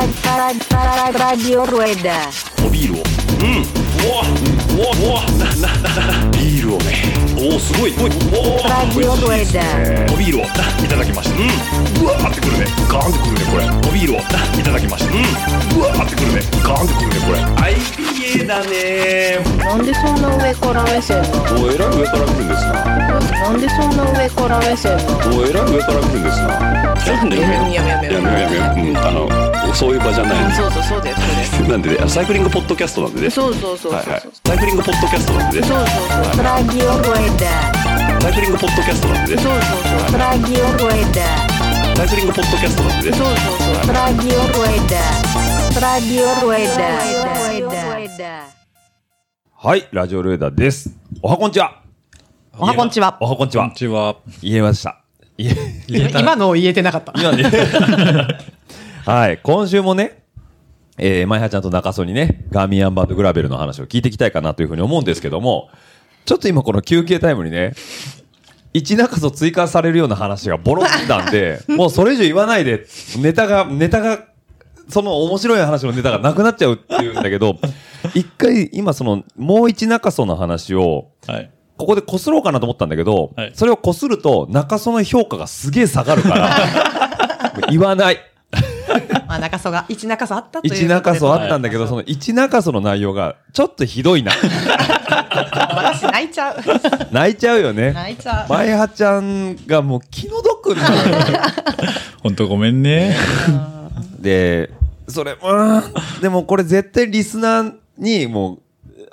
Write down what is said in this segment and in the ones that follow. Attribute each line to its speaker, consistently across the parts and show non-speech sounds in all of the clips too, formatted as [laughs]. Speaker 1: ラジオルエダ
Speaker 2: おビールを
Speaker 3: うんうわうわうわなななな
Speaker 2: ビールをね
Speaker 3: おおすごいおおお
Speaker 1: ラジオルエダ
Speaker 2: おビールを
Speaker 3: いただきました
Speaker 2: うわーってくるねガーンってくるねこれ
Speaker 3: うんおビールをいただきましたう
Speaker 2: うわーってくるねガーンってくるねこれ
Speaker 3: ん IPA だね
Speaker 4: なんでそんな上から目線なの
Speaker 2: おえらい上から来るんですな
Speaker 4: なんでそんな上から目線なの
Speaker 2: おえらい上から来るんですなちょっとね
Speaker 4: やめようやめよう
Speaker 2: やめようやめよううんあのそういう場じゃない
Speaker 4: そうそうそうだよそ
Speaker 2: ですなんでねサイクリングポッドキャストなんでね
Speaker 4: れそうそうそうそう
Speaker 2: はい
Speaker 4: そう
Speaker 2: はいサイクリングポッドキャストなんでね
Speaker 4: そうそうそう
Speaker 1: ラジオルエ
Speaker 2: サイクリングポッドキャストなんでね
Speaker 4: そうそうそう
Speaker 1: ダラジオルエ
Speaker 2: サイクリングポッドキャストなんでね
Speaker 4: そうそうそう
Speaker 1: ダラジオルエダラジオルエダ
Speaker 5: はい、ラジオルエダーです。おはこんちは。
Speaker 6: おはこんちは。
Speaker 5: おはこんち
Speaker 3: こん
Speaker 5: は
Speaker 3: に。ちは
Speaker 5: 言えました。言え、
Speaker 3: 言えた
Speaker 6: 今のを言えてなかった。
Speaker 5: 今ね。 [laughs] はい、今週もね、えー、マイハちゃんと中曽にね、ガーミンアンバードグラベルの話を聞いていきたいかなというふうに思うんですけども、ちょっと今この休憩タイムにね、一中曽追加されるような話がボロってたん
Speaker 6: [laughs]
Speaker 5: で、もうそれ以上言わないで、ネタが、ネタが、その面白い話のネタがなくなっちゃうっていうんだけ
Speaker 3: [laughs]
Speaker 5: ど、一回今その、もう一中曽の話を、
Speaker 3: はい
Speaker 5: ここでこすろうかなと思ったんだけど、
Speaker 3: はい
Speaker 5: それをこすると中曽の評価がすげえ下がるから、
Speaker 3: [laughs]
Speaker 5: もう言わない。
Speaker 6: まあ、中曽が、一中曽あったという。
Speaker 5: 一中曽あったんだけど、その一中曽の内容がちょっとひどいな。
Speaker 6: 私泣いちゃう。
Speaker 5: 泣いちゃうよね。
Speaker 6: 泣いちゃう。
Speaker 5: 前葉ちゃんがもう気の毒なのよ。
Speaker 3: 本当ごめんね
Speaker 5: で、それ、うーん。でもこれ絶対リスナーにもう、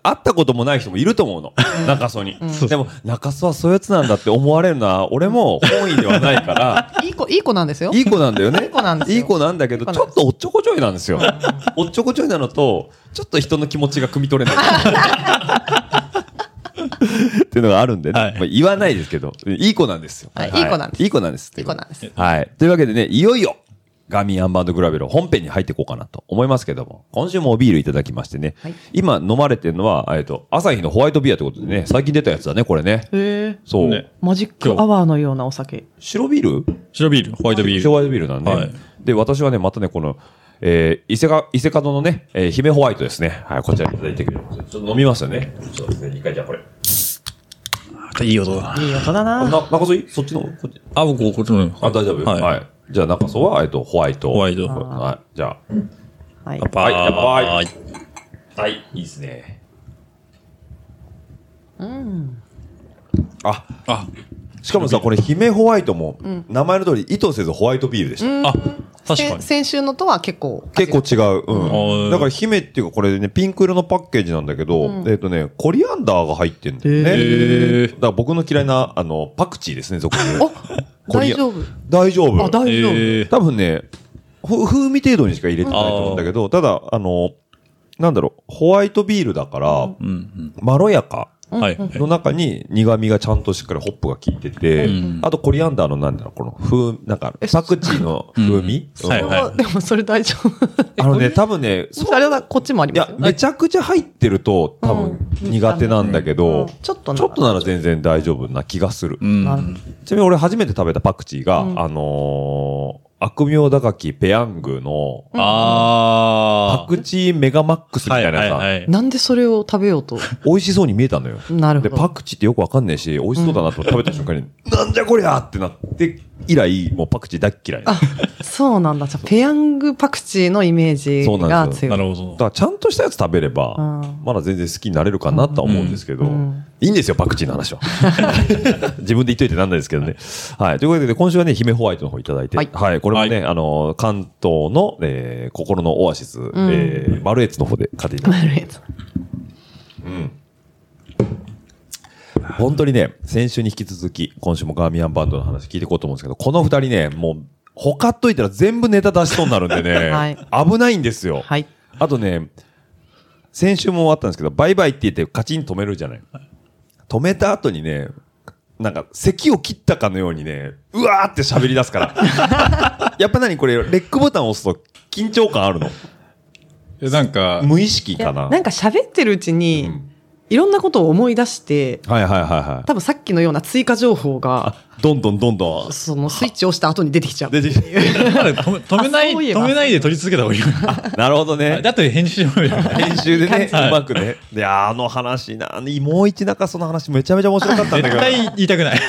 Speaker 5: 会ったこともない人もいると思うの。中曽に。でも、中曽はそういうやつなんだって思われるのは、俺も本意ではないから、
Speaker 6: [laughs] いい子、いい子なんですよ。
Speaker 5: いい子なんだよね。
Speaker 6: いい子なんですよ
Speaker 5: いい子なんだけど、
Speaker 6: いい子
Speaker 5: ち
Speaker 6: な
Speaker 5: ょ
Speaker 6: んで
Speaker 5: っとおっちょこちょいなんですよ。おっちょこちょいなのと、ちょっと人の気持ちが汲み取
Speaker 6: [laughs]
Speaker 5: れない。っていうのがあるんでね。
Speaker 3: はい
Speaker 5: まあ、言わないですけど、いい子なんですよ。
Speaker 6: はいいい子なんです
Speaker 5: いい子なんです。
Speaker 6: いい子なんです。
Speaker 5: はい。というわけでね、いよいよ、ガミアンバンドグラベル本編に入っていこうかなと思いますけども、今週もおビールいただきましてね、
Speaker 6: はい
Speaker 5: 今飲まれてるのは、えっと、朝日のホワイトビアということでね、最近出たやつだね、これね。
Speaker 6: へえ。
Speaker 5: そう。
Speaker 3: ね
Speaker 6: マジックアワーのようなお酒。
Speaker 5: 白ビール
Speaker 3: 白ビールホワイトビー
Speaker 5: ホ
Speaker 3: ル
Speaker 5: ワイトビールなんで、
Speaker 3: はい
Speaker 5: で私はねまたねこの、えー、伊勢か伊勢門のね、えー、姫ホワイトですねはいこちらいただいてくれますちょっと飲みますよねそうですね一回じゃあこれ
Speaker 3: いい音だない
Speaker 6: い音だ
Speaker 5: あな
Speaker 6: な。
Speaker 5: 中曽いいそっちのこっち
Speaker 3: あ僕こっちの方
Speaker 5: あ大丈夫
Speaker 3: はい、
Speaker 5: はい、じゃあ中曽はえっとホワイト
Speaker 3: ホワイト
Speaker 5: はいじゃ
Speaker 6: はい。
Speaker 3: パー
Speaker 5: はい
Speaker 3: はい
Speaker 5: あはいいいですねうんあ
Speaker 3: あ
Speaker 5: しかもさこれ姫ホワイトも、名前の通り意図せずホワイトビールでした、
Speaker 3: あ確か
Speaker 6: せ
Speaker 3: に
Speaker 6: 先週のとは結構。
Speaker 5: 結構違う。
Speaker 3: う
Speaker 5: うんん。だから姫っていうかこれね、ピンク色のパッケージなんだけど、えっ、とね、コリアンダーが入ってんだよね。
Speaker 3: へー
Speaker 5: だから僕の嫌いな、あの、パクチーですね、俗に言う。
Speaker 6: お
Speaker 5: コリ
Speaker 6: 大
Speaker 5: ア
Speaker 6: 丈夫。
Speaker 5: 大丈夫。
Speaker 6: あ、大丈夫。
Speaker 3: えー
Speaker 5: 多分ね、ふ風味程度にしか入れてないと思うんだけど、ただ、あの、なんだろう、ホワイトビールだから、
Speaker 3: うん
Speaker 5: まろやか
Speaker 3: うんはい
Speaker 5: の中に苦味がちゃんとしっかりホップが効いてて、
Speaker 3: ん
Speaker 5: あとコリアンダーのなんだろう、この風、なんか、パクチーの風味、うん
Speaker 3: はいはい
Speaker 6: でもそれ大丈夫。
Speaker 5: あのね、多分ね、そ
Speaker 6: それはこっちもあり
Speaker 5: い
Speaker 6: ます
Speaker 5: や
Speaker 6: よ、。
Speaker 5: めちゃくちゃ入ってると多分苦手なんだけ
Speaker 6: う
Speaker 5: ど
Speaker 6: ん、ちょっとな
Speaker 5: ちょっとなら全然大丈夫な気がする。
Speaker 3: うん
Speaker 6: なるほど
Speaker 5: ちなみに俺初めて食べたパクチーが、あのー、悪名高きペヤングの
Speaker 3: あ
Speaker 5: パクチーメガマックスみたいな
Speaker 3: はいは
Speaker 5: さ、
Speaker 3: いはい
Speaker 6: なんでそれを食べようと。
Speaker 5: 美味しそうに見えたのよ。
Speaker 6: なるほ
Speaker 5: で、
Speaker 6: ど。
Speaker 5: パクチーってよくわかんないし、美味しそうだなと食べた瞬間に、なんじゃこりゃってなって、以来、もうパクチー大っ嫌い。だか
Speaker 6: そうなんだ。じゃあペヤングパクチーのイメージ
Speaker 5: そうな
Speaker 6: が
Speaker 5: んですよ
Speaker 6: 強。
Speaker 3: ないるほど
Speaker 5: らちゃんとしたやつ食べれば
Speaker 6: うん、
Speaker 5: まだ全然好きになれるかなとは思うんですけど、いいんですよ、パクチーの話は。 [laughs] 自分で言っといてなんないですけどね。はい。ということで、今週はね、姫ホワイトの方いただいて、は
Speaker 6: はいい。
Speaker 5: これもね、
Speaker 3: はい
Speaker 5: あのー、関東の、えー、心のオアシス、えー、マルエツの方で買っていただいて、
Speaker 6: なるほど
Speaker 5: 本当にね、先週に引き続き、今週もガーミアンバンドの話聞いていこうと思うんですけど、この二人ね、もう、ほかっといたら全部ネタ出しそうになるんで [laughs] ね、
Speaker 6: はい
Speaker 5: 危ないんですよ。
Speaker 6: はい。
Speaker 5: あとね、先週もあったんですけど、バイバイって言ってカチン止めるじゃない。止めた後にね、なんか、咳を切ったかのようにね、うわーって喋り出すから。 [laughs] やっぱ何これ、レックボタン押すと緊張感あるの
Speaker 3: えなんか
Speaker 5: 無意識かな
Speaker 6: なんか喋ってるうちに
Speaker 5: ん、
Speaker 6: いろんなことを思い出して、
Speaker 5: はいはいはいは
Speaker 6: 多分さっきのような追加情報が
Speaker 5: どんどんどんどん。
Speaker 6: そのスイッチ押した後に出てきちゃう。
Speaker 5: でじ
Speaker 3: まだ止め止めない、
Speaker 6: あそういえば
Speaker 3: 止めないで撮り続けた方がいいよね。
Speaker 5: なるほどね。
Speaker 3: だって返事しよう [laughs] よ。
Speaker 5: 編集でね、う
Speaker 3: はい
Speaker 5: まくね。いやー、あの話な、もう一中その話めちゃめちゃ面白かったんだけ
Speaker 3: 絶
Speaker 5: ど。
Speaker 3: 対言いたくない。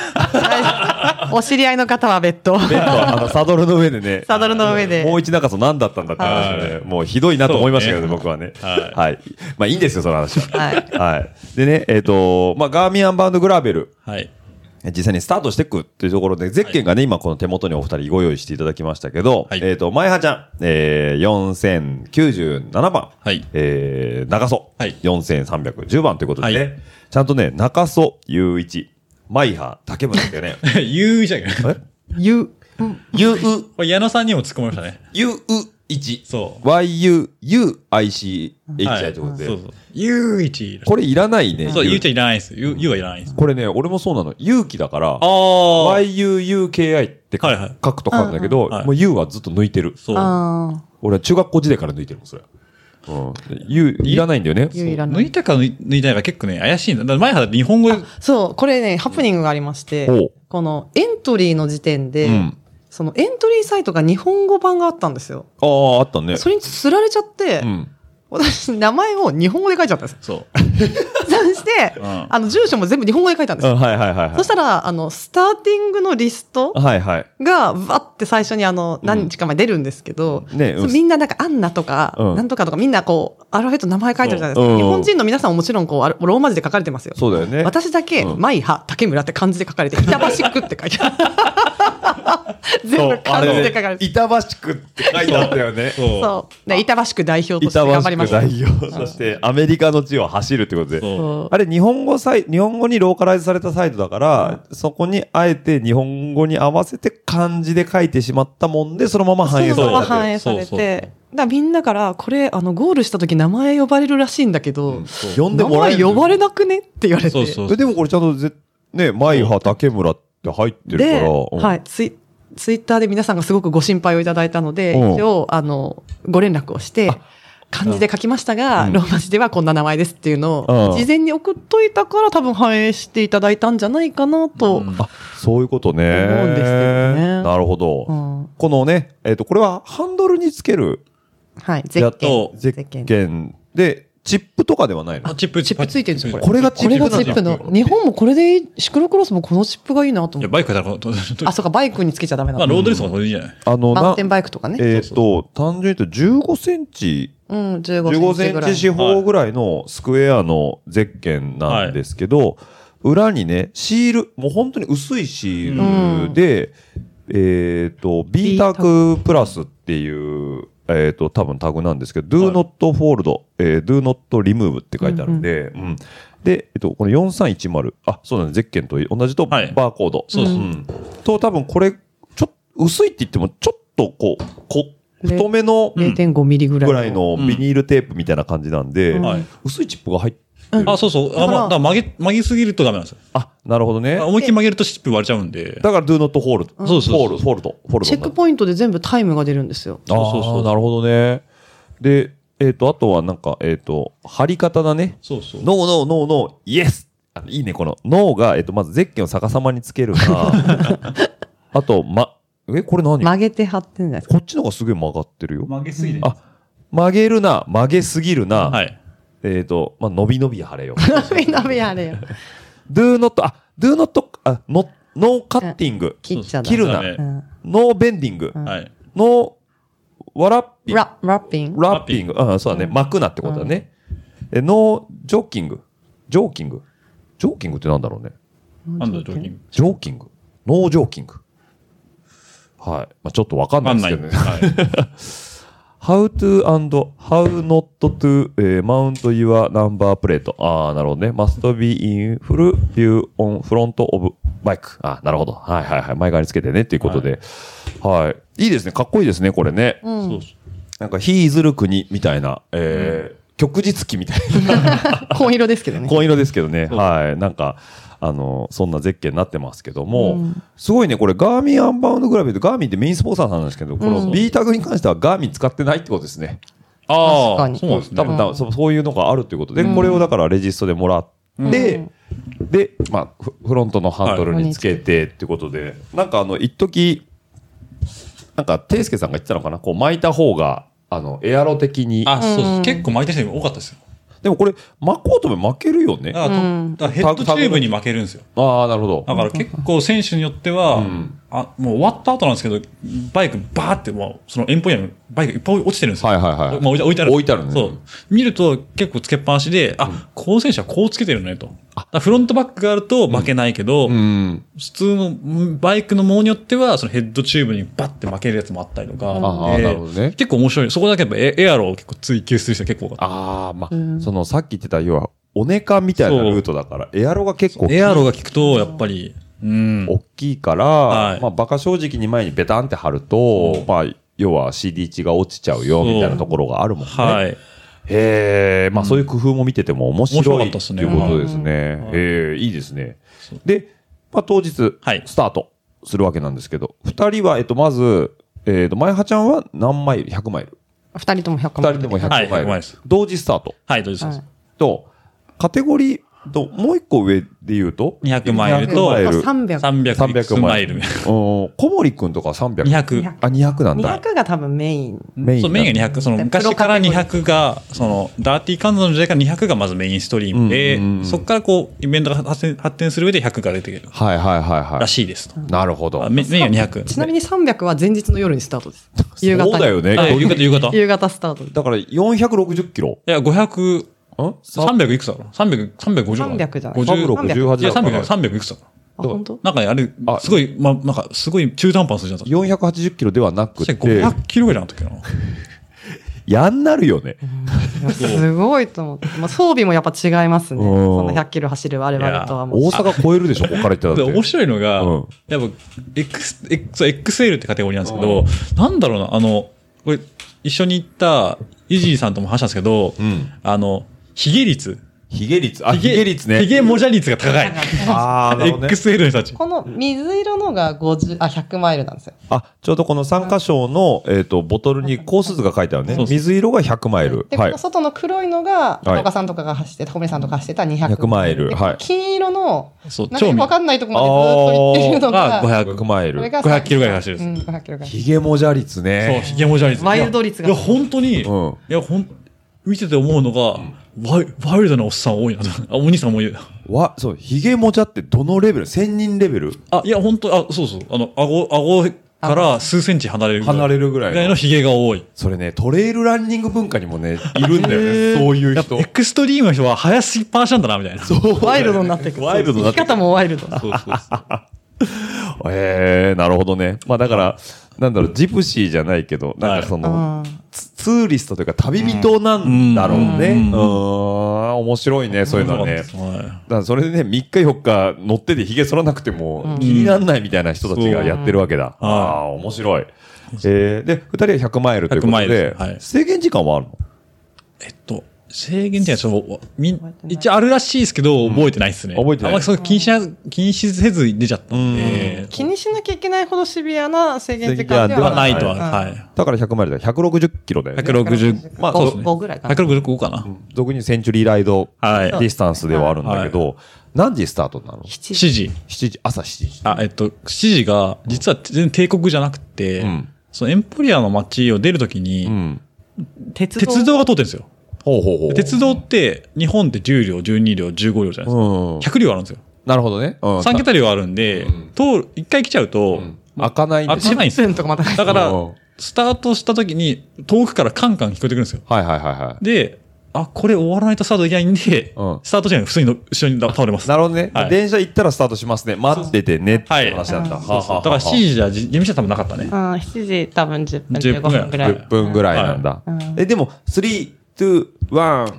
Speaker 6: [laughs] お知り合いの方は別途。
Speaker 5: ベッドはあのサドルの上でね。
Speaker 6: サドルの上で
Speaker 5: もう一中そ何だったんだって話をね、もうひどいなと思いましたけどね、
Speaker 3: そうね
Speaker 5: 僕はね。
Speaker 3: はい
Speaker 5: はい。まあいいんですよ、その話は。
Speaker 6: はい
Speaker 5: はい。でね、えっ、と、まあガーミンアンバウンドグラベル。
Speaker 3: はい。
Speaker 5: 実際にスタートしていくっていうところで、ゼッケンがね、今この手元にお二人ご用意していただきましたけど、
Speaker 3: はい
Speaker 5: えっ、と、前葉ちゃん、えー、4097番、
Speaker 3: はい
Speaker 5: えー、中曽、
Speaker 3: はい
Speaker 5: 4310番ということでね、
Speaker 3: はい
Speaker 5: ちゃんとね、中曽雄一、前葉竹村っていう
Speaker 3: [laughs]
Speaker 5: ね、
Speaker 3: 言うじゃん。
Speaker 5: え
Speaker 6: 言う。
Speaker 5: ゆう、
Speaker 3: これ矢野さんにも突っ込みましたね。
Speaker 5: ゆう一、
Speaker 3: そう
Speaker 5: YUUICHI
Speaker 3: はい
Speaker 5: ということで、
Speaker 3: そうそう。ゆういち。
Speaker 5: これいらないね。
Speaker 3: そう、
Speaker 5: ゆ
Speaker 3: ゆうちゃんいらないです。ゆうゆうはいらないです。
Speaker 5: これね、俺もそうなの。勇気だから、
Speaker 3: ああはい
Speaker 5: YUUKI って書
Speaker 3: はい。
Speaker 5: 書くと書くんだけど、
Speaker 3: んはい
Speaker 5: もう U はずっと抜いてる。
Speaker 3: そう。
Speaker 6: ああ。
Speaker 5: 俺は中学校時代から抜いてるもん、それ。うん。U、いらないんだよね。
Speaker 6: 言ういらな
Speaker 3: 抜
Speaker 6: い。
Speaker 3: いたか抜い抜いてないか結構ね、怪しいんだ。だから前原日本語、
Speaker 6: そう、これね、ハプニングがありまして
Speaker 5: ほう、
Speaker 6: このエントリーの時点で、
Speaker 5: うん
Speaker 6: そのエントリーサイトが日本語版があったんですよ。
Speaker 5: ああ、あったね。
Speaker 6: それに釣られちゃって、
Speaker 5: うん。
Speaker 6: 私、名前を日本語で書いちゃったんです。
Speaker 5: [laughs]
Speaker 3: そう。
Speaker 6: そして、
Speaker 3: うん
Speaker 6: あの、住所も全部日本語で書いたんです
Speaker 5: うん
Speaker 6: よ。
Speaker 5: はいはいはいは
Speaker 6: そしたら、あの、スターティングのリスト
Speaker 5: い。はいはい。
Speaker 6: が、わって最初にあの、何日か前出るんですけど、
Speaker 5: うんねうん
Speaker 6: そうみんななんか、アンナとか、
Speaker 5: うん
Speaker 6: なんとかとか、みんなこう、アルファベット名前書いてるじゃないです
Speaker 5: うん
Speaker 6: か。日本人の皆さんももちろん、こうある、ローマ字で書かれてますよ。
Speaker 5: そうだよね。
Speaker 6: 私だけ、
Speaker 5: うん
Speaker 6: マイハ、竹村って漢字で書かれて、板橋区って書いてある。
Speaker 5: [laughs]
Speaker 6: 全
Speaker 5: そ
Speaker 6: 部
Speaker 5: う、あ
Speaker 6: 漢字
Speaker 5: れ
Speaker 6: で書かれ
Speaker 5: ね、
Speaker 6: てる。
Speaker 5: 板橋区って書いてあったよね。
Speaker 3: そう。
Speaker 6: そう。で板橋区代表として
Speaker 5: 板
Speaker 6: 頑
Speaker 5: 橋
Speaker 6: 張りま
Speaker 5: 区
Speaker 6: した。
Speaker 5: 代表、そしてアメリカの地を走るってことで。
Speaker 3: そう
Speaker 6: そう
Speaker 5: あれ、日本語サイ、日本語にローカライズされたサイトだから、そこにあえて日本語に合わせて漢字で書いてしまったもんで、そのまま反映さ
Speaker 6: そ
Speaker 5: れ
Speaker 6: のまま
Speaker 5: たっていう。
Speaker 6: 反映されて。
Speaker 3: そうそうそう
Speaker 6: だからみんなから、これ、あの、ゴールした時名前呼ばれるらしいんだけど、
Speaker 5: 呼んで
Speaker 6: 名
Speaker 5: もらえ
Speaker 6: 前
Speaker 5: る
Speaker 6: 呼ばれなくねって言われて。
Speaker 3: そうそう
Speaker 5: えでもこれちゃんとぜ、ね、前葉竹村って入ってるから。
Speaker 6: で、
Speaker 5: うん
Speaker 6: はい、ツイツイッターで皆さんがすごくご心配をいただいたので、
Speaker 5: うん
Speaker 6: 一応、あの、ご連絡をして、漢字で書きましたが、
Speaker 5: うん
Speaker 6: ローマ字ではこんな名前ですっていうの
Speaker 5: う
Speaker 6: を
Speaker 5: ん、
Speaker 6: 事前に送っといたから多分反映していただいたんじゃないかなと。
Speaker 3: うん
Speaker 5: あ、そういうことね。
Speaker 6: 思うんですけどね
Speaker 5: なるほど。
Speaker 6: うん
Speaker 5: このね、えっ、と、これはハンドルにつける
Speaker 6: はい、ゼ
Speaker 5: や
Speaker 6: ッ
Speaker 5: っ
Speaker 6: ケ
Speaker 3: と
Speaker 5: と、
Speaker 6: ン。
Speaker 5: ゼッケンで、チップとかではないの
Speaker 3: あ、チップ、
Speaker 6: チップついてるんですよ、これ。
Speaker 5: これがチップ
Speaker 6: これがチップの。日本もこれでいい、シクロクロスもこのチップがいいなと思
Speaker 3: いや、
Speaker 6: って。
Speaker 3: バイクだから、とと
Speaker 6: あ、そうか、バイクにつけちゃダメな
Speaker 3: まあ、
Speaker 6: の。
Speaker 3: ロードレースもそれでいいんじゃない
Speaker 5: あの、
Speaker 6: マウ
Speaker 5: な
Speaker 6: ンテンバイクとかね。
Speaker 5: えっ、と、単純に言うと15センチ、
Speaker 6: うん、15
Speaker 5: 15
Speaker 6: セ
Speaker 5: セ
Speaker 6: ンチぐ
Speaker 5: ン
Speaker 6: らい
Speaker 5: チ。四方ぐらいのスクエアのゼッケンなんですけど、裏にね、シール、もう本当に薄いシールで、えっ、と、B タグプラスっていう、えっ、と、多分タグなんですけど、
Speaker 3: はい
Speaker 5: do not fold、えー do not remove って書いてあるんで、うんで、えっと、この4310、あ、そうだね、ゼッケンと同じとバ
Speaker 3: はい
Speaker 5: ーコード。
Speaker 3: そうです
Speaker 5: んと、多分これ、ちょっと、薄いって言っても、ちょっとこう、こ
Speaker 6: ね
Speaker 5: 太めの、
Speaker 6: 0.5ミリぐらい。
Speaker 5: ぐらい。のビニールテープみたいな感じなんで、
Speaker 6: うん
Speaker 3: はい
Speaker 5: 薄いチップが入って
Speaker 3: あ、そうそう。
Speaker 6: だから
Speaker 3: あ、まあ、だから曲げ、曲げすぎるとダメなんですよ。
Speaker 5: あ、なるほどね。
Speaker 3: 思いっきり曲げるとチップ割れちゃうんで。
Speaker 5: だから、do not hold.
Speaker 3: んそうそうそう
Speaker 5: フォール、フォールド、フォールド。
Speaker 6: チェックポイントで全部タイムが出るんですよ。
Speaker 5: あー
Speaker 3: そうそうそう
Speaker 5: なるほどね。で、えっ、と、あとはなんか、えっ、と、貼り方だね。
Speaker 3: そうそう。
Speaker 5: ノーノーノーノー、イエスいいね、この。ノーが、えっ、と、まずゼッケンを逆さまにつけるなあと、ま、え、これ何
Speaker 6: 曲げて貼ってんじゃないですか。
Speaker 5: こっちのがすげえ曲がってるよ。
Speaker 3: 曲げすぎる
Speaker 5: あ、曲げるな、曲げすぎるな。
Speaker 3: はい。
Speaker 5: えっ、と、まあ、伸び伸び貼れよ。
Speaker 6: みんな目あれよ。
Speaker 5: do not, あ、do not, あ、no, no cutting.
Speaker 6: 切っちゃダ
Speaker 5: 切
Speaker 6: メ。
Speaker 5: るな
Speaker 3: ダ。メ
Speaker 6: うん。
Speaker 5: ノーベンディング。
Speaker 3: はい。
Speaker 5: ノー、わらっぴ、ラ
Speaker 6: ラ、ラッピング。
Speaker 5: ッピング。うん、そうだね。巻くなってことだね。え、ノー、ジョッキング。ジョーキング。ジョーキングってなんだろうね。
Speaker 3: なんだ、ジョーキング。
Speaker 5: ジョーキング。ノージョーキング。はい。まあちょっとわか
Speaker 3: わ
Speaker 5: んな
Speaker 3: か
Speaker 5: い
Speaker 3: ん
Speaker 5: です
Speaker 3: ない。
Speaker 5: けどね。
Speaker 3: はい。
Speaker 5: How to and how not to、えー mount your number plate. ああ、なるほどね。must be in full view on front of bike. あーなるほど。はいはいはい。前側につけてねっていうことで。はい。い、いですね。かっこいいですね、これね。
Speaker 3: そうそう。
Speaker 5: なんか、ひいずる国みたいな、えー、旭日記みたいな、
Speaker 6: 紺色ですけどね。
Speaker 5: 紺色ですけどね。はい。なんか、あの、そんな絶景になってますけども、すごいね、これ、ガーミンアンバウンドグラビルガーミンってメインスポンサーなんですけど、この B タグに関してはガーミン使ってないってことですね。
Speaker 3: あ
Speaker 6: 確か
Speaker 3: あ、
Speaker 6: に
Speaker 3: そうなんですね。
Speaker 5: 多分、多分そうそういうのがあるということで、これをだからレジストでもらって、で、まあ、フフロントのハンドルにつけてってことで、なんかあの、一時なんか、ていすけさんが言ってたのかなこう巻いた方が、あの、エアロ的に。
Speaker 3: あ、そうです。結構巻いた人多かったですよ。
Speaker 5: でもこれ、巻こうとも巻けるよね。
Speaker 3: だからとだからヘッドチューブに負けるんですよ。
Speaker 5: ああ、なるほど。
Speaker 3: だから結構選手によっては、
Speaker 5: うん
Speaker 3: あもう終わった後なんですけど、バイクバーって、もうその遠方にあるバイクいっぱい落ちてるんですよ。
Speaker 5: はいはいはい
Speaker 3: まあ置いて置いてある。
Speaker 5: 置いてあるね
Speaker 3: そう。見ると結構つけっぱなしで、あ、この選手はこうつけてるねと。だからフロントバックがあると負けないけど、
Speaker 5: うん。
Speaker 3: 普通のうんバイクのものによっては、そのヘッドチューブにバッて負けるやつもあったりとか、
Speaker 5: ああ
Speaker 3: で
Speaker 5: なるほどね
Speaker 3: 結構面白い。そこだけやっぱエエアロを結構追求する人結構多かった
Speaker 5: ああ、まあ、その、さっき言ってた、要は、おねかみたいなルートだから、エアロが結構、
Speaker 3: エアロが効くと、やっぱり、うん。
Speaker 5: 大きいから、
Speaker 3: はい
Speaker 5: まあ、バカ正直に前にベタンって貼ると、まあ、要は CD 値が落ちちゃうよ、
Speaker 3: そう
Speaker 5: みたいなところがあるもんね。
Speaker 3: はい。
Speaker 5: へえ、まあそういう工夫も見てても面白い
Speaker 3: 面白かったっすね
Speaker 5: ということですね。へえ、いいですね。で、まあ当日、
Speaker 3: はい
Speaker 5: スタートするわけなんですけど、二人は、えっと、まず、えっと、前葉ちゃんは何マイル ?100 マイル。
Speaker 6: 二人とも100
Speaker 5: 二
Speaker 6: 万
Speaker 5: 人とも100
Speaker 3: は
Speaker 5: マイ
Speaker 3: い
Speaker 5: ル。
Speaker 3: 100マイルです
Speaker 5: 同時スタート。
Speaker 3: はい、どうですか、
Speaker 6: はい
Speaker 5: と、カテゴリーと、もう一個上で言うと
Speaker 3: 200マイル
Speaker 5: 200
Speaker 3: と
Speaker 5: マイル
Speaker 6: 300。
Speaker 3: 300マイル。
Speaker 5: うん小森くんとかは300。
Speaker 3: 200
Speaker 5: あ、200なんだ。
Speaker 6: 200が多分メイン。
Speaker 5: メイン。
Speaker 3: そうメインが200、その昔から200が、そのダーティーカンザの時代から200がまずメインストリームで、
Speaker 5: うんうんうん
Speaker 3: そこからこう、イベントが発展発展する上で100が出てくる
Speaker 5: はいはいはいは
Speaker 3: ら
Speaker 5: い。
Speaker 3: しいですと。
Speaker 5: なるほど。
Speaker 3: あメメインが200。
Speaker 6: ちなみに300は前日の夜にスタートです。夕方に。
Speaker 5: そうだよね。
Speaker 3: はい、夕方、夕方。
Speaker 6: [laughs]
Speaker 3: い
Speaker 6: 夕方スタートです。
Speaker 5: だから460キロ。
Speaker 3: や、500、
Speaker 5: ん
Speaker 3: 300いくつだろう ?300、350だろ
Speaker 6: 300じゃない
Speaker 3: 50
Speaker 5: 368
Speaker 3: いや、
Speaker 5: だから
Speaker 3: 300、300いくつだろ
Speaker 6: あ、本当
Speaker 3: なんかねあれ
Speaker 5: あ、
Speaker 3: すごい、ま、なんか、すごい中途半端な数字だった。
Speaker 5: 480キロではなく、
Speaker 3: そしてて500キロぐらいの時かな。
Speaker 5: やんなるよね。
Speaker 6: いやすごいと思って。まあ、装備もやっぱ違いますね。
Speaker 5: うん
Speaker 6: そんな100キロ走る我々とはもう。
Speaker 5: 大阪超えるでしょ、ここから行ったらだっ
Speaker 3: で
Speaker 5: て。
Speaker 3: 面白いのが、
Speaker 5: うん
Speaker 3: やっぱ X、X そう XL ってカテゴリーなんですけど、なんだろうな、あの、これ、一緒に行った、イジーさんとも話したんですけど、
Speaker 5: うん
Speaker 3: あの、ヒゲ率。
Speaker 5: ヒゲ率。あ、ヒゲ率ね。
Speaker 3: ヒゲもじゃ率が高い。
Speaker 5: あーなるほどね
Speaker 3: XL の人たち。
Speaker 6: この水色のが50、あ、100マイルなんですよ。
Speaker 5: あ、ちょうどこの3箇所の、えっと、ボトルにコース図が書いてあるね
Speaker 3: そう。そう
Speaker 5: 水色が100マイル。
Speaker 6: で、
Speaker 5: は
Speaker 6: この
Speaker 5: い。
Speaker 6: 外の黒いのが、
Speaker 5: はい
Speaker 6: 岡さんとかが走ってた、小森さんとかが走ってた200。
Speaker 5: 100マイル
Speaker 6: で
Speaker 5: はい
Speaker 6: 金色の、
Speaker 3: そう、
Speaker 6: なんか
Speaker 3: 超
Speaker 6: よく
Speaker 3: 見
Speaker 6: わかんないとこまでずーっと行ってるの
Speaker 3: あー
Speaker 6: が、
Speaker 5: 100マイ
Speaker 6: これ
Speaker 5: ル。
Speaker 6: が
Speaker 3: 500キロぐらい走る
Speaker 6: うん、500キロぐらい。
Speaker 5: ヒゲもじゃ率
Speaker 3: そう、
Speaker 5: ね。
Speaker 3: ヒゲもじゃ率。
Speaker 6: ワイルド率が
Speaker 3: いや、いや本当に、
Speaker 5: うん
Speaker 3: いや、ほん、見てて思うのが、ワイワイルドなおっさん多いなと。あ、お兄さんもいる。
Speaker 5: わ、そう、ヒゲもじゃってどのレベル ?1000 人レベル
Speaker 3: あ、いや、本当あ、そうそう。あの、顎、顎から数センチ離れるぐらい。
Speaker 5: 離れるぐら
Speaker 3: ぐら
Speaker 5: い
Speaker 3: いの
Speaker 5: の。
Speaker 3: ヒゲが多い。
Speaker 5: それね、トレイルランニング文化にもね、いるんだよね。そういう
Speaker 3: やっぱ
Speaker 5: 人
Speaker 3: エ。クストリームの人は早すぎっぱなしなんだな、みたいな。そう
Speaker 6: ワイルドになっていく。
Speaker 5: ワイルドになってく
Speaker 6: 生き方もワイルド。
Speaker 3: そうそう
Speaker 5: ええなるほどね。まあだから、なんだろう、ジプシーじゃないけど、なんかその、ツツーリストというか旅人なんだろうね。うん、ん面白いね、そういうのはね。
Speaker 3: は
Speaker 5: だからそれでね、3日4日乗ってて髭剃らなくても気になんないみたいな人たちがやってるわけだ。ああ、面白い。えー、で、2人は100マイルということ
Speaker 3: 100マイル
Speaker 5: で
Speaker 3: で、すはい
Speaker 5: 制限時間はあるの
Speaker 3: い。えっと、制限点はちょっと、みん、一応あるらしいですけど、覚えてないですね。
Speaker 5: うん覚えてない
Speaker 3: あんまりそれ気にしな、気にしせず出ちゃったんで。
Speaker 6: 気にしなきゃいけないほどシビアな制限時間で
Speaker 5: 制限時間では
Speaker 6: は
Speaker 3: な
Speaker 6: ないい。
Speaker 3: とは、
Speaker 6: うん
Speaker 3: はい。
Speaker 5: だから100マイルだから160キロだよね。
Speaker 3: 160、
Speaker 5: まあそうですね
Speaker 6: 5ぐらいかな。
Speaker 3: 165かな。
Speaker 5: 俗にセンチュリーライドデ
Speaker 3: はい
Speaker 5: ィスタンスではあるんだけど、何時スタートなの
Speaker 3: 7時。
Speaker 5: ?7 時、朝7時。
Speaker 3: あ、えっと、7時が、実は全然帝国じゃなくて、
Speaker 5: ん
Speaker 3: そのエンポリアの街を出るときに、
Speaker 5: うん。
Speaker 6: 鉄道。
Speaker 3: 鉄道が通ってるんですよ。
Speaker 5: ほうほうほう。
Speaker 3: 鉄道って、日本って10両、12両、15両じゃないですか。
Speaker 5: うん。
Speaker 3: 100両あるんですよ。
Speaker 5: なるほどね。うん。
Speaker 3: 3桁量あるんで、通る、一回来ちゃうと、
Speaker 5: 開かないん
Speaker 3: あ
Speaker 5: で
Speaker 3: 閉まないんですよ。
Speaker 6: 線とかまた。
Speaker 3: だから
Speaker 5: うん、
Speaker 3: スタートした時に、遠くからカンカン聞こえてくるんですよ。
Speaker 5: はいはいはいはい。
Speaker 3: で、あ、これ終わらないとスタートできないんで、
Speaker 5: うん
Speaker 3: スタート時間普通にの後ろに倒れます。
Speaker 5: なるほどね。
Speaker 3: はい
Speaker 5: 電車行ったらスタートしますね。待っててねっていう話なんだ。
Speaker 3: そうそうだから7
Speaker 5: 時
Speaker 3: 時じゃ、じ出道は多分なかったね
Speaker 6: う。ん、7時多分10分、15
Speaker 3: 10
Speaker 6: 分ぐらい。
Speaker 5: 10分ぐらいなんだ
Speaker 6: はいうん。
Speaker 5: え、でも、3、2、1、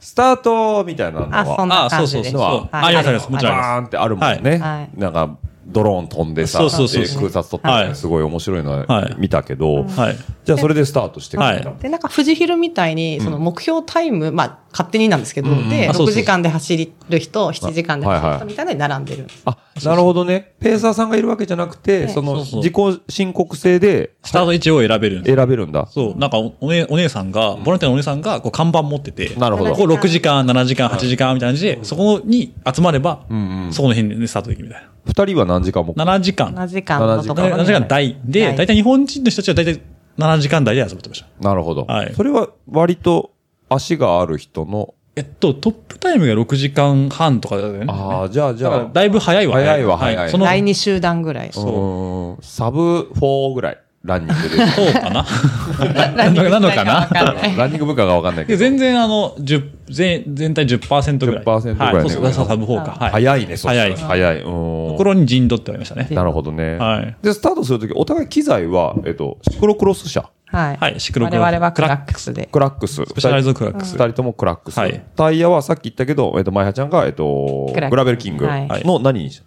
Speaker 5: スタートみたいなの
Speaker 6: あ、そん
Speaker 5: は、
Speaker 6: な
Speaker 3: あ、そ
Speaker 6: 感
Speaker 3: う
Speaker 6: じ
Speaker 3: そう
Speaker 6: です。
Speaker 3: そう。
Speaker 5: は
Speaker 3: あ
Speaker 5: い
Speaker 3: ありますあります。もちろんあります。
Speaker 5: バーンってあるもんね
Speaker 6: は。い
Speaker 5: なんか、ドローン飛んでさ、
Speaker 3: そうそうそうそう
Speaker 5: で空撮撮って
Speaker 3: は
Speaker 5: ね
Speaker 3: い
Speaker 5: すごい面白いの
Speaker 3: はい
Speaker 5: 見たけど、
Speaker 3: はい。
Speaker 5: じゃあそれでスタートしてくるんだ
Speaker 3: は
Speaker 6: で、なんか、富士ヒルみたいに、その目標タイム、まあ、勝手になんですけど、で、
Speaker 3: あそ
Speaker 6: 6
Speaker 3: うそう
Speaker 6: 時間で走る人、7時間で走る人みたいなのに並んでるんです。
Speaker 5: あ、なるほどね。ペーサーさんがいるわけじゃなくて、その、自己申告制で
Speaker 3: スタート位置を選べるんです
Speaker 5: 選べるんだ。
Speaker 3: そう、なんかおお姉お姉さんが、ボランティアのお姉さんがこう看板持ってて、
Speaker 5: なるほど
Speaker 3: ここ6時間、7時間、8時間みたいな感じで、そこに集まれば、そこの辺でスタートできるみたい
Speaker 5: 二人は何時間も。
Speaker 3: な。7時間。
Speaker 6: 7時間のところに。
Speaker 3: 7時間台で、大体日本人の人たちは大体7時間台で遊ぶってました。
Speaker 5: なるほど。
Speaker 3: はい
Speaker 5: それは割と足がある人の、
Speaker 3: えっと、トップタイムが6時間半とかだよね。
Speaker 5: ああ、じゃあじ
Speaker 3: だか
Speaker 5: ゃ
Speaker 3: ら
Speaker 5: あ、
Speaker 3: だいぶ早いわ。
Speaker 5: 早いわ早い
Speaker 3: その、
Speaker 6: 第2集団ぐらい。
Speaker 5: う
Speaker 3: そう
Speaker 5: ーんサブ4ぐらい、ランニン
Speaker 6: [laughs]
Speaker 5: グで。
Speaker 3: そうかななのかなのかな
Speaker 5: ランニング部下がわかんないけど。
Speaker 3: で全然あの、10全、全体10%ぐらい。
Speaker 5: 10%ぐらいね
Speaker 3: はい。そうそう、サブ4か。はい。
Speaker 5: 早いね、そう
Speaker 3: 早い。
Speaker 5: 早い。うーん
Speaker 3: 心に陣取ってありましたね。
Speaker 5: なるほどね。
Speaker 3: はい
Speaker 5: で、スタートするとき、お互い機材は、えっと、シクロクロス車、
Speaker 6: はい。
Speaker 3: はいシクロクロ
Speaker 6: 我々はクラックスで。
Speaker 5: クラックス。ス
Speaker 3: ペシャライズドクラックス
Speaker 5: 二人ともクラックス。
Speaker 3: はい
Speaker 5: タイヤはさっき言ったけど、えっと、マイハちゃんが、えっと、
Speaker 6: クラックス
Speaker 5: グラベルキング
Speaker 6: はい
Speaker 5: の何にした、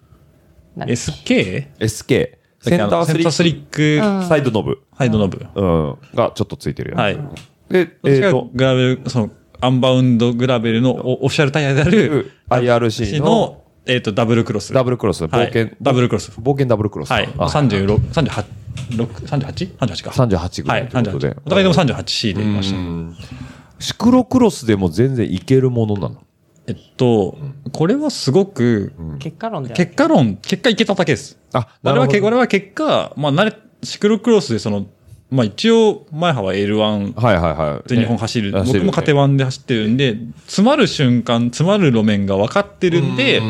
Speaker 6: なんです
Speaker 3: SK?
Speaker 5: ?SK。センタースリッ
Speaker 3: センタ
Speaker 5: プ。
Speaker 3: ースリック、
Speaker 5: サイドノブ。
Speaker 3: ハイドノブ。
Speaker 5: うん。が、ちょっとついてるやつ。
Speaker 3: はい。
Speaker 5: で、えっ、
Speaker 3: えっと
Speaker 5: と、、
Speaker 3: グラベル、その、アンバウンドグラベルのオオフィシャルタイヤである、
Speaker 5: IRC の
Speaker 3: の、えっと、ダブルクロス。
Speaker 5: ダブルクロス、
Speaker 3: は
Speaker 5: 冒
Speaker 3: い
Speaker 5: 険。
Speaker 3: ダブルクロス
Speaker 5: 冒険ダブルクロス。
Speaker 3: はい。
Speaker 5: あ
Speaker 3: 36、38、6 38? 38か。
Speaker 5: 38ぐら
Speaker 3: はいい、
Speaker 5: ということで
Speaker 3: 38。お互いでも38でいました。
Speaker 5: シクロクロスでも全然いけるものなの。
Speaker 3: えっと、これはすごく、
Speaker 6: 結果論では
Speaker 3: 結果論、結果いけただけです。
Speaker 5: あ、な
Speaker 3: 我
Speaker 5: る
Speaker 3: 々
Speaker 5: ほ
Speaker 3: は
Speaker 5: ど
Speaker 3: け我々は結果、まあ、慣れ、シクロクロスでその、まあ一応、前派は L1
Speaker 5: はいはいはい。
Speaker 3: 全日本走る。
Speaker 5: ね
Speaker 3: 僕もカテワンで走ってるんで、詰まる瞬間、詰まる路面が分かってるんで、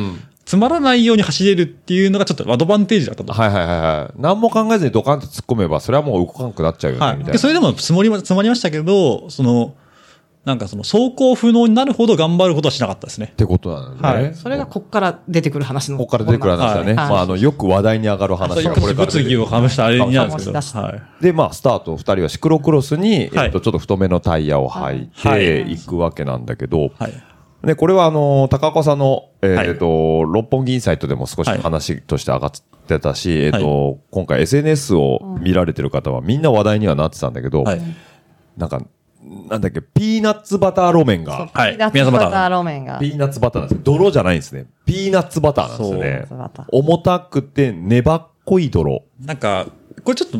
Speaker 3: 詰まらないように走れるっていうのがちょっとアドバンテージだったと。
Speaker 5: はいはいはいはい。何も考えずにドカンと突っ込めば、それはもう動かなくなっちゃうよね、
Speaker 3: は
Speaker 5: み
Speaker 3: い。
Speaker 5: たい
Speaker 3: で、
Speaker 5: な。
Speaker 3: それでも積もりま、積まりましたけど、その、なんかその、走行不能になるほど頑張ることはしなかったですね
Speaker 5: っ。てことなんだね。
Speaker 3: はい
Speaker 6: それがこっから出てくる話の。
Speaker 5: ここから出てくる話だね。
Speaker 6: はい
Speaker 5: まあ、あの、よく話題に上がる
Speaker 3: そう
Speaker 5: 話
Speaker 3: いう
Speaker 5: がこれから出てく
Speaker 3: 物
Speaker 5: る
Speaker 3: 議をかましたあれになるんですけど。
Speaker 6: 醸し出した
Speaker 3: はい。
Speaker 5: で、まあ、スタート、二人はシクロクロスに、
Speaker 3: はい
Speaker 5: えっと、ちょっと太めのタイヤを履い
Speaker 3: はい
Speaker 5: て、行くわけなんだけど、
Speaker 3: はい。
Speaker 5: ね、これはあの、高岡さんの、え
Speaker 3: はい
Speaker 5: っと、六本木インサイトでも少し
Speaker 3: はい
Speaker 5: 話として上がってたし、えっと、今回 SNS を見られてる方はみんな話題にはなってたんだけど
Speaker 3: はい、。
Speaker 5: なんか、なんだっけ、ピーナッツバター路面が、
Speaker 3: は
Speaker 6: ピーナ
Speaker 3: い
Speaker 6: ッ。ツ
Speaker 3: 皆様
Speaker 6: バター
Speaker 3: 方。
Speaker 6: 路面が
Speaker 5: ピ。ーナッツバターなんですね泥じゃないんですね。ピーナッツバターなんですよね
Speaker 6: そうピーナッツバター。
Speaker 5: 重たくて粘っこい泥。
Speaker 3: なんか、これちょっと、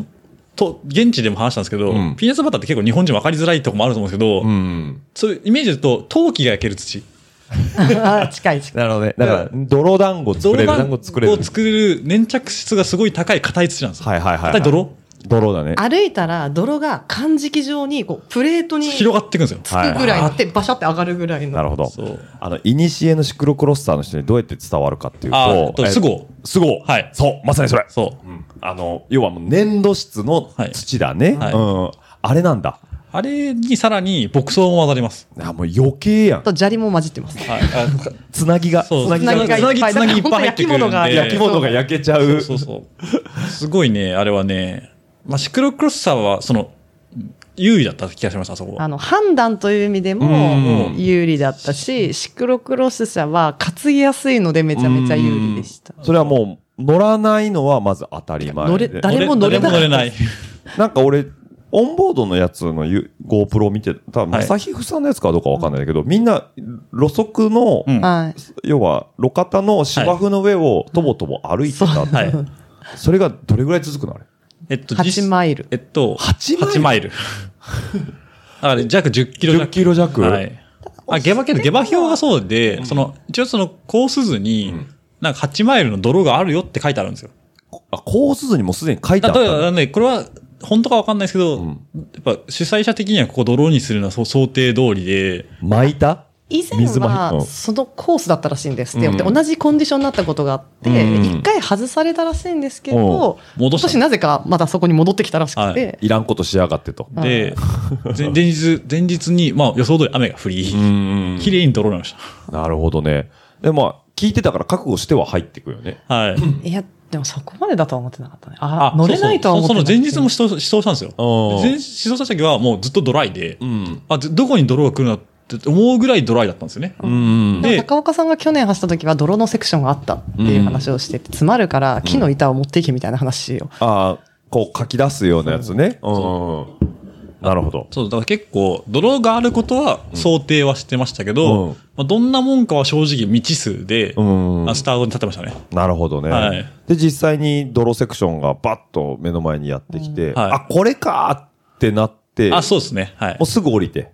Speaker 3: と、現地でも話したんですけど、
Speaker 5: うん
Speaker 3: ピーナッツバターって結構日本人分かりづらいとこもあると思うんですけど、
Speaker 5: うん。
Speaker 3: そういうイメージだと、陶器が焼ける土。
Speaker 6: [laughs] あ近い近い。
Speaker 5: なるほどね。だから、泥団子作れる。団子作れ
Speaker 3: を
Speaker 5: る。
Speaker 3: 作る粘着質がすごい高い硬い土なんですよ。
Speaker 5: はいはいはいはい
Speaker 3: 硬い泥
Speaker 5: 泥だね。
Speaker 6: 歩いたら泥が漢字状にこうプレートにつく
Speaker 3: 広がっていくんですよ。
Speaker 6: ぐらいになってバシャって上がるぐらいの。
Speaker 5: なるほど
Speaker 3: そう。
Speaker 5: あの、いにしえのシクロクロスターの人にどうやって伝わるかっていう
Speaker 3: あーえっ
Speaker 5: と、
Speaker 3: とスゴ
Speaker 5: えスゴ
Speaker 3: はい
Speaker 5: そう、まさにそれ。
Speaker 3: そう。
Speaker 5: うんあの、要はもう粘土質の
Speaker 3: はい
Speaker 5: 土だね。
Speaker 3: はい
Speaker 5: うん。あれなんだ。
Speaker 3: あれにさらに牧草も混ざります。
Speaker 5: あ、もう余計やん。
Speaker 6: と砂利も混じってます。
Speaker 3: はい。あ
Speaker 5: つなぎが、つ
Speaker 3: そう
Speaker 5: なぎが
Speaker 6: つなぎがいっぱい
Speaker 3: つなぎつなぎいっぱい入ってくるん
Speaker 6: だから本当
Speaker 3: で。
Speaker 6: に
Speaker 5: 焼き物が焼けちゃう。
Speaker 3: そうそう。すごいね、あれはね、まあ、シクロクロスさんは、その、優位だった気がします、あそこ
Speaker 6: あ
Speaker 3: は。
Speaker 6: の、判断という意味でも有利だったし、シクロクロス車は担ぎやすいのでめちゃめちゃ有利でした。
Speaker 5: それはもう、乗らないのはまず当たり前
Speaker 6: 乗れ
Speaker 5: で。
Speaker 6: 誰も乗れない
Speaker 3: 誰も乗れない。
Speaker 5: なんか俺、オンボードのやつのゆ GoPro 見て、たぶん、サヒフさんのやつかどうかわかんないんだけど、みんな、路側の、
Speaker 3: うん
Speaker 6: はい。
Speaker 5: 要は、路肩の芝生の上をとぼとぼ歩いてた、
Speaker 3: はい。
Speaker 6: [laughs]
Speaker 5: それがどれぐらい続くのあれ。
Speaker 3: えっと、実
Speaker 6: 8マイル。
Speaker 3: えっと、
Speaker 5: 8マイル
Speaker 3: 8
Speaker 5: [laughs]
Speaker 3: マイル。だから弱10キロ弱。
Speaker 5: 10キロ弱。
Speaker 3: はい。あ、下馬けど、下馬表がそうで、その、一応そのコース図に、なんか8マイルの泥があるよって書いてあるんですよ。
Speaker 5: あ、コース図にもすでに書いてあ
Speaker 3: だ
Speaker 5: った
Speaker 3: か
Speaker 5: んだ
Speaker 3: らね、これは、本当かわかんないですけど、やっぱ主催者的にはここ泥にするのはそう想定通りで、
Speaker 5: 巻いた
Speaker 6: 以前
Speaker 5: 水まい
Speaker 6: は
Speaker 5: うん
Speaker 6: そのコースだったらしいんですって、
Speaker 5: うん
Speaker 6: 同じコンディションになったことがあって、
Speaker 5: うん
Speaker 6: 一回外されたらしいんですけ
Speaker 5: お
Speaker 6: ど、
Speaker 3: 戻
Speaker 6: 今
Speaker 3: した
Speaker 6: 年なぜかまたそこに戻ってきたらしくて、
Speaker 5: いらんことしやがってと。
Speaker 3: で、前前日、前日に、まあ予想通り雨が降り、
Speaker 5: うん
Speaker 3: 綺麗に泥になりまし
Speaker 5: なるほどね。で、まあ、聞いてたから覚悟しては入ってくよね。
Speaker 3: た。はい。
Speaker 6: いや、でもそこまでだとは思ってなかったね。あ、乗れないとは思って
Speaker 3: そう
Speaker 6: な
Speaker 3: そ
Speaker 6: か
Speaker 3: う
Speaker 6: った。
Speaker 3: その前日も思想思想したんですよ。
Speaker 5: うん
Speaker 3: 前日思想した時はもうずっとドライで、
Speaker 5: ん
Speaker 3: あぜどこに泥が来るなって思うぐらいドライだったんですよね。
Speaker 5: うん。
Speaker 6: でも
Speaker 3: で、
Speaker 6: 高岡さんが去年走った時は泥のセクションがあったっていう話をしてて、詰まるから木の板を持っていけみたいな話を。
Speaker 5: ああ、こう書き出すようなやつね。うん。なるほど。
Speaker 3: そう、だから結構、泥があることは想定はしてましたけど、
Speaker 5: うん
Speaker 3: まあ、どんなもんかは正直未知数で、
Speaker 5: うん
Speaker 3: あスタートに立ってましたね。
Speaker 5: なるほどね、
Speaker 3: はい
Speaker 5: で、実際に泥セクションがバッと目の前にやってきて、
Speaker 3: んはい
Speaker 5: あ、これかーってなって、
Speaker 3: あ、そうですね。はい
Speaker 5: もう。すぐ降りて、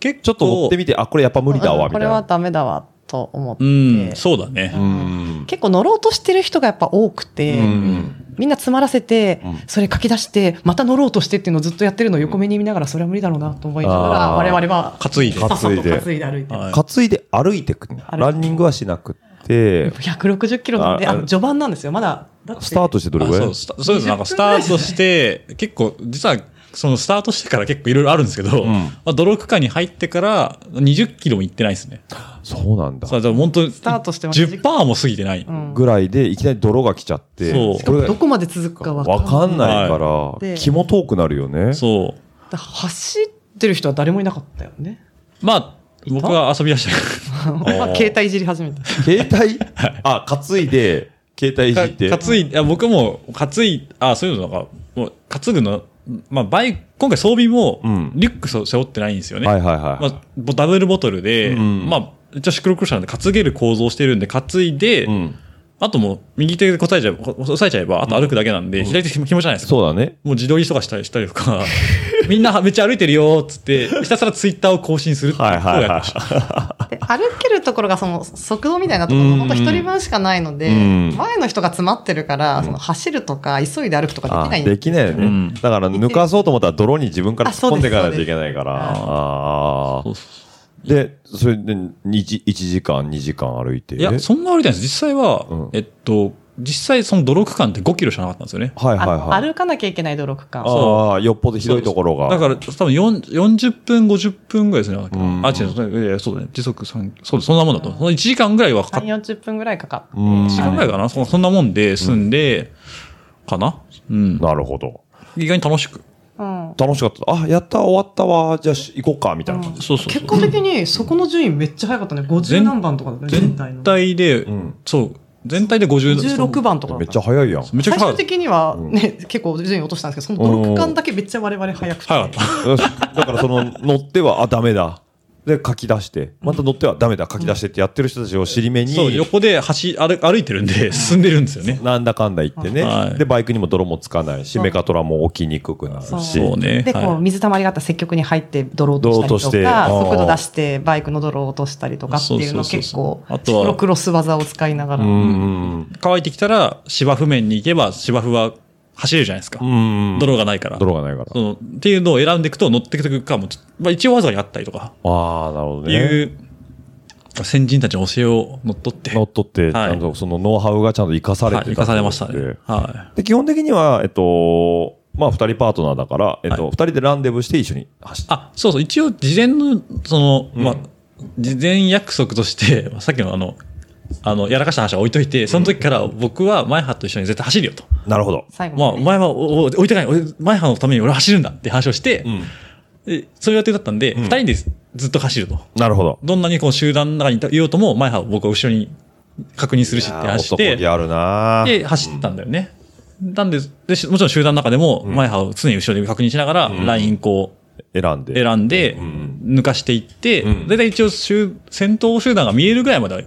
Speaker 3: 結構
Speaker 5: ちょっと乗ってみて、あ、これやっぱ無理だわ、み
Speaker 6: こ
Speaker 5: たい
Speaker 6: れは
Speaker 5: な。
Speaker 6: ダメだわと思って、
Speaker 3: うん、そうだね。
Speaker 5: うん。
Speaker 6: 結構乗ろうとしてる人がやっぱ多くて、
Speaker 5: うん。
Speaker 6: みんな詰まらせて、それ書き出して、また乗ろうとしてっていうのをずっとやってるのを横目に見ながら、それは無理だろうなと思いながら、
Speaker 5: あー
Speaker 6: 我々は、
Speaker 3: 担いで。
Speaker 5: 担
Speaker 6: さっさ
Speaker 5: いで
Speaker 6: と担いで歩いて。
Speaker 3: はい
Speaker 5: 担いで歩いてくんだ
Speaker 6: 歩いて
Speaker 5: ランニングはしなくて、
Speaker 6: 160キロなんで、
Speaker 5: あ
Speaker 6: あ
Speaker 5: あ
Speaker 6: の序盤なんですよ、まだ。だって
Speaker 5: スタートしてどれ
Speaker 3: あ
Speaker 5: ぐら
Speaker 3: そ
Speaker 5: いう
Speaker 3: スタそうです。なんかスタートして、結構、実は、そのスタートしてから結構いろいろあるんですけど、
Speaker 5: ん
Speaker 3: まあ、泥区間に入ってから20キロも行ってないですね。
Speaker 5: そうなんだ
Speaker 3: そ。うだから本当に
Speaker 6: スタートしても
Speaker 3: 10%も過ぎてない。
Speaker 6: うん
Speaker 5: ぐらいで、いきなり泥が来ちゃって、
Speaker 3: そう
Speaker 5: これ
Speaker 6: どこまで続くかわ
Speaker 5: わかん
Speaker 6: い。
Speaker 5: ないから、
Speaker 6: いで
Speaker 5: 気も遠くなるよね。
Speaker 3: そう。
Speaker 6: だから走ってる人は誰もいなかったよね。
Speaker 3: まあ、僕は遊び出 [laughs] した
Speaker 6: まあ [laughs] 携帯いじり始めた。
Speaker 5: 携帯あ、担いで、携帯いじって。
Speaker 3: 担い、あ僕も担い、あ、そういうのが、もう担ぐの、まあ、バイク、今回装備も
Speaker 5: うん、
Speaker 3: リュック背負ってないんですよね。
Speaker 5: はいはいはい。
Speaker 3: まあ、ぼダブルボトルで、
Speaker 5: うん
Speaker 3: まあ、一応シクロクロスなんで担げる構造してるんで、担いで、
Speaker 5: うん。
Speaker 3: あともう、右手で答えちゃえば、押さえちゃえば、あと歩くだけなんで、左手ひも暇じゃないですか。
Speaker 5: そうだね。
Speaker 3: もう自撮りとかしたりしたりとか、 [laughs] みんなめっちゃ歩いてるよーっつって、ひたすらツイッターを更新するっていうことをやって
Speaker 6: [laughs]
Speaker 3: ました。
Speaker 6: で歩けるところがその速度みたいなところ
Speaker 5: う
Speaker 6: が
Speaker 5: ん
Speaker 6: 本当一人分しかないので、
Speaker 5: うん
Speaker 6: 前の人が詰まってるから、その走るとか急いで歩くとか
Speaker 5: あ
Speaker 6: できないん
Speaker 5: できないよね、
Speaker 3: うん
Speaker 5: だから抜かそうと思ったら泥に自分から
Speaker 6: あそ
Speaker 5: 突っ
Speaker 6: う
Speaker 5: 込ん
Speaker 6: です
Speaker 5: でいかないといけないから。
Speaker 6: そうです
Speaker 5: あ
Speaker 3: そう
Speaker 5: あ。
Speaker 3: そう
Speaker 5: で、それで1、一時間、2時間歩いて。
Speaker 3: いや、そんな歩いてないです。実際は、
Speaker 5: うん
Speaker 3: えっと、実際その泥区間って5キロしかなかったんですよね。
Speaker 5: はいはい
Speaker 6: あ
Speaker 5: はい。
Speaker 6: 歩かなきゃいけない泥区間。
Speaker 5: ああ、よっぽどひどいところが。
Speaker 3: だから、多分4 40分、50分ぐらいですね。
Speaker 5: ん
Speaker 3: あ、違う、いやそうだね。時速3、そうだそんなもんだと。その1時間ぐらいはかかっ
Speaker 6: 3、40分ぐらいかかって。
Speaker 5: うん
Speaker 3: 1時間ぐらいかな。そそんなもんで済んで、かなうん。
Speaker 5: なるほど。
Speaker 3: 意外に楽しく。
Speaker 6: うん。
Speaker 5: 楽しかった。あ、やった、終わったわ。じゃあし行こうか、みたいな感じ。
Speaker 3: そうそうそう
Speaker 6: 結果的にそこの順位めっちゃ早かったね。50
Speaker 3: 全
Speaker 6: 何番とかだね、
Speaker 3: 全
Speaker 6: 体の。
Speaker 3: 体で、
Speaker 5: ん
Speaker 3: そう、全体で50
Speaker 6: 16番とかだ
Speaker 5: め
Speaker 6: た
Speaker 5: っちゃ早いやん。
Speaker 3: めち
Speaker 6: 最
Speaker 3: ゃくちゃ早
Speaker 6: 終
Speaker 3: かった
Speaker 6: 的にはね、結構順位落としたんですけど、その泥区間だけめっちゃ我々早くて。
Speaker 3: 早かっ
Speaker 5: よしだからその乗っては、あ、ダメだ。で、書き出して。また乗っては、ダメだ、書き出してってやってる人たちを尻目
Speaker 3: た。そう、
Speaker 5: に、
Speaker 3: 横で走、歩歩いてるんで、進んでるんですよね。
Speaker 5: なんだかんだ言ってね。
Speaker 3: はい
Speaker 5: で、バイクにも泥もつかないし、
Speaker 6: そう
Speaker 5: メカトラも起きにくくなるし。
Speaker 3: そうね。
Speaker 6: で、こう、
Speaker 3: は
Speaker 6: 水たまりがあったら積極に入って泥を落としたりとか、
Speaker 5: 泥を落として
Speaker 6: 速度出してバイクの泥を落としたりとかっていうのを
Speaker 3: そうそう
Speaker 6: 結
Speaker 3: そう
Speaker 6: 構
Speaker 3: そうあ、とは
Speaker 6: シクロクロス技を使いながら。
Speaker 5: うん
Speaker 3: い。乾いてきたら、芝生面に行けば、芝生は走れるじゃないですか
Speaker 5: う。ん。うん。
Speaker 3: 泥がないから。
Speaker 5: 泥がないから
Speaker 3: そ。のっていうのを選んでいくと乗ってくるかも、ちょまあ、一応わざわざやったりとか、
Speaker 5: ああ、なるほど
Speaker 3: い
Speaker 5: ね。
Speaker 3: う、先人たちの教えを乗っ取って、
Speaker 5: 乗っ取って、ち
Speaker 3: はい
Speaker 5: ゃんとそのノウハウがちゃんと生かされ
Speaker 3: は
Speaker 5: て
Speaker 3: い、生かされました
Speaker 5: というこ
Speaker 3: ね
Speaker 5: と。で
Speaker 3: は
Speaker 5: で、基本的には、えっと、まあ、二人パートナーだから、えっと、二、
Speaker 3: はい
Speaker 5: 人でランデブーして一緒に走っ
Speaker 3: い。あ、そうそう、一応事前の、その、まあ、事前約束として、 [laughs] まあさっきのあの、あの、やらかした話は置いといて、その時から僕は前派と一緒に絶対走るよと。
Speaker 5: なるほど。
Speaker 6: 最後
Speaker 3: ま
Speaker 6: まで。
Speaker 3: あ、お前はおお置いてかない。俺前派のために俺は走るんだって話をして、
Speaker 5: うん。
Speaker 3: でそういう予定だったんで、二、人でずっと走ると。
Speaker 5: なるほど。
Speaker 3: どんなにこう集団の中にいたいようとも、前派を僕は後ろに確認するしって
Speaker 5: いやー
Speaker 3: 話し
Speaker 5: 男
Speaker 3: て、
Speaker 5: 気あるなー
Speaker 3: で、走ったんだよね。なんで、でしもちろん集団の中でも、前派を常に後ろで確認しながら、ラインこう、
Speaker 5: 選んで。
Speaker 3: 選んで、抜かしていって、
Speaker 5: ん
Speaker 3: だいたい一応集、先頭集団が見えるぐらいまで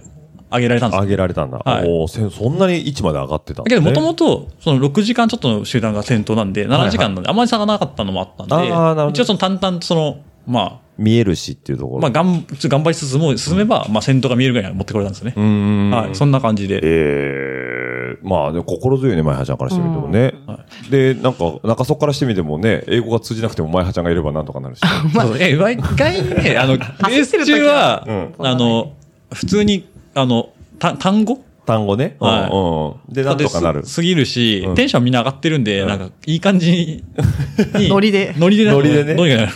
Speaker 3: 上げられたんです
Speaker 5: 上
Speaker 3: よ。
Speaker 5: げられたんだ。
Speaker 3: はい
Speaker 5: おーせそんなに位置まで上がってたんだ
Speaker 3: だけ
Speaker 5: ね、
Speaker 3: ど、もともと、その6時間ちょっとの集団が先頭なんで、7時間なんで、あまり差がなかったのもあったんで、
Speaker 5: あーなるほど
Speaker 3: 一応その淡々とその、ま
Speaker 5: 見えるしっていうとこ
Speaker 3: あ、
Speaker 5: ろ。
Speaker 3: まあ、がん、ちょっと頑張りつつも進めば、まあ、先頭が見えるぐらいには持ってこれたんですよ
Speaker 5: う
Speaker 3: ね。
Speaker 5: ーん。
Speaker 3: はい、そんな感じで。
Speaker 5: えー、まあ、でも心強いね、前葉ちゃんからしてみてもね。で、なんか、中曽からしてみてもね、英語が通じなくても前葉ちゃんがいればなんとかな
Speaker 3: [laughs]
Speaker 5: るし。
Speaker 3: そうえ、意外
Speaker 5: [laughs]
Speaker 3: にね、あの、レース中は、
Speaker 5: う
Speaker 3: あの、普通に、あの、た単語
Speaker 5: 単語ね。
Speaker 3: はい
Speaker 5: うんうん。で、なんとかなる。
Speaker 3: すぎるし、テンションみんな上がってるんで、なんか、いい感
Speaker 5: [laughs]
Speaker 3: じに。
Speaker 6: ノリで
Speaker 3: ノリでなんか
Speaker 5: ノリでね
Speaker 3: どうにかなる。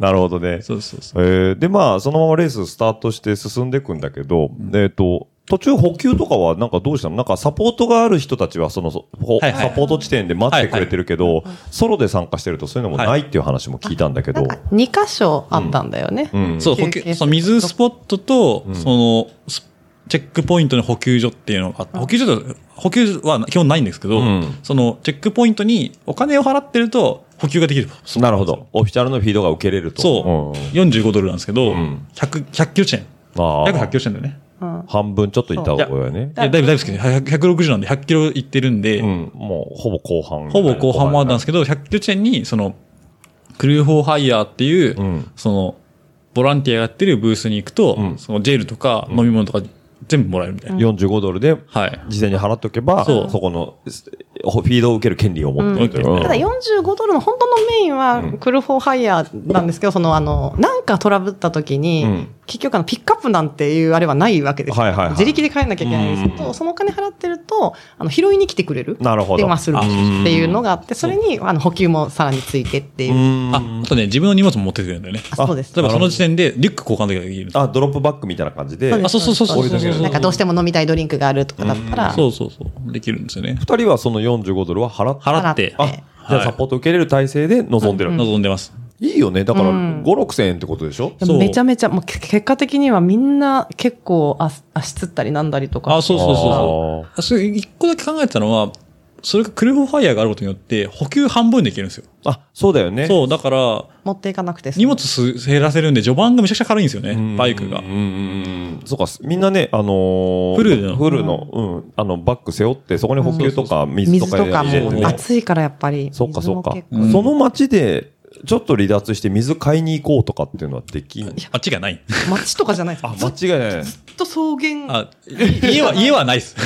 Speaker 5: なるほどね。
Speaker 3: そうそうそう。
Speaker 5: えーで、まあ、そのままレーススタートして進んでいくんだけど、えっ、と、途中補給とかはなんかどうしたのなんかサポートがある人たちはその、そほ
Speaker 3: はいはい
Speaker 5: サポート地点で待ってくれてるけど、ソロで参加してるとそういうのもないっていう話も聞いたんだけど。
Speaker 6: 2箇所あったんだよね。
Speaker 5: うん。
Speaker 3: そう、
Speaker 6: 休
Speaker 3: 補
Speaker 6: 憩
Speaker 3: 給、その水スポットと、その、スチェックポイントの補給所っていうのがあって、補給所と、補給は基本ないんですけど
Speaker 5: うん、
Speaker 3: その、チェックポイントにお金を払ってると、補補給ができる。そう
Speaker 5: なるほど。オフィシャルのフィードが受けれると。
Speaker 3: そう、
Speaker 5: ん
Speaker 3: 45ドルなんですけど、
Speaker 5: ん
Speaker 3: 100、100キロ地点。
Speaker 5: ああ
Speaker 3: 約100キロ地点だよね。
Speaker 6: うん
Speaker 5: 半分ちょっといた方がね
Speaker 3: い。や、だいぶだいぶですけど、100 160なんで100キロ行ってるんで、
Speaker 5: うん。もう、ほぼ後半。
Speaker 3: ほぼ後半もあったんです
Speaker 5: け
Speaker 3: けど、100キロ地点に、その、クルーフォーハイヤーっていう、
Speaker 5: うん
Speaker 3: その、ボランティアやってるブースに行くと、
Speaker 5: うん
Speaker 3: そのジェルとか飲み物とか全部もらえるみたいな。
Speaker 5: 45ドルで、
Speaker 3: はい。
Speaker 5: 事前に払っとけば、
Speaker 3: そう
Speaker 5: そこの、すフィードを受ける権利を持ってるという
Speaker 3: うん
Speaker 6: ただ45ドルの本当のメインはクルフォーハイヤーなんですけど、そのあの、なんかトラブった時に、
Speaker 5: うん
Speaker 6: 結局あの、ピックアップなんていうあれはないわけです。
Speaker 5: はいはいはい
Speaker 6: 自力で帰んなきゃいけないんですけど、そのお金払ってると、あの、拾いに来てくれる。
Speaker 5: なるほど
Speaker 6: で、マッスルっていうのがあって、それに、あの、補給もさらについてっていう。
Speaker 5: うん
Speaker 3: あ、あとね、自分の荷物も持ってくれるんだよね。
Speaker 6: あ、そうです。
Speaker 3: 例えばそ
Speaker 6: そ
Speaker 3: の時点でリュック交換できるんですよ。
Speaker 5: あ、ドロップバッグみたいな感じで、
Speaker 6: うで
Speaker 5: 二
Speaker 3: あ、そうそうそうそうそうそうそう。
Speaker 6: なんかどうしても飲みたいドリンクがあるとかだったら、
Speaker 3: そうそうそう。できるんですよね。
Speaker 5: 人はその45ドルは払っ
Speaker 3: 払って、
Speaker 5: あ、
Speaker 6: 払っ
Speaker 5: じ
Speaker 6: て
Speaker 5: ゃあサポート受けれる体制で臨んでる。
Speaker 3: 望んでます。
Speaker 5: いいよね。だから、
Speaker 6: うん
Speaker 5: 5、6千円ってことでしょ
Speaker 6: でもめちゃめちゃ、もうけ結果的にはみんな結構あ足つったりなんだりとか。
Speaker 3: あ、そうそうそうそ
Speaker 5: あ
Speaker 3: うあ。それ一個だけ考えてたのは、それがクルーファイヤーがあることによって補給半分できるんですよ。
Speaker 5: あ、そうだよね。
Speaker 3: そう、だから、
Speaker 6: 持っていかなくて済む
Speaker 3: 荷物す減らせるんで序盤がめちゃくちゃ軽いんですよね、バイクが
Speaker 5: うん。うんうんうん。そうか、みんなね、あのー
Speaker 3: フルの
Speaker 5: フルの、うん、あの、バッグ背負って、そこに補給とか水と
Speaker 6: 水
Speaker 5: か
Speaker 6: とか
Speaker 5: 入れて
Speaker 6: も
Speaker 5: ね
Speaker 3: う
Speaker 6: 暑いからやっぱり。
Speaker 5: そうか、そうか
Speaker 6: 水も。
Speaker 5: そ
Speaker 6: 結構
Speaker 5: の町で、ちょっと離脱して水買いに行こうとかっていうのはできん
Speaker 3: あっち
Speaker 5: [laughs]
Speaker 3: がない。
Speaker 6: 街とかじゃないです
Speaker 5: あ
Speaker 6: か。、ず
Speaker 5: 間
Speaker 6: っ
Speaker 5: 違いない。
Speaker 6: と草原。
Speaker 3: あ、い
Speaker 5: [laughs]
Speaker 3: 家は、家はないです。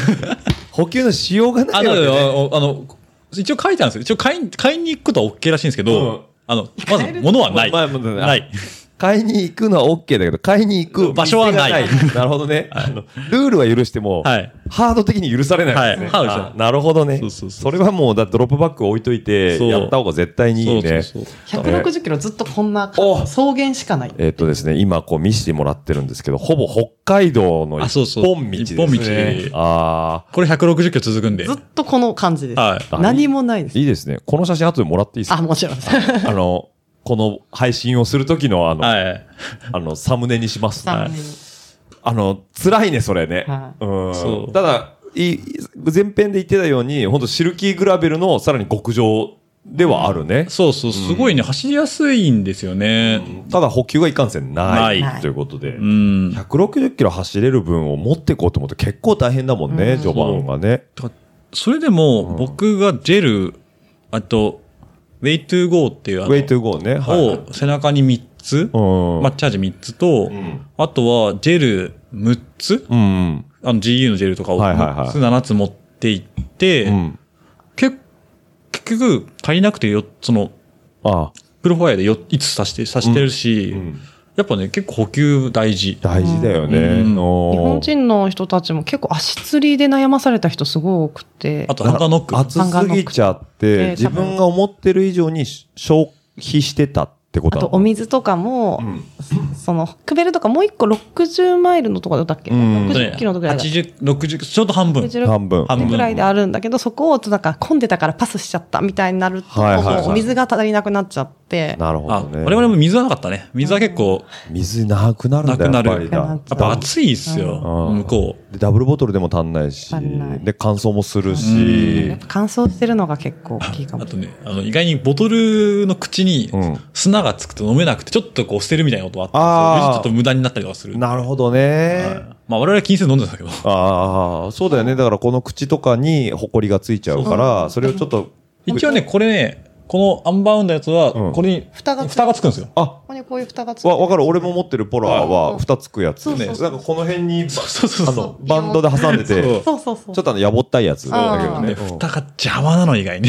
Speaker 5: 補給のしようがな
Speaker 3: あ
Speaker 5: い
Speaker 3: の、
Speaker 5: わ
Speaker 3: あ
Speaker 5: けね。
Speaker 3: の、あの一応書いてあるんですよ。一応買い、買いに行くことは OK らしいんですけど、
Speaker 5: うん
Speaker 3: あの、まず物はな
Speaker 5: [laughs]
Speaker 3: い。
Speaker 5: まあまあまあ
Speaker 3: ない。
Speaker 5: 買いに行くのは OK だけど、買いに行く
Speaker 3: 場所はない
Speaker 5: 店がなるほど
Speaker 3: [laughs]
Speaker 5: ね。あのルールは許しても、
Speaker 3: はい
Speaker 5: ハード的に許されないですね。
Speaker 3: はいハードですよ
Speaker 5: あなるほどね
Speaker 3: そうそうそ
Speaker 5: それはもう、だってドロップバッグ置いといて、
Speaker 3: そう
Speaker 5: やった方が絶対にいいね。
Speaker 3: そうそうそう
Speaker 6: 160キロずっとこんな
Speaker 5: お
Speaker 6: 草原しかない。
Speaker 5: えっとですね、今こう見せてもらってるんですけど、ほぼ北海道の
Speaker 3: あそうそ
Speaker 5: 一
Speaker 3: う
Speaker 5: 本道ですね。
Speaker 3: 一本道
Speaker 5: あ
Speaker 3: これ160キロ続くんで
Speaker 6: ずっ。とこの感じです。
Speaker 3: はい
Speaker 5: あ。
Speaker 6: 何もないです
Speaker 5: ー。いいですね。この写真後でもらっていいです
Speaker 6: あ、
Speaker 5: か
Speaker 6: もちろんです。
Speaker 5: あの、この配信をするときのあの、
Speaker 3: はい。
Speaker 5: あの、サムネにします。
Speaker 6: 残念
Speaker 5: あの、辛いね、それね。
Speaker 6: は
Speaker 5: うん
Speaker 3: そう
Speaker 5: ただ、いい前編で言ってたように、本当シルキーグラベルのさらに極上ではあるね。
Speaker 3: そうそう、すごいね、走りやすいんですよね。
Speaker 5: ただ補給がいかんせんない
Speaker 3: ない
Speaker 5: ということで、
Speaker 3: うん。
Speaker 5: 160キロ走れる分を持っていこうと思って結構大変だもんね、序盤がね。
Speaker 3: とかそれでも、僕がジェル、あと、Way to Go っていうあ
Speaker 5: ウ
Speaker 3: の
Speaker 5: ェイトゥーゴーね。はい
Speaker 3: を背中に3つ、
Speaker 5: うん
Speaker 3: まあ、チャージ3つと、
Speaker 5: ん
Speaker 3: あとはジェル6つ、
Speaker 5: うん。
Speaker 3: あの GU のジェルとかを
Speaker 5: はいはいはい
Speaker 3: 6つ、7つ持って行って、
Speaker 5: うん。
Speaker 3: 結結局足りなくてよ、その、
Speaker 5: ああ
Speaker 3: プロファイアでよ5つ足して、足してるし、
Speaker 5: ん
Speaker 3: やっぱね、結構補給大事。
Speaker 5: 大事だよね。
Speaker 3: うん
Speaker 5: おー
Speaker 6: 日本人の人たちも結構足つりで悩まされた人すごい多くて
Speaker 3: あ。と、ハンガーノック。
Speaker 5: 暑すぎちゃって、
Speaker 6: で多
Speaker 5: 自
Speaker 6: 分
Speaker 5: 分が思ってる以上に消費してたってこ
Speaker 6: あ
Speaker 5: と
Speaker 6: とお水とかも、その、クベルとかもう一個60マイルのとこだったっけ、
Speaker 5: うん
Speaker 3: あとね
Speaker 6: ?60 キロのぐらいだ。
Speaker 3: 80、60、ちょうど半分。
Speaker 6: 60
Speaker 5: 半分。
Speaker 3: 半
Speaker 6: ぐらいであるんだけど、そこをなんか混んでたからパスしちゃったみたいになると、
Speaker 5: はいはいはい
Speaker 6: もうお水が足りなくなっちゃって、
Speaker 5: なるほ
Speaker 3: あ、
Speaker 5: どね。
Speaker 3: 我々も水はなかったね。水は結構、
Speaker 5: 水なくなるんだよ
Speaker 3: なくなる
Speaker 5: やっぱりな
Speaker 6: なく
Speaker 3: や
Speaker 6: な
Speaker 3: っぱ暑いっすよ、
Speaker 5: うん
Speaker 3: 向こう。
Speaker 5: でダブルボトルでも足んないし
Speaker 6: 足んない
Speaker 5: で乾燥もする
Speaker 6: や
Speaker 5: し
Speaker 6: っぱ乾燥してるのが結構大きいかも
Speaker 3: あ。とね、あの、意外にボトルの口に
Speaker 5: うん
Speaker 3: 砂がつくと飲めなくて、ちょっとこう捨てるみたいなことがあったんです
Speaker 5: あ
Speaker 3: よ
Speaker 5: ー
Speaker 3: ちょっと無駄になったりとかする。
Speaker 5: なるほど
Speaker 3: はい
Speaker 5: ね
Speaker 3: まあ我々は気にせず飲んでたんだけど。
Speaker 5: ああそうだよねだからこの口とかにホコリがついちゃうからそれをちょっと
Speaker 3: 一応ね、これね、このアンバウンドのやつは、
Speaker 5: うん
Speaker 3: これに
Speaker 6: 蓋がつく
Speaker 3: 蓋がつくんですよ。
Speaker 5: あ
Speaker 6: ここにこういう蓋がついて
Speaker 5: わわかる俺も持ってるポラーは蓋つくやつ
Speaker 6: そう
Speaker 3: そう
Speaker 5: なんかこの辺に
Speaker 3: そうそうそう
Speaker 5: あ
Speaker 3: そ
Speaker 5: のバンドで挟んでて
Speaker 3: う。
Speaker 5: ち
Speaker 6: そうそうそう。
Speaker 5: ょっとあのやぼったいやつだけど
Speaker 3: う。
Speaker 5: ね
Speaker 3: で、蓋が邪魔なの以
Speaker 5: [laughs]
Speaker 3: 外に。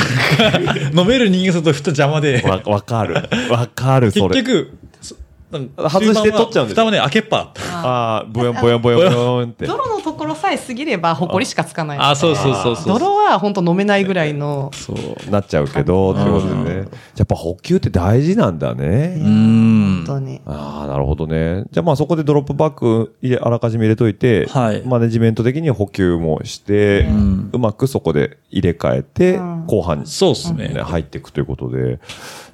Speaker 3: 飲める人間すると蓋邪魔で
Speaker 5: う、んわわかるわかる
Speaker 3: 結
Speaker 5: それ
Speaker 3: 局、そなんか
Speaker 5: 外して取っちゃうんですよ
Speaker 3: 中盤は蓋はね、開けっぱだった。
Speaker 5: ああぼやんぼやんぼやんぼやんって
Speaker 6: 泥のところさえ過ぎれば、ほこりしかつかない。
Speaker 3: あ、そうそうそうそう。
Speaker 6: 泥は本当飲めないぐらいの。
Speaker 5: そうなっちゃうけどってことでねやっぱ補給って大事なんだね
Speaker 3: うん
Speaker 6: 本。当に。
Speaker 5: ああ、なるほどね。じゃあまあそこでドロップバッグ入れあらかじめ入れといて、
Speaker 3: はい
Speaker 5: マネジメント的に補給もして、うんまくそこで入れ替えて、
Speaker 6: うん
Speaker 5: 後半に、
Speaker 3: そうっすね。
Speaker 5: ね、入っていくということで、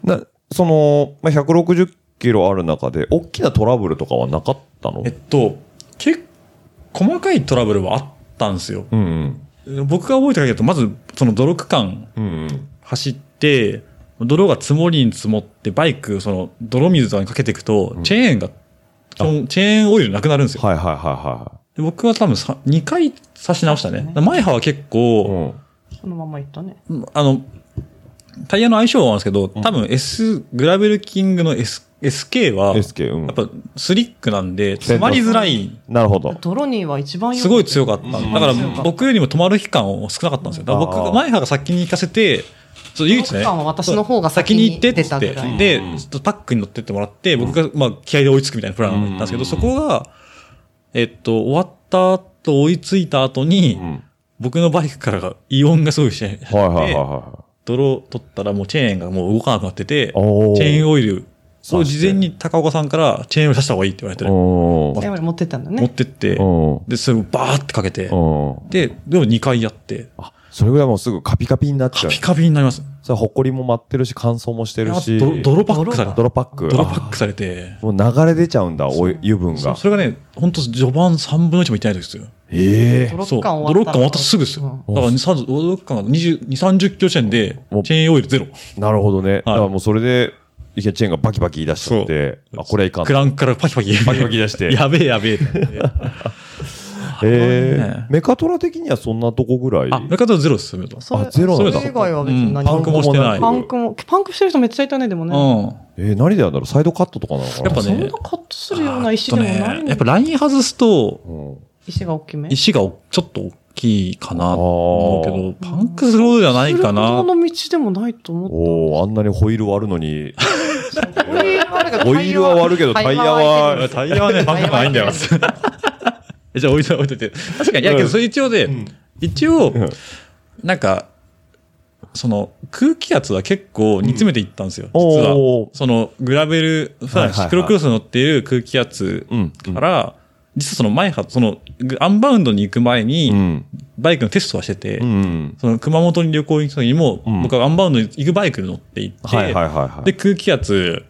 Speaker 5: なその、まあ、160キロある中で、大きなトラブルとかはなかったの
Speaker 3: えっと、結構細かいトラブルはあったんですよ。
Speaker 5: うんうん。
Speaker 3: 僕が覚えてる限りだと、まず、その泥区間
Speaker 5: うんうん。
Speaker 3: 走って、泥が積もりに積もって、バイク、その、泥水とかにかけていくと、チェーンが、そのチェーンオイルなくなるんですよ。
Speaker 5: はいはいはいは
Speaker 3: で僕は多分さ2回差し直したね。前歯は結
Speaker 5: い。
Speaker 3: 構、
Speaker 5: ん。
Speaker 6: そのまま行ったね。
Speaker 3: あの、タイヤの相性はあるんですけど、多分 S、グラベルキングの S、SK は、
Speaker 5: SK うん
Speaker 3: やっぱスリックなんで、詰まりづらい、
Speaker 5: なるほど。
Speaker 6: トロニーは一番よ
Speaker 3: すごい強かった。だから
Speaker 6: 強かった
Speaker 3: 僕よりも止まる期間を少なかったんですよ。だから
Speaker 5: あー
Speaker 3: 僕が前歯が先に行かせて、そう唯一
Speaker 6: その
Speaker 3: ね。
Speaker 6: 期間は私の方が先に
Speaker 3: そう先行ってっ
Speaker 6: 出
Speaker 3: つ
Speaker 6: た
Speaker 3: っ
Speaker 6: ぐら
Speaker 3: て。
Speaker 6: い
Speaker 3: で、ちょっとパックに乗ってってもらって、僕がまあ気合で追いつくみたいなプランだったんですけど、そこが、えっと、終わった後、追いついた後に、僕のバイクからが異音がすごいして、
Speaker 5: はいはいはいは
Speaker 3: 泥取ったらもうチェーンがもう動かなくなってて、チ
Speaker 5: おー
Speaker 3: ェーンオイルを
Speaker 5: 刺して
Speaker 3: 事前に高岡さんからチェーンを刺した方がいいって言われて
Speaker 5: い。
Speaker 3: ね、
Speaker 5: おー
Speaker 6: やっぱり持ってったんだ
Speaker 3: 持っ
Speaker 6: ね。
Speaker 3: てって、
Speaker 5: おー
Speaker 3: で、それをバーってかけて、
Speaker 5: おー
Speaker 3: で、でも2回やって、
Speaker 5: あ、それぐらいもうすぐカピカピになっち
Speaker 3: カ
Speaker 5: ゃう
Speaker 3: ピ。カピになります。
Speaker 5: それ、ほこりも舞ってるし、乾燥もしてるし。
Speaker 3: 泥泥パックされて、
Speaker 5: 泥パック。
Speaker 3: 泥パックされて、
Speaker 5: もう流れ出ちゃうんだ、おい油分
Speaker 3: そ
Speaker 5: が。
Speaker 3: それがね、本当序盤3分の1もいってない時ですよ。
Speaker 5: ええ。
Speaker 6: ドロ
Speaker 3: そ
Speaker 6: ッ
Speaker 3: う。
Speaker 6: カン
Speaker 3: ド
Speaker 6: 終わ
Speaker 3: ロ
Speaker 6: っ
Speaker 3: ッ
Speaker 6: た
Speaker 3: カ
Speaker 6: ら。
Speaker 3: ン終わったらすぐですよ。だから2、3ドロッカンが20、30キロ地点で、
Speaker 5: お
Speaker 3: チェーンオイルゼロ。
Speaker 5: なるほどね。だからもうそれで、いきなりチェーンがバキバキ言い出しちゃって、あ、これはいかん
Speaker 3: ク。ランクからパキパキ。
Speaker 5: パキパキ出して
Speaker 3: [laughs] やべえやべえってな
Speaker 5: [laughs]
Speaker 3: って。
Speaker 5: え
Speaker 3: あれは
Speaker 5: え。
Speaker 3: ね
Speaker 5: メカトラ的にはそんなとこぐらい。
Speaker 3: あ、メカトラゼロです、メカトラ
Speaker 6: それ
Speaker 5: あゼロなんだ
Speaker 6: それ以外は別に何
Speaker 3: パンクもしてない。
Speaker 6: パンクも、パンクしてる人めっちゃいたね、でもね。
Speaker 3: うん。
Speaker 5: えー、何でやんだろうサイドカットとかなのかな
Speaker 3: やっぱね
Speaker 6: そんなカットするような石でもない
Speaker 3: ね、や
Speaker 6: の
Speaker 3: っぱライン外すと、
Speaker 5: うん
Speaker 6: 石が大きめ。
Speaker 3: 石がおちょっと大きいかなと思うけど、
Speaker 6: あー
Speaker 3: パンクするほどではないかな。
Speaker 6: それほどの道でもないと思っ
Speaker 5: おおあんなにホイール割るの
Speaker 3: [laughs]
Speaker 5: に、
Speaker 6: た。ホイ
Speaker 5: イールは割るけどタイヤは
Speaker 3: タイヤはね、パンクないんだよ。 [laughs] えじゃあ置いと置いといて。確かに、いやけど、それ一応で、一応、
Speaker 5: ん
Speaker 3: なんか、その、空気圧は結構煮詰めていったんですよ、
Speaker 5: うん
Speaker 3: 実
Speaker 5: お
Speaker 3: は。
Speaker 5: ー
Speaker 3: その、グラベル、普
Speaker 5: はいは
Speaker 3: 段
Speaker 5: いはい
Speaker 3: シクロクロスに乗っている空気圧
Speaker 5: うん
Speaker 3: から、実はその前は、その、グアンバウンドに行く前に、
Speaker 5: うん。
Speaker 3: バイクのテストはしてて、
Speaker 5: うん。
Speaker 3: その熊本に旅行行く時にも、
Speaker 5: ん
Speaker 3: 僕はアンバウンドに行くバイクに乗って行って、
Speaker 5: はいはいはいはい。
Speaker 3: で、空気圧、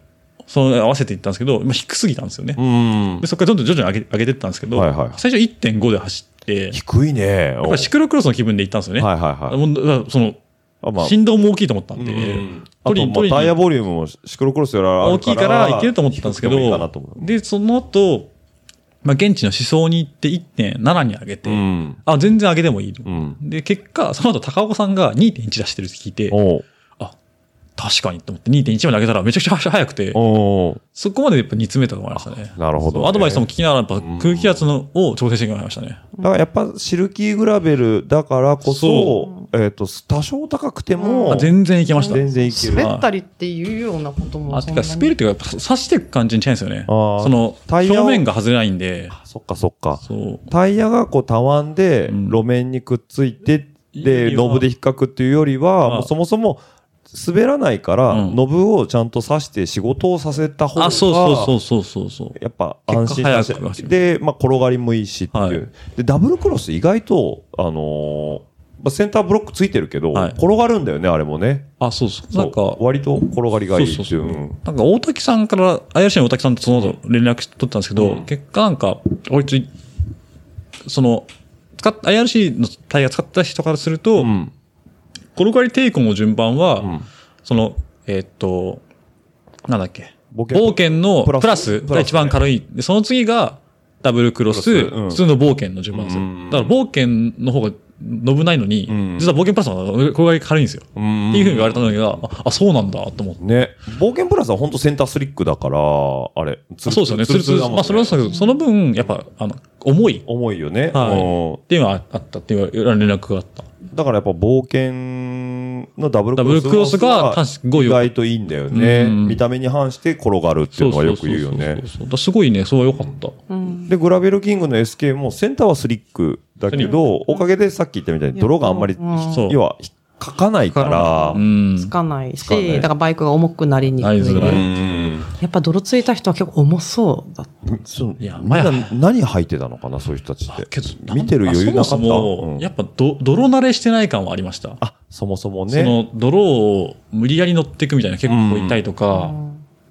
Speaker 3: その合わせて行ったんですけど、まあ、低すぎたんですよね。
Speaker 5: うん
Speaker 3: で。そこからどんどん徐々に上げ上げてったんですけど、
Speaker 5: はいはい
Speaker 3: 最初1.5で走って、や
Speaker 5: 低いね。や
Speaker 3: っぱりシクロクロスの気分で行ったんですよね。
Speaker 5: はいはいはい
Speaker 3: もうだからその、
Speaker 5: あまあ
Speaker 3: 振動も大きいと思ったんで、
Speaker 5: あと、
Speaker 3: 取り
Speaker 5: まあ、
Speaker 3: 取り
Speaker 5: タイヤ
Speaker 3: に
Speaker 5: ボリュームもシクロクロスよりあるから
Speaker 3: 大きいからいけると思ったんですけ
Speaker 5: 低くてもいいかな
Speaker 3: ど
Speaker 5: と思う、
Speaker 3: で、その後、まあ、現地の思想に行って1.7に上げて、
Speaker 5: うん。
Speaker 3: あ、全然上げてもいいと。
Speaker 5: うん。
Speaker 3: で、結果、その後高岡さんが2.1出してるって聞いて、
Speaker 5: おう
Speaker 3: 確かにと思って2.1まで上げたらめちゃくちゃ速くて、
Speaker 5: おう
Speaker 3: そこまでやっぱ煮詰めたと思いましたね。
Speaker 5: なるほどね
Speaker 3: そうアドバイスも聞きながらやっぱ空気圧のを調整してもらいましたね。
Speaker 5: だからやっぱシルキーグラベルだからこそ
Speaker 6: そ、
Speaker 5: えっと、多少高くても、
Speaker 3: あ全然いけました。
Speaker 5: 全然いける。
Speaker 6: 滑ったりっていうようなことも
Speaker 3: あ、
Speaker 6: そ
Speaker 3: て
Speaker 6: んな
Speaker 3: か、
Speaker 6: に
Speaker 3: スピルっていうか、やっぱ刺していく感じに近いんですよね。
Speaker 5: あー
Speaker 3: その、
Speaker 5: タイ
Speaker 3: 表
Speaker 5: ヤを
Speaker 3: 面が外れないんで、
Speaker 5: そっかそっか。
Speaker 3: そう。
Speaker 5: タイヤがこうたわんで、
Speaker 3: うん
Speaker 5: 路面にくっついて、
Speaker 3: い
Speaker 5: で、
Speaker 3: や
Speaker 5: ノブで引っかくっていうよりは、
Speaker 3: あ
Speaker 5: もうそもそも滑らないから、
Speaker 3: うん
Speaker 5: ノブをちゃんと刺して仕事をさせた方が、
Speaker 3: あ、そうそうそうそうそうそう。
Speaker 5: やっぱ安心させ
Speaker 3: 結果早く走る
Speaker 5: で、まあ、転がりもいいしっていう、
Speaker 3: はい
Speaker 5: で、ダブルクロス意外と、あのーまあ、センターブロックついてるけど、
Speaker 3: はい
Speaker 5: 転がるんだよね、あれもね。
Speaker 3: あ、そうそう。
Speaker 5: そ
Speaker 3: な
Speaker 5: うん
Speaker 3: か、
Speaker 5: 割と転がりがいいって
Speaker 3: そ
Speaker 5: いう
Speaker 3: そう
Speaker 5: う
Speaker 3: そう
Speaker 5: うん。
Speaker 3: なんか大滝さんから、IRC の大滝さんとその後連絡取ったんですけど、結果なんか、こいつ、その、使っ、IRC のタイヤ使った人からすると、
Speaker 5: うん。
Speaker 3: 転がり抵抗の順番は、
Speaker 5: ん
Speaker 3: その、えーっと、なんだっけ。
Speaker 5: 冒
Speaker 3: 冒
Speaker 5: 険
Speaker 3: 険の
Speaker 5: プ
Speaker 3: プ
Speaker 5: ラス
Speaker 3: ラスが一番軽い。で、その次がダブルクロス、
Speaker 5: クロスうん
Speaker 3: 普通の冒険の順番ですよ。
Speaker 5: うん
Speaker 3: だから冒険の方が信ないのに、
Speaker 5: ん
Speaker 3: 実は冒険プラスの方が転がり軽いんですよ。
Speaker 5: うん
Speaker 3: っていうふうに言われたのが、あ、あそうなんだと思って。
Speaker 5: ね。冒険プラスは本当センタースリックだから、あれ、つ
Speaker 3: あ
Speaker 5: る
Speaker 3: そうですよ
Speaker 5: つ
Speaker 3: ね。ツ
Speaker 5: る
Speaker 3: ル
Speaker 5: つ
Speaker 3: ツ
Speaker 5: る
Speaker 3: ル
Speaker 5: だもん
Speaker 3: まあ、それはそうだけど、その分、やっぱ、あの、重いっ
Speaker 5: 重いよね。
Speaker 3: はい
Speaker 5: うん
Speaker 3: ていうのがあったっていう連絡があった。
Speaker 5: だからやっぱ冒険のダブルク
Speaker 3: ダ
Speaker 5: ロ
Speaker 3: ブ
Speaker 5: ス
Speaker 3: ルクロスが確か
Speaker 5: 意外といいんだよね。
Speaker 3: うん
Speaker 5: 見た目に反して転がるっていうのはよく言うよね
Speaker 3: そう。そうそうそうだからすごいね、そう良かった。
Speaker 6: うん
Speaker 5: で、グラベルキングの SK もセンターはスリックだけど、おかげでさっき言ったみたいに泥があんまり、
Speaker 6: うん
Speaker 3: そう
Speaker 5: 要は、かかないから
Speaker 3: う、ん。
Speaker 6: つかない
Speaker 5: つかない
Speaker 6: し、だからバイクが重くなりにく
Speaker 3: なり
Speaker 6: い。
Speaker 3: づらい
Speaker 5: うん
Speaker 6: やっぱ泥ついた人は結構重そうだっ
Speaker 5: そう
Speaker 3: いや
Speaker 5: みんな
Speaker 3: まあ
Speaker 5: 何履いてたのかな、そういう人たちっ
Speaker 3: けど
Speaker 5: て。見てる余裕なかった。
Speaker 3: そもそも
Speaker 5: うん
Speaker 3: やっぱど泥慣れしてない感はありました。
Speaker 5: あ、そもそも
Speaker 3: そ
Speaker 5: ね。
Speaker 3: の泥を無理やり乗っていくみたいな結構いたりとか、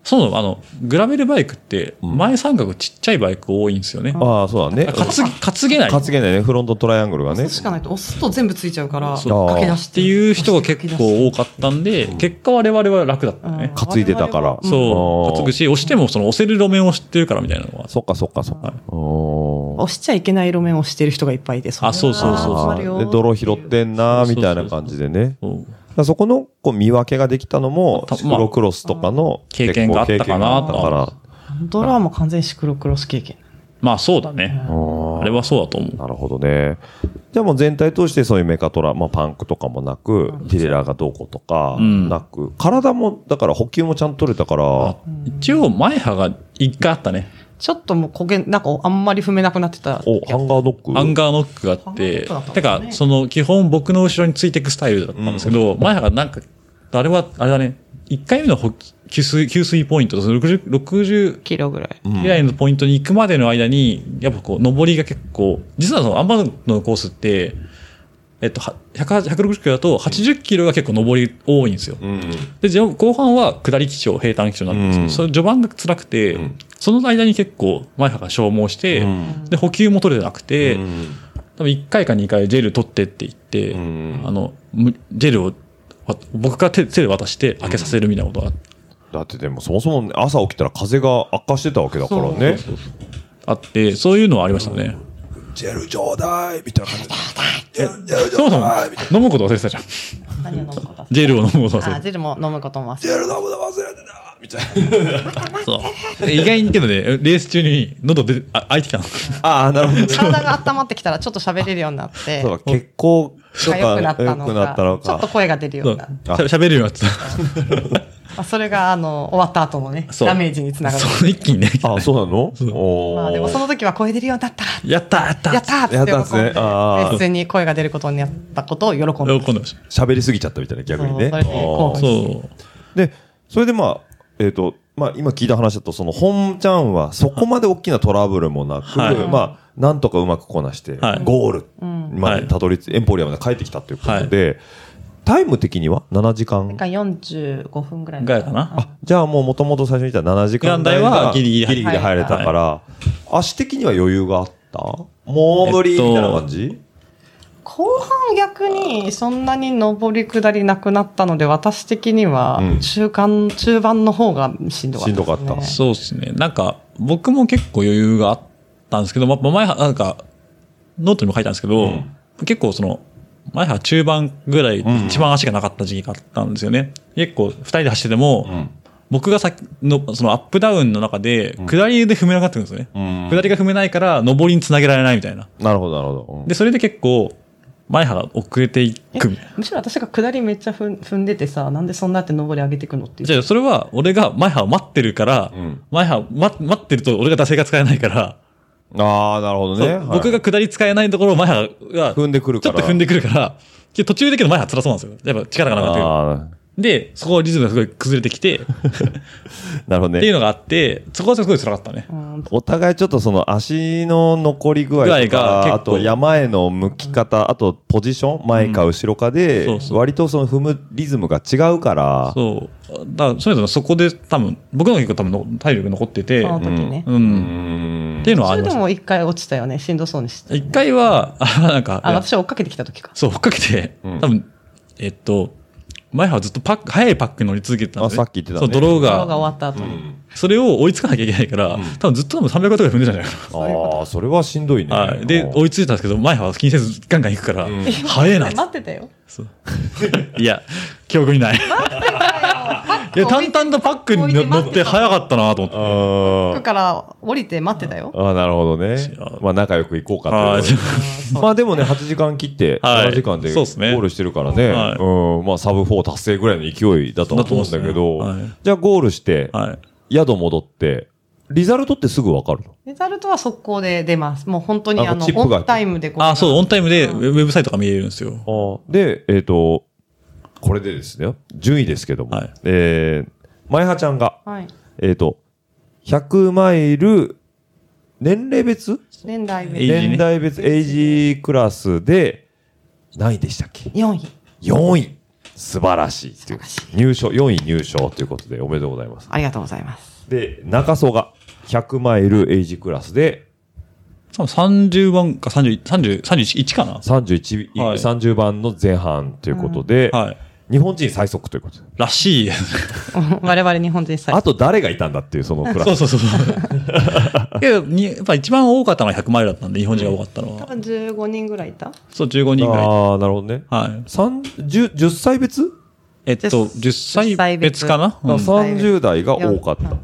Speaker 3: そうなのあの、グラベルバイクって、
Speaker 5: ん
Speaker 3: 前三角ちっちゃいバイク多いんですよね。
Speaker 5: ああ、そうだね。
Speaker 3: 担ぎ、担げない。
Speaker 5: 担げないね。フロントトライアングルがね
Speaker 6: 押。すしかないと、押すと全部ついちゃうから、
Speaker 5: そう
Speaker 6: 駆け出
Speaker 3: っ
Speaker 6: してて。
Speaker 3: いう人が結構多かったんで、結果我々は楽だったね。
Speaker 5: 担いでたから。
Speaker 3: そう。担ぐし、押してもその押せる路面を知ってるからみたいなのは。
Speaker 5: そっかそっかそっか。おー
Speaker 6: 押しちゃいけない路面を押してる人がいっぱいいて、
Speaker 3: あ、そうそうそう
Speaker 5: あ
Speaker 3: そう
Speaker 5: ー
Speaker 6: るよ
Speaker 5: で、泥拾ってんなーみたいな感じでね。
Speaker 3: そう。
Speaker 5: だからそこのこう見分けができたのも、
Speaker 3: た
Speaker 5: シクロクロスとかの
Speaker 3: 経験があったか
Speaker 5: 結構経
Speaker 3: なと
Speaker 5: 験があったか
Speaker 6: ドラはもう完全にシクロクロス経験。
Speaker 3: まあそうだね。
Speaker 5: らおー
Speaker 3: あれはそうだと思う。
Speaker 5: なるほどね。じゃあもう全体通してそういうメカトラ、まあパンクとかもなく、ティレラがどうこうとか、
Speaker 3: うん
Speaker 5: なく、体も、だから補給もちゃんと取れたから、
Speaker 3: 一応、前歯が一回あったね。
Speaker 6: ちょっともう焦げ、なんかあんまり踏めなくなってた。
Speaker 5: お、ハンガードッグ
Speaker 3: アンガーノックがあって
Speaker 6: ハンガーノックだったん、
Speaker 3: て
Speaker 6: だね
Speaker 3: か、その、基本僕の後ろについていくスタイルだったんですけど、前歯がなんか、あれは、あれだね、1回目の補給水、給水ポイントと、その60、60
Speaker 6: キロぐらい。
Speaker 3: ぐらいのポイントに行くまでの間に、やっぱこう、上りが結構、実はその、アンバーノのコースって、えっと、は108 160キロだと80キロが結構上り多いんですよ。
Speaker 5: うん。
Speaker 3: で、じょ後半は下り基調、平坦基調なんですけど、
Speaker 5: うん
Speaker 3: それ序盤が辛くて、
Speaker 5: ん
Speaker 3: その間に結構前歯が消耗して、
Speaker 5: うん
Speaker 3: で、補給も取れなくて、
Speaker 5: うん
Speaker 3: 多分1回か2回ジェル取ってって言って、
Speaker 5: うん
Speaker 3: あの、むジェルをわ僕が手手で渡して開けさせるみたいなことが
Speaker 5: だってでもそもそも朝起きたら風が悪化してたわけだからね。
Speaker 3: あって、そういうのはありましたね。
Speaker 5: ジェルちょうだいみたいな感じで。ジェルジェルち
Speaker 3: そ
Speaker 5: ょ
Speaker 3: も
Speaker 5: う
Speaker 3: そも
Speaker 5: だいみたいな
Speaker 3: 飲むこと忘れてたじゃん。
Speaker 6: 何を飲むことあ
Speaker 3: ジェルを飲むこと忘れ
Speaker 6: ー、ジェルも飲むことも忘
Speaker 5: ジ
Speaker 6: れ
Speaker 5: ェル飲むの忘れてたみたいな。
Speaker 3: てた。そう。意外にけどね、レース中に喉出て、あ、開いてきたの。
Speaker 5: ああ、なるほどね。
Speaker 6: 体が温まってきたらちょっと喋れるようになって
Speaker 5: そう、か血行と
Speaker 6: が
Speaker 5: か
Speaker 6: 良くなったの
Speaker 5: 良くなったの
Speaker 6: か、ちょっと
Speaker 5: か。
Speaker 6: 声が出るようになって。
Speaker 3: そうしゃ喋るようになって
Speaker 6: まあ、それが、あの、終わった後のね、
Speaker 3: そう
Speaker 6: ダメージにつな
Speaker 3: た。
Speaker 6: がる。
Speaker 3: そう、一気にね。
Speaker 5: あ、そうなのおー
Speaker 6: まあ、でもその時は声出るようになった
Speaker 3: やったーやったー
Speaker 6: やったーって
Speaker 5: や
Speaker 6: 喜
Speaker 5: った
Speaker 6: ん
Speaker 5: んですね
Speaker 6: で、
Speaker 5: あー
Speaker 6: 別に声が出ることになったことを喜んで。
Speaker 3: 喜んでました。
Speaker 5: 喋りすぎちゃったみたいな、逆にね。
Speaker 6: そうそれでこ
Speaker 5: あー
Speaker 3: そう。
Speaker 5: で、それでまあ、えっ、と、まあ今聞いた話だと、その本ちゃんはそこまで大きなトラブルもなく、
Speaker 3: はい
Speaker 5: まあ、なんとかうまくこなして、
Speaker 3: はい
Speaker 5: ゴールまでたどり着、エンポリアムまで帰ってきたということで、タイム的には7時間
Speaker 6: なん。か45分ぐらい
Speaker 3: ぐらいかな。
Speaker 5: あ、じゃあもうもともと最初に言った7時間
Speaker 3: 時間台はギリギリ
Speaker 5: ギリギリ入れたから、足的には余裕があったもう無理みたいな感じ、
Speaker 6: 後半逆にそんなに上り下りなくなったので、私的には
Speaker 5: うん
Speaker 6: 中間、中盤の方がしんどかった、
Speaker 5: しんどかった
Speaker 3: そうですね。なんか、僕も結構余裕があったんですけど、ま、ま前、なんか、ノートにも書いたんですけど、
Speaker 5: うん
Speaker 3: 結構その、前は中盤ぐらい
Speaker 5: ん
Speaker 3: 一番足がなかった時期があったんですよね。結構二人で走ってても、
Speaker 5: ん
Speaker 3: 僕が先の、そのアップダウンの中で、下りで踏めなかったんですよね。
Speaker 5: うん
Speaker 3: 下りが踏めないから、上りにつなげられないみたいな。
Speaker 5: なるほど、なるほど。うん
Speaker 3: で、それで結構、前歯が遅れていくみたいな。
Speaker 6: むしろ私が下りめっちゃ踏ん踏んでてさ、なんでそんなやって上り上げていくのっていう。
Speaker 3: じゃあ、それは、俺が前歯を待ってるから、
Speaker 5: ん
Speaker 3: 前歯、ま、待ってると俺が惰性が使えないから、
Speaker 5: ああ、なるほど
Speaker 3: そう
Speaker 5: ね。はい
Speaker 3: 僕が下り使えないところを前歯が、
Speaker 5: 踏んでくるから
Speaker 3: ちょっと踏んでくるから、けど途中でけど前歯辛そうなんですよ。やっぱ力がなくなってくる。
Speaker 5: あ
Speaker 3: で、そこはリズムがすごい崩れて
Speaker 5: [laughs]
Speaker 3: きて、
Speaker 5: ーなるほどね。
Speaker 3: っていうのがあって、そこはすごい辛かったね。
Speaker 5: お互いちょっとその足の残り具合とか
Speaker 3: 具合が結構
Speaker 5: あと山への向き方あとポジション前か後ろかで、
Speaker 3: そうそう
Speaker 5: 割とその踏むリズムが違うから
Speaker 3: そう。だから、そういうのそこで多分、僕の方が結構多分の体力残ってて、
Speaker 6: その
Speaker 3: う
Speaker 6: 時ね。
Speaker 3: ん。
Speaker 5: うん
Speaker 3: っていうのは
Speaker 6: そ
Speaker 3: あり
Speaker 6: れ
Speaker 3: ま
Speaker 6: で
Speaker 3: した。
Speaker 6: も一回落ちたよね。しんどそうにして。
Speaker 3: 一回は、あなんか、
Speaker 6: あ、私は追っかけてきた時か。
Speaker 3: そう、追っかけて、
Speaker 5: うん
Speaker 3: 多分、えっと、前はずっとパック、速いパックに乗り続けてたんで、
Speaker 5: あさっき言ってたね
Speaker 3: そう、ドロー
Speaker 6: 今日が
Speaker 3: が、
Speaker 6: 終わった後に。
Speaker 3: それを追いつかなきゃいけないから、多分ずっと多分300とかで踏んでたんじゃないか
Speaker 5: ああそれはしんどいね、
Speaker 3: な。 [laughs] はい。で、追いついたんですけど、前は気にせずガンガン行くから、速 [laughs] えなっつっ
Speaker 6: 待ってたよ。
Speaker 3: て。いや、記憶にない。い [laughs] や、淡々とパックに
Speaker 6: 置いて
Speaker 3: 乗
Speaker 6: 待
Speaker 3: っ
Speaker 6: って
Speaker 3: て
Speaker 6: た
Speaker 3: 速かったなと思って。
Speaker 5: あー
Speaker 6: から降りて待ってたよ。
Speaker 5: あーなるほどね
Speaker 3: う
Speaker 5: まあ仲良く行こうか [laughs]
Speaker 3: はい
Speaker 5: というまあでもね8時間切って
Speaker 3: はい
Speaker 5: 7時間で
Speaker 3: そ
Speaker 5: ゴ
Speaker 3: うっすね
Speaker 5: ールしてるからね、
Speaker 3: はい
Speaker 5: うんまあ、サブ4達成ぐらいの勢いだと思うんだけど、
Speaker 3: だと思うんですねはい
Speaker 5: じゃあゴールして、
Speaker 3: はい。
Speaker 5: 宿戻ってリザルトってすぐ分かるの
Speaker 6: レザルトは速攻で出ます。もう本当に
Speaker 5: あ
Speaker 6: あの
Speaker 5: チッ、プが
Speaker 6: オンタイムでこう。
Speaker 3: あ、そう、オンタイムでウェブサイトが見えるんですよ。
Speaker 5: ああで、えっ、と、これでですね、順位ですけども、
Speaker 3: はい
Speaker 5: えー、前葉ちゃんが、
Speaker 6: はい。
Speaker 5: えっ、と、100マイル、年齢別
Speaker 6: 年代
Speaker 3: エイジ
Speaker 6: で
Speaker 3: ね
Speaker 5: 年代別、エイジクラスで、何位でしたっけ
Speaker 6: 4位。
Speaker 5: ?4 位。素晴らしいっていう。入賞、4位入賞ということでおめでとうございます。
Speaker 6: ありがとうございます。 [laughs]
Speaker 5: で、中曽が100マイルエイジクラスで
Speaker 3: 多分30番か31、30、31かな
Speaker 5: 31、
Speaker 3: はい
Speaker 5: 30番の前半ということで、
Speaker 3: はい。
Speaker 5: 日本人最速ということで。
Speaker 3: らしいですね。
Speaker 7: 我々日本人最
Speaker 5: あと誰がいたんだっていう、そのクラ
Speaker 3: そう
Speaker 5: ス。
Speaker 6: [laughs]
Speaker 3: そうそうそう。けど、にやっぱ一番多かったのは100マイルだったんで、日本人が多かったの
Speaker 7: 多
Speaker 3: は。
Speaker 7: 分15人ぐらいいた
Speaker 3: そう、15人ぐらい。
Speaker 5: ああ、なるほどね。
Speaker 3: はい。
Speaker 5: 三十10歳別、
Speaker 3: えっと、
Speaker 6: 10
Speaker 3: 10歳別かな、
Speaker 5: だ
Speaker 3: う
Speaker 5: から
Speaker 3: ん
Speaker 5: 30代が多かった。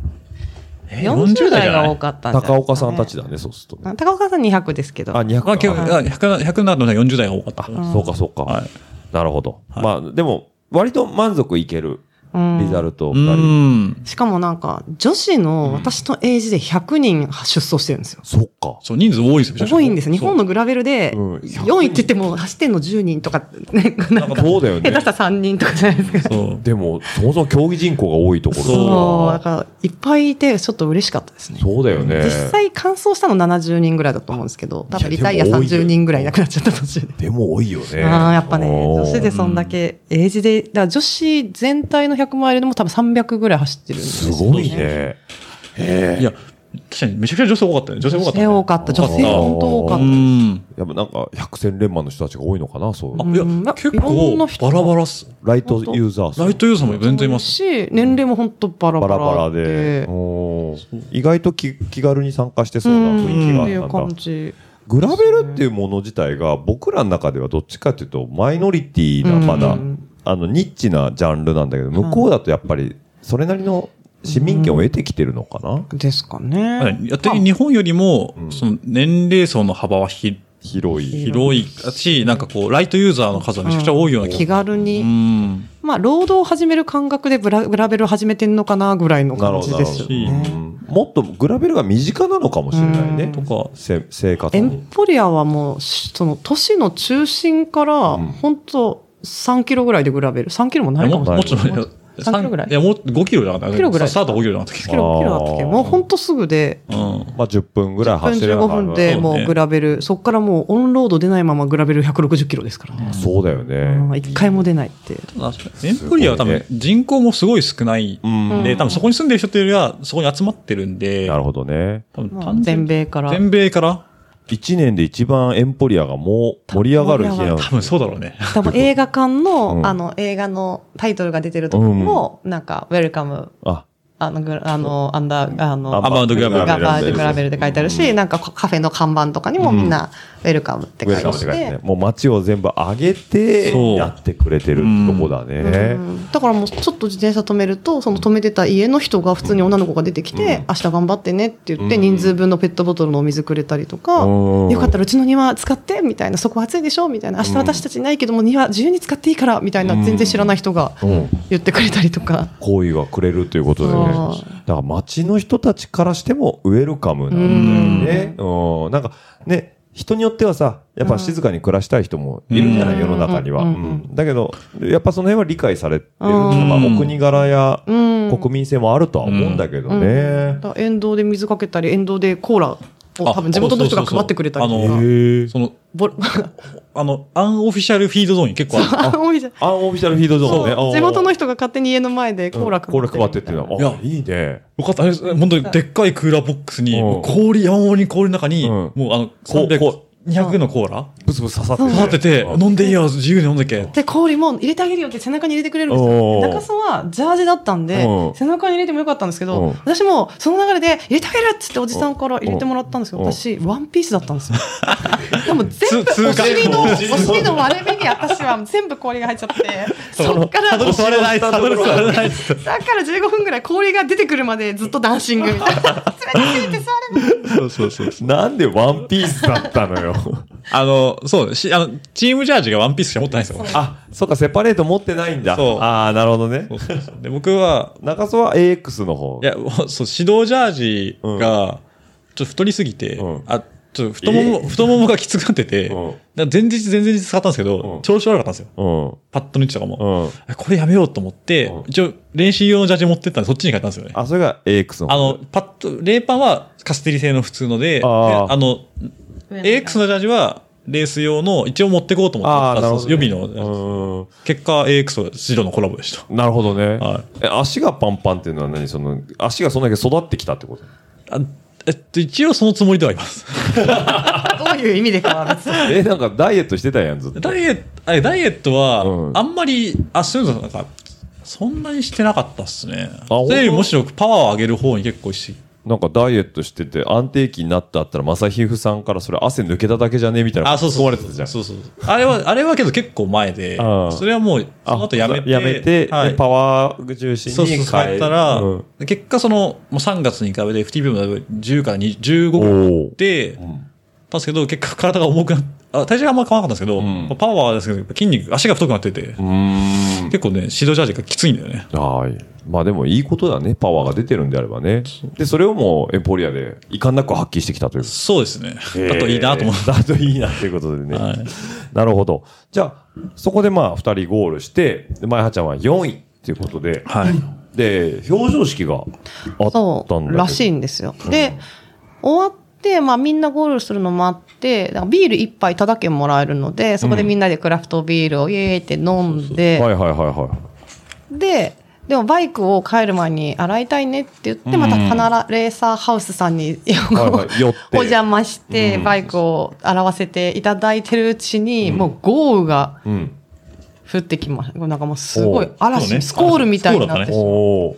Speaker 3: え
Speaker 7: 40代が多
Speaker 3: い
Speaker 7: かったんじゃない
Speaker 5: 高岡さんたちだね、そうすると、ね。
Speaker 7: あ高岡さん200ですけど
Speaker 5: あ、200
Speaker 3: まあ、
Speaker 5: か。
Speaker 3: 結構、あ100、100になるのは40代が多かった。
Speaker 5: あそうか、そうか、
Speaker 3: はい
Speaker 5: なるほど。まあ、でも、割と満足いける
Speaker 7: うん
Speaker 5: リザルト
Speaker 3: う
Speaker 5: 2人。
Speaker 3: ん。
Speaker 6: しかもなんか、女子の私のエイジで100人出走してるんですよ。
Speaker 5: そっか。
Speaker 3: そう、人数多いですよめちゃくちゃ、
Speaker 6: 多いんですよ。日本のグラベルで、
Speaker 5: うん
Speaker 6: 4位って言っても走ってんの10人とか、ね、なんか、
Speaker 5: そうだよ
Speaker 6: 下
Speaker 5: ね
Speaker 6: 手し。たら3人とかじゃないですか。
Speaker 3: そう。
Speaker 5: でも、そもそも競技人口が多いところ
Speaker 3: そう
Speaker 6: そう、だから、いっぱいいて、ちょっと嬉しかったですね。
Speaker 5: そうだよね。
Speaker 6: 実際、完走したの70人ぐらいだと思うんですけど、多分リタイア
Speaker 5: いやでも多いよ
Speaker 6: 30人ぐらいいなくなっちゃった途中で。
Speaker 5: でも多いよね。
Speaker 6: ああ、やっぱね、
Speaker 5: おー
Speaker 6: 女子でそんだけ、エイジで、だから女子全体の100マイルでも多分300ぐらい走ってるんです
Speaker 5: すごいね。
Speaker 3: いや、確かにめちゃくちゃ女性多かったね。女性多
Speaker 6: 女
Speaker 3: かった、ね。
Speaker 6: 性多かった。女性本当多か
Speaker 3: う
Speaker 6: った。
Speaker 3: ん。
Speaker 5: やっぱなんか、百戦錬磨の人たちが多いのかな、そう
Speaker 3: あ、
Speaker 5: いう。
Speaker 3: いや、
Speaker 6: うん
Speaker 3: 結
Speaker 6: いろんな
Speaker 3: 構、
Speaker 6: 人
Speaker 3: バ
Speaker 6: が
Speaker 3: ラバラっす。
Speaker 5: ライトユーザー層
Speaker 3: ライトユーザーも全然います。
Speaker 6: し、年齢も本当バラ
Speaker 5: バ
Speaker 6: バラ
Speaker 5: ラバラで。おー意外と気気軽に参加してそうな雰囲
Speaker 6: ってい
Speaker 5: 気があ
Speaker 6: う
Speaker 5: ったん
Speaker 6: 感
Speaker 5: だ。
Speaker 6: じ。
Speaker 5: グラベルっていうもの自体が僕らの中ではどっちかっていうとマイノリティなまだ、
Speaker 6: うん
Speaker 5: あのニッチなジャンルなんだけど向こうだとやっぱりそれなりの市民権を得てきてるのかな、
Speaker 6: ですか
Speaker 3: は
Speaker 6: ね。
Speaker 3: いやって日本よりも、
Speaker 5: ん
Speaker 3: その年齢層の幅はひ
Speaker 5: 広い
Speaker 3: 広いし、なんかこう、ライトユーザーの数はめちゃくちゃ多いような気
Speaker 6: 気
Speaker 3: が。
Speaker 6: 軽
Speaker 3: う
Speaker 6: に。
Speaker 3: ん。
Speaker 6: まあ、労働を始める感覚でブラグラベルを始めてんのかなぐらいの
Speaker 5: なるほ
Speaker 6: 感じ
Speaker 5: どな
Speaker 6: で
Speaker 5: るほ
Speaker 6: す
Speaker 5: ど
Speaker 6: よ、
Speaker 3: いいね
Speaker 6: ね。
Speaker 5: うんもっとグラベルが身近なのかもしれないね、
Speaker 3: とか、
Speaker 5: せ生活
Speaker 6: エ
Speaker 5: に
Speaker 6: ンポリアはもう、しその都市の中心から、
Speaker 5: ん
Speaker 6: 本当3キロぐらいでグラベル。3キロもないか
Speaker 3: も
Speaker 6: も
Speaker 3: っ
Speaker 6: しれ
Speaker 3: と
Speaker 6: ない。
Speaker 3: もっとね、
Speaker 6: 3キロぐらい
Speaker 3: いや、もう5キロだからね
Speaker 6: 5キロぐらい
Speaker 3: スタート5キロだから。
Speaker 6: キロキロだったっけもう本当すぐで、
Speaker 3: うん。
Speaker 5: まあ、10分ぐらい
Speaker 6: 10分
Speaker 5: 走れば
Speaker 6: 15分でもうグラベル、そこからもうオンロード出ないままグラベル160キロですからね。
Speaker 5: そうだよ
Speaker 6: うん
Speaker 5: ね、
Speaker 6: 一回も出ないって。
Speaker 3: エンポリアは
Speaker 5: す
Speaker 3: 多
Speaker 5: ごい
Speaker 3: 分
Speaker 5: ね
Speaker 3: 人口もすごい少ない
Speaker 5: うん
Speaker 3: んで、多分そこに住んでる人というよりは、そこに集まってるんで、
Speaker 5: なるほどね
Speaker 3: 多分単
Speaker 6: 全
Speaker 3: 全
Speaker 6: 米
Speaker 3: 米
Speaker 6: から。
Speaker 3: 全米から
Speaker 5: 1年で一番エンポリアがもう盛り上がる日なの
Speaker 3: 多分そうだろうね。
Speaker 6: 多分映画館の、
Speaker 5: うん
Speaker 6: あの、映画のタイトルが出てるところも、なんか、ウェルカム、
Speaker 5: あ
Speaker 6: あの、グラあの、アンダー、あの、
Speaker 3: アバウンドグラベル
Speaker 6: ガバードグラベルって書いてあるし、なんかカフェの看板とかにもみんな、ウェルカムって
Speaker 5: ウ
Speaker 6: 書
Speaker 5: ェ
Speaker 6: い
Speaker 5: ル
Speaker 6: て
Speaker 5: カ
Speaker 6: あ
Speaker 5: ムって書いてね
Speaker 6: る。
Speaker 5: もう街を全部上げて
Speaker 3: そう
Speaker 5: やってくれてるとこだね。
Speaker 6: だからもうちょっと自転車止めると、その止めてた家の人が普通に女の子が出てきて、明日頑張ってねって言って、人数分のペットボトルのお水くれたりとか、
Speaker 5: うん
Speaker 6: よかったらうちの庭使って、みたいな、そこ暑いでしょみたいな、明日私たちいないけども庭自由に使っていいから、みたいな、全然知らない人が
Speaker 5: うん
Speaker 6: 言ってくれたりとか。
Speaker 5: 好意がくれるということでね。
Speaker 6: そう
Speaker 5: だから街の人たちからしてもウェルカムなんだよね。うん。なんかね、人によってはさ、やっぱ静かに暮らしたい人もいるんじゃない世の中には。うんだけど、やっぱその辺は理解されてる。まあ、お国柄や国民性もあるとは思うんだけどね。
Speaker 6: だから沿道で水かけたり、沿道でコーラを多分地元の人が配ってくれたり
Speaker 3: あ
Speaker 6: と
Speaker 3: そうそう
Speaker 6: か
Speaker 3: そう。
Speaker 5: へえ。
Speaker 3: その、
Speaker 6: ボロ
Speaker 3: あの、アンオフィシャルフィードゾーンに結構ある。
Speaker 6: あ [laughs] 多いじゃん
Speaker 5: あ、オフィシャルフィードゾーンね。
Speaker 6: そう
Speaker 5: あ
Speaker 6: 地元の人が勝手に家の前でコーラ
Speaker 5: コーラ配
Speaker 6: 配
Speaker 5: っ
Speaker 6: ってて
Speaker 5: って
Speaker 6: る
Speaker 5: いうの
Speaker 3: いや
Speaker 5: は、あ、いいね。
Speaker 3: よかった。あれです本当にでっかいクーラーボックスに、
Speaker 5: うん
Speaker 3: もう氷、山盛りに氷の中に、
Speaker 5: うん
Speaker 3: もうあの、
Speaker 5: こう
Speaker 3: 300
Speaker 5: こ、
Speaker 3: 200のコーラ
Speaker 5: ブスブス刺さってる
Speaker 3: 刺さってて、
Speaker 5: うん
Speaker 3: 飲んでいいよ、自由に飲んでけ。
Speaker 6: で、氷も入れてあげるよって背中に入れてくれるんです
Speaker 5: おー
Speaker 6: よ。中曽はジャージだったんで
Speaker 5: うん、
Speaker 6: 背中に入れてもよかったんですけ
Speaker 5: うん
Speaker 6: ど、私もその流れで入れてあげるっつっておじさんから入れてもらったんですけど、
Speaker 5: うん
Speaker 6: 私、ワンピースだった
Speaker 5: [laughs]
Speaker 6: んですよ。でも全部
Speaker 3: つ
Speaker 6: お尻の、
Speaker 3: 通
Speaker 6: お
Speaker 3: 過
Speaker 6: 尻の割れ目に私は全部氷が入っちゃ
Speaker 5: [laughs]
Speaker 6: って、そっから、
Speaker 3: どり座れない、たどり座れな
Speaker 6: だ
Speaker 3: い。
Speaker 6: から15分ぐらい氷が出てくるまでずっとダンシングみたいな。冷てくて座れない。
Speaker 3: そうそうそう。
Speaker 5: なんでワンピースだったの
Speaker 3: [laughs]
Speaker 5: よ。
Speaker 3: あの、そう、し、あの、チームジャージがワンピースしか持ってないんですよ。
Speaker 5: あ、そうか、セパレート持ってないんだ。
Speaker 3: そう
Speaker 5: ああ、なるほどね
Speaker 3: そ。うそうそうで、僕は、
Speaker 5: 中曽は AX の方。
Speaker 3: いや、もうそう、指導ジャージが、ちょっと太りすぎて、
Speaker 5: うん
Speaker 3: あ、ちょっと太もも、太ももがきつくなってて、
Speaker 5: うん
Speaker 3: だから前日、前々日使ったんですけど、
Speaker 5: うん
Speaker 3: 調子悪かったんですよ。
Speaker 5: うん。
Speaker 3: パッドの位置とかも。
Speaker 5: うん。
Speaker 3: これやめようと思って、
Speaker 5: うん
Speaker 3: 一応練習用のジャージ持ってったんで、そっちに変えたんですよね。
Speaker 5: あ、それが AX の方。
Speaker 3: あの、パッと、レーパンはカステリ製の普通ので、で
Speaker 5: あー
Speaker 3: あの、AX のジャージは、レース用の、一応持ってこうと思
Speaker 5: あ
Speaker 3: っ
Speaker 5: あ、
Speaker 3: て
Speaker 5: なる
Speaker 3: たん
Speaker 5: ほ
Speaker 3: で
Speaker 5: ど、
Speaker 3: すよ、
Speaker 5: ね。
Speaker 3: 予備のやつ。
Speaker 5: の。
Speaker 3: 結果、AX と白のコラボでした。
Speaker 5: なるほどね、
Speaker 3: は
Speaker 5: え。足がパンパンっていうのは何その、足がそんだけ育ってきたってこと [laughs]
Speaker 3: あえっと、一応そのつもりではいます。 [laughs]
Speaker 7: どういう意味で変わるんですか
Speaker 5: え、なんかダイエットしてたやん、ずっと。
Speaker 3: ダイエット、あダイエットは、
Speaker 5: うん
Speaker 3: あんまり、あ、そういうのなんか、そんなにしてなかったっすね。
Speaker 5: ほんと
Speaker 3: それよりむしろパワーを上げる方に結構意識
Speaker 5: なんかダイエットしてて安定期になったったら、マサヒフさんからそれ汗抜けただけじゃねみたいな。
Speaker 3: あ、そうそ
Speaker 5: 突
Speaker 3: う。
Speaker 5: っ込まれてたじゃん。
Speaker 3: そうそう。あれは、あれはけど結構前で、
Speaker 5: ああ
Speaker 3: それはもう、その後やめて。
Speaker 5: やめて、
Speaker 3: は
Speaker 5: で
Speaker 3: い。
Speaker 5: パワー重心
Speaker 3: そう
Speaker 5: に
Speaker 3: そう、
Speaker 5: 変え
Speaker 3: 変えたら、
Speaker 5: うん
Speaker 3: 結果その、もう3月に比べて FTP もだいぶ10から20 15ぐらい
Speaker 5: おお。
Speaker 3: で、たんですけど、結果体が重くなっあ体重があんま変わらなかったんですけど、
Speaker 5: ん
Speaker 3: まあパワーはですけど、筋肉、足が太くなってて、
Speaker 5: うーん。
Speaker 3: 結構ね、指導ジャージがきついんだよね。
Speaker 5: はい。まあでもいいことだね。パワーが出てるんであればね。で、それをもうエンポリアで遺憾なく発揮してきたという。
Speaker 3: そうですね。だといいなと思って。
Speaker 5: えーだといいなということでね。
Speaker 3: [laughs] はい
Speaker 5: なるほど。じゃあ、そこでまあ2人ゴールして、で、前葉ちゃんは4位ということで、
Speaker 3: はい。
Speaker 5: で、表情式があったんだ
Speaker 6: そ
Speaker 5: けど
Speaker 6: う、らしいんですよ。で、終わって、まあみんなゴールするのもあって、だからビール一杯ただけもらえるので、そこでみんなでクラフトビールをイエーイって飲んで、
Speaker 5: はいはいはいは
Speaker 6: で、でもバイクを帰る前に洗いたいねって言って、またカナラレーサーハウスさんに、
Speaker 5: はいはい寄って
Speaker 6: [laughs] お邪魔して、
Speaker 5: うん
Speaker 6: バイクを洗わせていただいてるうちに、もう豪雨が
Speaker 5: い。うん。
Speaker 6: 降ってきました。なんかもうすごい嵐、
Speaker 3: そうね
Speaker 6: スコールみたいになってしまって
Speaker 5: おお。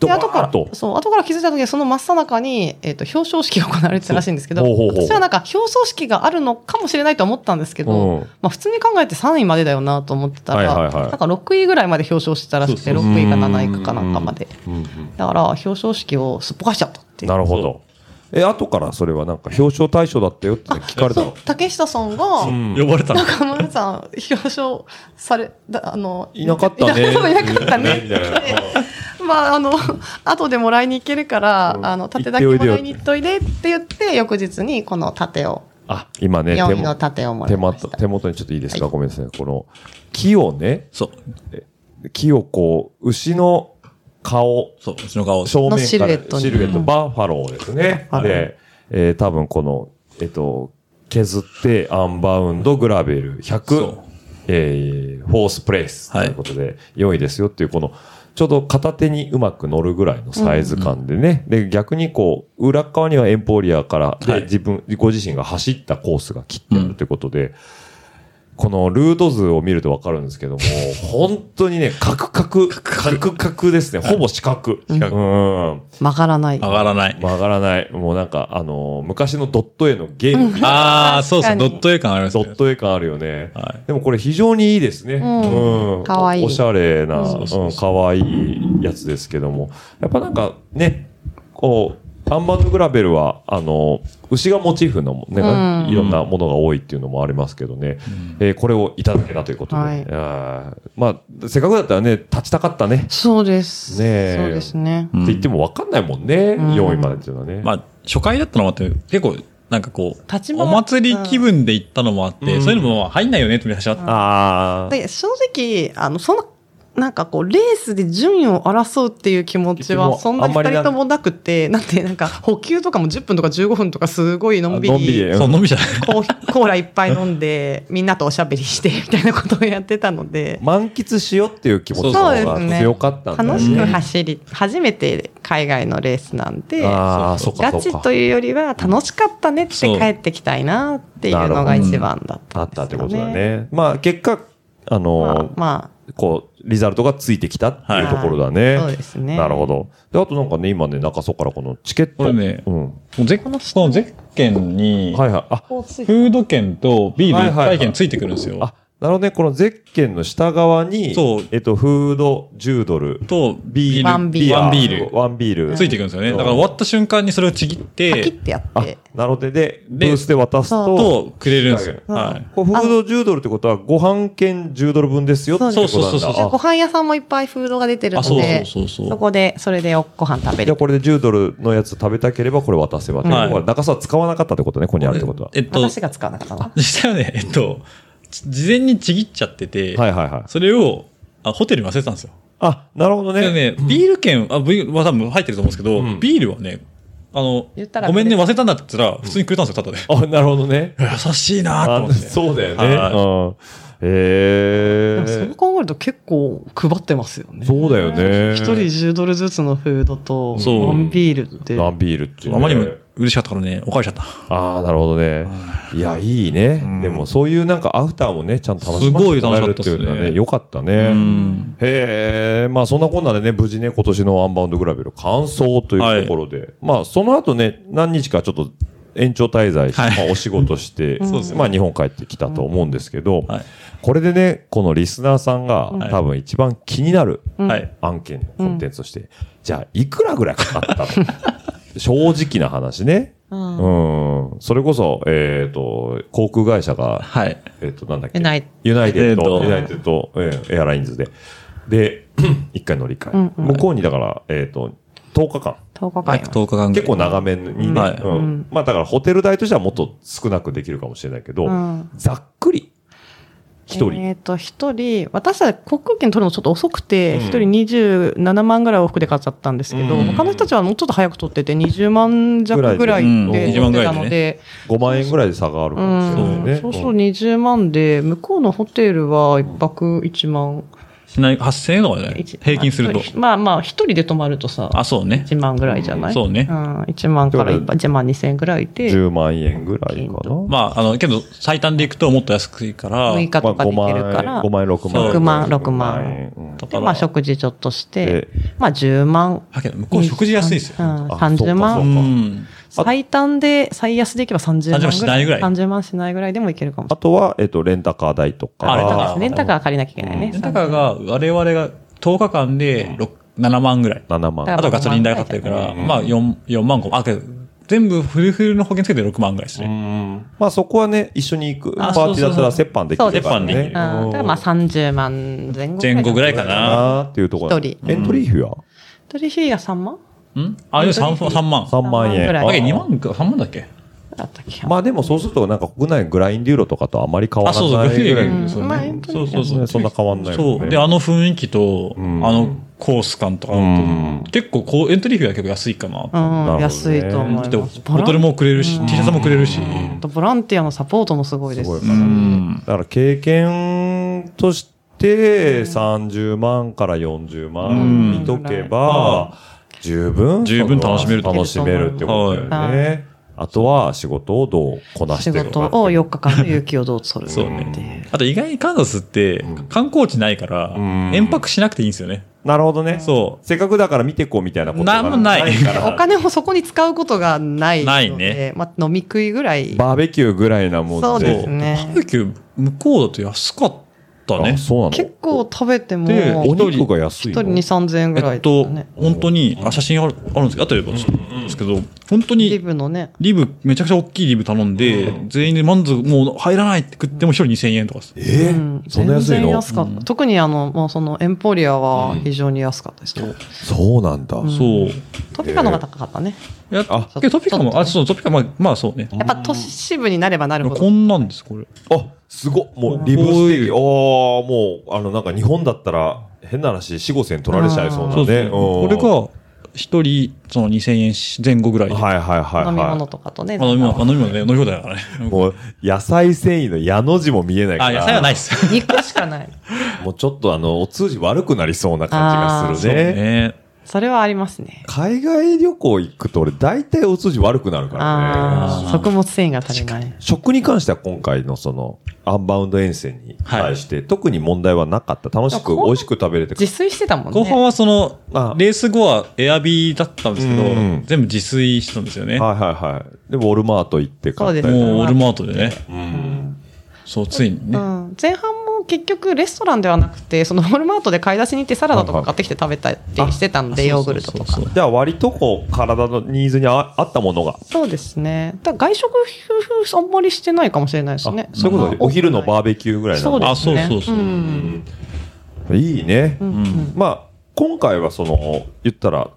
Speaker 6: で、後か
Speaker 5: ドバーンと
Speaker 6: ら、そう、後から気づいた時に、その真っ最中に、えっ、と、表彰式が行われてたらしいんですけど、
Speaker 5: そうほうほうほう
Speaker 6: 私はなんか、表彰式があるのかもしれないと思ったんですけど、
Speaker 5: うん
Speaker 6: まあ、普通に考えて3位までだよなと思ってたら、
Speaker 5: はいはいはい
Speaker 6: なんか6位ぐらいまで表彰してたらしくて、
Speaker 3: そう
Speaker 5: そう
Speaker 6: 6位か7位かなんかまで。
Speaker 5: うんうん
Speaker 6: だから、表彰式をすっぽかしちゃったっていう。
Speaker 5: なるほど。え、後からそれはなんか表彰対象だったよって聞かれた
Speaker 6: そう
Speaker 5: の、
Speaker 6: 竹下さんが、
Speaker 5: ん
Speaker 3: 呼ばれたの。
Speaker 6: 中村さん、表彰され、だあの、
Speaker 5: いなかったね。
Speaker 6: いなかったね
Speaker 5: みたいな
Speaker 6: まあ、あの、後でもらいに行けるから、あの、盾だけもらいに行っといでって言って、翌日にこの盾を、
Speaker 5: あ、今ね、
Speaker 6: 4
Speaker 5: 手
Speaker 6: 位の
Speaker 5: も
Speaker 6: 盾をもら
Speaker 5: 手
Speaker 6: いま
Speaker 5: 元
Speaker 6: した。
Speaker 5: 手元にちょっといいですか、
Speaker 6: は
Speaker 5: ごめんなさい。この木をね、
Speaker 3: そう。
Speaker 5: 木をこう、牛の顔、
Speaker 3: そう、うちの顔。
Speaker 5: 正面から
Speaker 6: のシルエットに
Speaker 5: シルエットバッファローですね。
Speaker 6: うん
Speaker 5: で、えー多分この、えっ、と、削って、アンバウンド、グラベル、
Speaker 3: そう
Speaker 5: 100、えーフォースプレイスと
Speaker 3: はい
Speaker 5: いうことで、良いですよっていう、この、ちょうど片手にうまく乗るぐらいのサイズ感でね。で、逆にこう、裏側にはエンポリアから、で
Speaker 3: はい
Speaker 5: 自分、ご自身が走ったコースが切ってあるということで、このルート図を見るとわかるんですけ [laughs] ども、本当にね、カクカク、カクカクですね。ほぼ四角。
Speaker 3: 四角
Speaker 5: うん。
Speaker 6: 曲がらない。
Speaker 3: 上がらない。
Speaker 5: 曲がらない。もうなんか、あのー昔のドット絵のゲームみたいな、
Speaker 3: ああ、そうそう、
Speaker 6: 確か
Speaker 3: ド
Speaker 6: に
Speaker 3: ット絵感あります
Speaker 5: ド
Speaker 3: ね
Speaker 5: ッ。ト絵感あるよね。
Speaker 3: は
Speaker 5: でもこれ非常にいいですね。
Speaker 6: ん
Speaker 5: うん
Speaker 6: かわいい
Speaker 5: おしゃれな、
Speaker 3: そうそう
Speaker 5: うんかわいいやつですけども。やっぱなんかね、こう、アンバウンドグラベルは、あの、牛がモチーフの、ね
Speaker 6: うん
Speaker 5: いろんなものが多いっていうのもありますけどね、えーこれをいただけたということで、
Speaker 6: はい
Speaker 5: いやーまあ、せっかくだったらね、立ちたかったね、
Speaker 6: そうです。
Speaker 5: ねえ
Speaker 6: そうですね。
Speaker 3: うん
Speaker 5: って言っても分かんないもんね、
Speaker 6: ん
Speaker 5: 4位までっていうのはね。
Speaker 3: まあ、初回だったのもあって、結構、なんかこう、
Speaker 6: 立ち回
Speaker 3: お祭り気分で行ったのもあって、
Speaker 5: うん
Speaker 3: そういうのもまあ入んないよねって話あった。
Speaker 5: ああ。
Speaker 6: で正直、あの、その、なんかこう、レースで順位を争うっていう気持ち
Speaker 5: いつも
Speaker 6: は、そんな
Speaker 5: あん
Speaker 6: に
Speaker 5: ま
Speaker 6: 二
Speaker 5: りな
Speaker 6: 人ともなくて、なんて、なんか、補給とかも10分とか15分とか、すごいのんび
Speaker 5: のんび
Speaker 6: り、
Speaker 5: り
Speaker 3: そんなみじゃない。
Speaker 6: コーヒーコーラいっぱい飲んで、みんなとおしゃべりして、みたいなことをやってたので。
Speaker 5: 満喫しようっていう気持ちの
Speaker 3: そう
Speaker 5: 方が強かったんだよね。
Speaker 6: 楽しく走り、初めて海外のレースなんで、
Speaker 5: ああ、そっか
Speaker 6: ガ
Speaker 5: そ
Speaker 6: チ
Speaker 5: っか。
Speaker 6: というよりは楽しかったねって
Speaker 3: そう
Speaker 6: 帰ってきたいなっていうのが一番だった
Speaker 5: あ
Speaker 6: ん
Speaker 5: っ
Speaker 6: です
Speaker 5: た
Speaker 6: よ、ね。
Speaker 5: ってことだ。ね。まあ結果、あの
Speaker 6: まあ、
Speaker 5: ー、
Speaker 6: ま
Speaker 5: こう、リザルトがついてきたっていうところだ
Speaker 6: あ、
Speaker 5: ね。
Speaker 6: そうですね。
Speaker 5: なるほど。で、あとなんかね、今ね、中曽からこのチケット。
Speaker 3: これね
Speaker 5: うん。
Speaker 3: もうゼッこのゼッケンに、
Speaker 5: はいはい。あ、
Speaker 3: フード券とビー
Speaker 5: は
Speaker 3: ル一
Speaker 5: いはい
Speaker 3: 杯
Speaker 5: はい
Speaker 3: 券ついてくるんですよ。
Speaker 5: あ、なるほどね。このゼッケンの下側に、
Speaker 3: そう
Speaker 5: えっと、フード10ドル。
Speaker 3: と、
Speaker 5: ビール。
Speaker 6: ワンビール
Speaker 5: ア
Speaker 3: ワンビール
Speaker 5: ワンビール。
Speaker 3: ついてくるんですよね。
Speaker 5: うん
Speaker 3: だから終わった瞬間にそれをちぎっ
Speaker 6: パキ
Speaker 3: て
Speaker 6: ッ、てやっ
Speaker 5: あ
Speaker 6: て。、
Speaker 5: なるほどね。で、ブ
Speaker 3: で
Speaker 5: ースで渡すと、
Speaker 3: と、くれるんですよ。
Speaker 6: うん
Speaker 3: はい。
Speaker 5: こうフード10ドルってことは、ご飯券10ドル分ですよってことなんだ。
Speaker 3: そうそうそうそう
Speaker 5: あ
Speaker 6: ご飯屋さんもいっぱいフードが出てる
Speaker 3: あ、
Speaker 6: の
Speaker 3: そう
Speaker 6: で、
Speaker 3: そうそう
Speaker 6: そ
Speaker 3: そう。
Speaker 6: こで、それでおご飯食べ
Speaker 5: じゃあ
Speaker 6: る。
Speaker 5: これで10ドルのやつ食べたければこれ渡せばっていう。
Speaker 3: はい
Speaker 5: これ中澤使わなかったってことね、ここにあるってことは。
Speaker 3: えっと、
Speaker 6: 私が使わなかったな。
Speaker 3: 実際はね、えっと、ち事前にちぎっちゃってて、
Speaker 5: はいはいはい。
Speaker 3: それをあホテルに忘れてたんですよ。
Speaker 5: あ、なるほど
Speaker 3: で
Speaker 5: ね。
Speaker 3: ね、ビール券あビールは多分入ってると思うんですけど、
Speaker 5: うん
Speaker 3: ビールはね、あの
Speaker 6: 言った、ら
Speaker 3: ごめんね、忘れたんだって言ったら、普通にくれたんですよ、ただで。
Speaker 5: あ、なるほどね。
Speaker 3: 優しいなと
Speaker 5: あ
Speaker 3: 思って。
Speaker 5: そうだよ
Speaker 3: は
Speaker 5: ね。うんへ
Speaker 7: でもそう
Speaker 5: え。
Speaker 7: 考えると結構配ってますよね。
Speaker 5: そうだよね。
Speaker 7: 一人10ドルずつのフードと、
Speaker 3: そう
Speaker 7: ワンビールって。
Speaker 5: 何ビールっていうね
Speaker 3: あまりにも嬉しかったからね、おかわりしちゃった。
Speaker 5: ああ、なるほどね。いや、いいね。でも、そういうなんかアフターもね、ちゃんと楽しませてもらえるっていうのは
Speaker 3: すごい楽しかったっす
Speaker 5: ね、
Speaker 3: ね
Speaker 5: よかったね。へえ、まあ、そんなこんなでね、無事ね、今年のアンバウンドグラベル完走というところで、まあ、その後ね、何日かちょっと延長滞在して、
Speaker 3: はい
Speaker 5: まあ、お仕事
Speaker 3: [laughs]
Speaker 5: して、まあ、日本帰ってきたと思うんですけど、
Speaker 3: はい
Speaker 5: これでね、このリスナーさんが、
Speaker 3: ん
Speaker 5: 多分一番気になる、
Speaker 3: はい。
Speaker 5: 案件のコンテンツとして、じゃあ、いくらぐらいかかったの正直な話ね。うん。それこそ、えっ、と、航空会社が、
Speaker 3: はい。
Speaker 5: えっ、と、なんだっけ。
Speaker 6: ユナイ
Speaker 5: ユナイテッド。ユ
Speaker 3: ユ
Speaker 5: ナ
Speaker 3: ナ
Speaker 5: イ
Speaker 3: イ
Speaker 5: テッド、えーエアラインズで。で、 [coughs] 一回乗り換え。向こうにだから、えっ、と、10日間。
Speaker 6: 10日間
Speaker 3: はい
Speaker 6: や、
Speaker 3: 10日間ぐらい。
Speaker 5: 結構長めにね。
Speaker 3: はい
Speaker 5: うんまあだからホテル代としてはもっと少なくできるかもしれないけど、
Speaker 6: うん
Speaker 5: ざっくり、一人。
Speaker 6: えっ、と、一人、私たち航空券取るのちょっと遅くて、
Speaker 5: うん
Speaker 6: 一、人27万ぐらい往復で買っちゃったんですけど、
Speaker 5: うん
Speaker 6: 他の人たちはもうちょっと早く取ってて、20万弱ぐらい
Speaker 3: ぐらい
Speaker 6: で
Speaker 3: で
Speaker 6: 取ってたので、
Speaker 5: 5万円ぐらいで差があるかもしれないね。
Speaker 6: そうそう20万で、向こうのホテルは一泊1万。
Speaker 3: しない、8000円とかじゃない
Speaker 6: 一
Speaker 3: 平均すると。
Speaker 6: まあまあ、一人で泊まるとさ、
Speaker 3: あ、そうね。
Speaker 6: 1万ぐらいじゃない、
Speaker 3: そうね
Speaker 6: ん、1万から1万、1万2千円ぐらいで、
Speaker 5: 10万円ぐらいかな。
Speaker 3: まあ、あの、けど、最短でいくともっと安くいいから、
Speaker 6: 6日とかで行けるから、
Speaker 5: 5万円、6万円。
Speaker 3: 6
Speaker 6: 万6万
Speaker 5: うん
Speaker 3: だか
Speaker 6: で、
Speaker 3: ら、
Speaker 6: まあ食事ちょっとして
Speaker 5: で、
Speaker 6: まあ10万。
Speaker 3: だけど向こう食事安いですよ。
Speaker 6: うん、
Speaker 5: あそうか
Speaker 6: 30
Speaker 5: そう
Speaker 3: う
Speaker 5: か
Speaker 6: 万。
Speaker 3: ん。
Speaker 6: 最短で、最安でいけば30万ぐらい。
Speaker 3: 30万しないぐらい
Speaker 6: 30万しないぐらいでもいけるかもし
Speaker 5: あとは、えっと、レンタカー代とか。
Speaker 3: あレン
Speaker 6: れ
Speaker 3: タカ
Speaker 6: ない。レンタカー借りなきゃいけないね。
Speaker 3: レンタカーが、我々が10日間で6 7万ぐらい。
Speaker 5: 7万。
Speaker 6: だ
Speaker 3: あとガソリン代かかってるから、まあ4、4万5万。あ、けど、全部フルフルの保険つけて6万ぐらいですね。
Speaker 5: まあそこはね、一緒に行く。パー
Speaker 3: あ
Speaker 5: ティーだったら折半でき
Speaker 6: そう
Speaker 5: る
Speaker 6: で
Speaker 5: から
Speaker 3: 折半で
Speaker 5: ね
Speaker 3: き。
Speaker 6: うんだからまあ30万前後。
Speaker 3: 前後ぐらい
Speaker 6: か。
Speaker 3: かな。
Speaker 5: あーっていうところ。
Speaker 6: 一人
Speaker 5: エントリー費は
Speaker 6: 取引が3万
Speaker 3: んあ、いや3、
Speaker 5: 3
Speaker 3: 3万。
Speaker 5: 万円。
Speaker 6: 三万ぐらい
Speaker 3: あ、け
Speaker 5: あ
Speaker 3: 2万か、3万だっけ
Speaker 6: だったっけ
Speaker 5: まあでもそうすると、なんか国内グラインデューロとかとあまり変わ
Speaker 3: あ、
Speaker 5: らない
Speaker 3: そ
Speaker 5: う
Speaker 3: そう、グフィ
Speaker 5: ぐらい。
Speaker 3: ー
Speaker 6: うんまあエントリ
Speaker 3: そ
Speaker 6: ー
Speaker 3: うそうそう。
Speaker 5: そんな変わんないもん
Speaker 3: そ
Speaker 5: ね
Speaker 3: う。で、あの雰囲気と、あ
Speaker 5: ん
Speaker 3: のコース感とかあると
Speaker 5: うん
Speaker 3: 結構こう、エントリー費は結構安いかな。
Speaker 6: う
Speaker 5: ほど
Speaker 6: ん、
Speaker 5: ね
Speaker 6: 安いと思い
Speaker 3: で
Speaker 6: ます。
Speaker 3: ボトルもくれるし、T シャツもくれるし。
Speaker 6: あとボランティアのサポートもすごいです
Speaker 5: すご
Speaker 6: し。
Speaker 5: いから
Speaker 3: うん
Speaker 5: だから経験として30万から40万見とけば、十分、
Speaker 3: 十分楽しめると
Speaker 5: 楽しめるってことだよね。
Speaker 6: は
Speaker 5: あとは仕事をどうこなして
Speaker 6: 仕
Speaker 5: いく
Speaker 6: 事
Speaker 5: か。
Speaker 6: を4日間の有給をどう取る
Speaker 3: そう
Speaker 6: っていう
Speaker 3: ね。あと意外にカンザスって観光地ないから、
Speaker 5: ん
Speaker 3: 遠泊しなくていいんですよね。
Speaker 5: なるほどね。
Speaker 3: そ
Speaker 5: せっかくだから見てこうみたいなことが
Speaker 3: なんもない
Speaker 5: から
Speaker 6: お金をそこに使うことがないので。
Speaker 3: ないね
Speaker 6: まあ、飲み食いぐらい。
Speaker 5: バーベキューぐらいなもんで。
Speaker 6: そう
Speaker 3: う。
Speaker 6: です
Speaker 3: そう
Speaker 6: ね
Speaker 3: バーベキュー向こうだと安かった
Speaker 5: あ
Speaker 3: ね。
Speaker 5: そうなの
Speaker 6: 結構食べても、
Speaker 3: で
Speaker 5: お
Speaker 6: 一
Speaker 5: 肉が安い
Speaker 6: 人
Speaker 5: の
Speaker 6: 2、3000円ぐら
Speaker 3: え
Speaker 6: い
Speaker 3: っ
Speaker 6: で
Speaker 3: と
Speaker 6: すね。、
Speaker 3: 本当に、あ、写真あるあるんですけど、あとで言えばちょっとですけど、本当
Speaker 6: リ
Speaker 3: に
Speaker 6: ブのね。
Speaker 3: リブ、めちゃくちゃ大きいリブ頼んで、全員で満足、もう入らないって食っても一人2000円とかです。
Speaker 5: え
Speaker 6: うん
Speaker 5: そんな安い
Speaker 6: 全然
Speaker 5: の
Speaker 6: 安かった。特にあの、もうそのエンポリアは非常に安かったです。
Speaker 5: そうなんだ。
Speaker 3: そう。
Speaker 6: トピカの方が高かったね。
Speaker 3: いや、
Speaker 5: あ
Speaker 3: けどトピカも、あ、そう、トピカ、まあ、まあそうね。
Speaker 6: やっぱ都市部になればなるほ
Speaker 3: こ
Speaker 6: ど。
Speaker 3: んなんです、これ。
Speaker 5: あ、すごっもうリブステーキ。ああ、もう、あの、なんか日本だったら、変な話、4、5千取られちゃいそうな
Speaker 3: そう
Speaker 5: ね。
Speaker 3: ね。
Speaker 5: うん
Speaker 3: これが、一人、その2000円し前後ぐらいで。
Speaker 5: はいはいはい、はい。
Speaker 6: 飲み物とかとね。
Speaker 3: まあ飲
Speaker 5: [laughs]
Speaker 3: み物、まあ飲み物ね、飲み放題だからね。
Speaker 5: もう、野菜繊維の矢の字も見えないか
Speaker 3: あ、
Speaker 5: ら。
Speaker 3: 野菜はないっす。
Speaker 6: 肉しかない。
Speaker 5: もうちょっとあの、お通じ悪くなりそうな感じがす
Speaker 3: そう
Speaker 5: るね。
Speaker 3: ね。
Speaker 6: それはありますね。
Speaker 5: 海外旅行行くと俺大体お通じ悪くなるからね。
Speaker 6: ああ、食物繊維が足りない。
Speaker 5: 食に関しては今回のその、アンバウンド遠征に対して、特に問題はなかった。楽しく、美味しく食べれて
Speaker 6: 自炊してたもんね。
Speaker 3: 後半はその
Speaker 5: あ、
Speaker 3: レース後はエアビーだったんですけど
Speaker 5: うん、
Speaker 3: 全部自炊したんですよね。も
Speaker 5: はいはいはい。で、ウォルマート行って買った
Speaker 6: そう
Speaker 5: り
Speaker 6: です
Speaker 5: とか
Speaker 3: う、オールマートでね。そう、ついにね。
Speaker 6: うん、前半も結局レストランではなくてそのホルマートで買い出しに行ってサラダとか買ってきて食べたりしてたのでヨーグルトとか
Speaker 3: そうそうそう
Speaker 5: じゃあ割とこう、体のニーズにあ合ったものが。
Speaker 6: そうですねだから外食夫婦あんまりしてないかもしれないですね
Speaker 5: そういうことで、お昼のバーベキューぐらいな
Speaker 6: そう
Speaker 5: の
Speaker 6: で
Speaker 3: あ、
Speaker 6: す
Speaker 3: そう
Speaker 6: ね
Speaker 3: そうそう。
Speaker 5: いいね。まあ、今回はその、言ったら、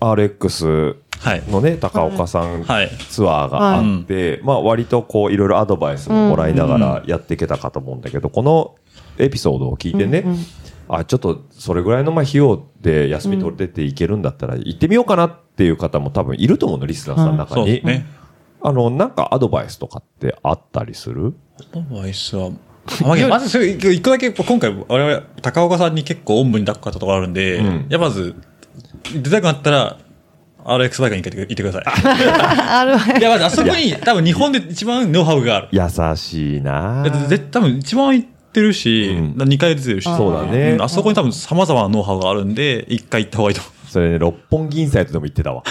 Speaker 5: RX
Speaker 3: はい。
Speaker 5: のね、高岡さん
Speaker 3: はい。
Speaker 5: ツアーがあって、まあ割とこう、いろいろアドバイスももらいながらやっていけたかと思うんだけど、このエピソードを聞いてね、あ、ちょっとそれぐらいのまあ費用で休み取れていけるんだったら行ってみようかなっていう方も多分いると思うの、リスナーさんの中
Speaker 3: そう
Speaker 5: に。
Speaker 3: ですね。
Speaker 5: あの、なんかアドバイスとかってあったりする
Speaker 3: アドバイスは、まあ
Speaker 5: [laughs]
Speaker 3: まずそれ一個だけ、今回我々、高岡さんに結構おんぶに抱っこかったところあるんで、
Speaker 5: うん
Speaker 3: いやまず、出たくなったら、RX バイクに行って行ってく
Speaker 5: [laughs]
Speaker 3: ださ
Speaker 6: あるわ
Speaker 3: い。いやまずあそこに多分日本で一番ノウハウがある。
Speaker 5: 優しいな
Speaker 3: だって絶多分一番行ってるし、
Speaker 5: うん
Speaker 3: 2回出てるし、
Speaker 5: そうだね
Speaker 3: んあそこに多分様々なノウハウがあるんで、一回行った方
Speaker 5: [laughs]
Speaker 3: がいいと思う。
Speaker 5: それね、六本木インサイトでも言ってたわ。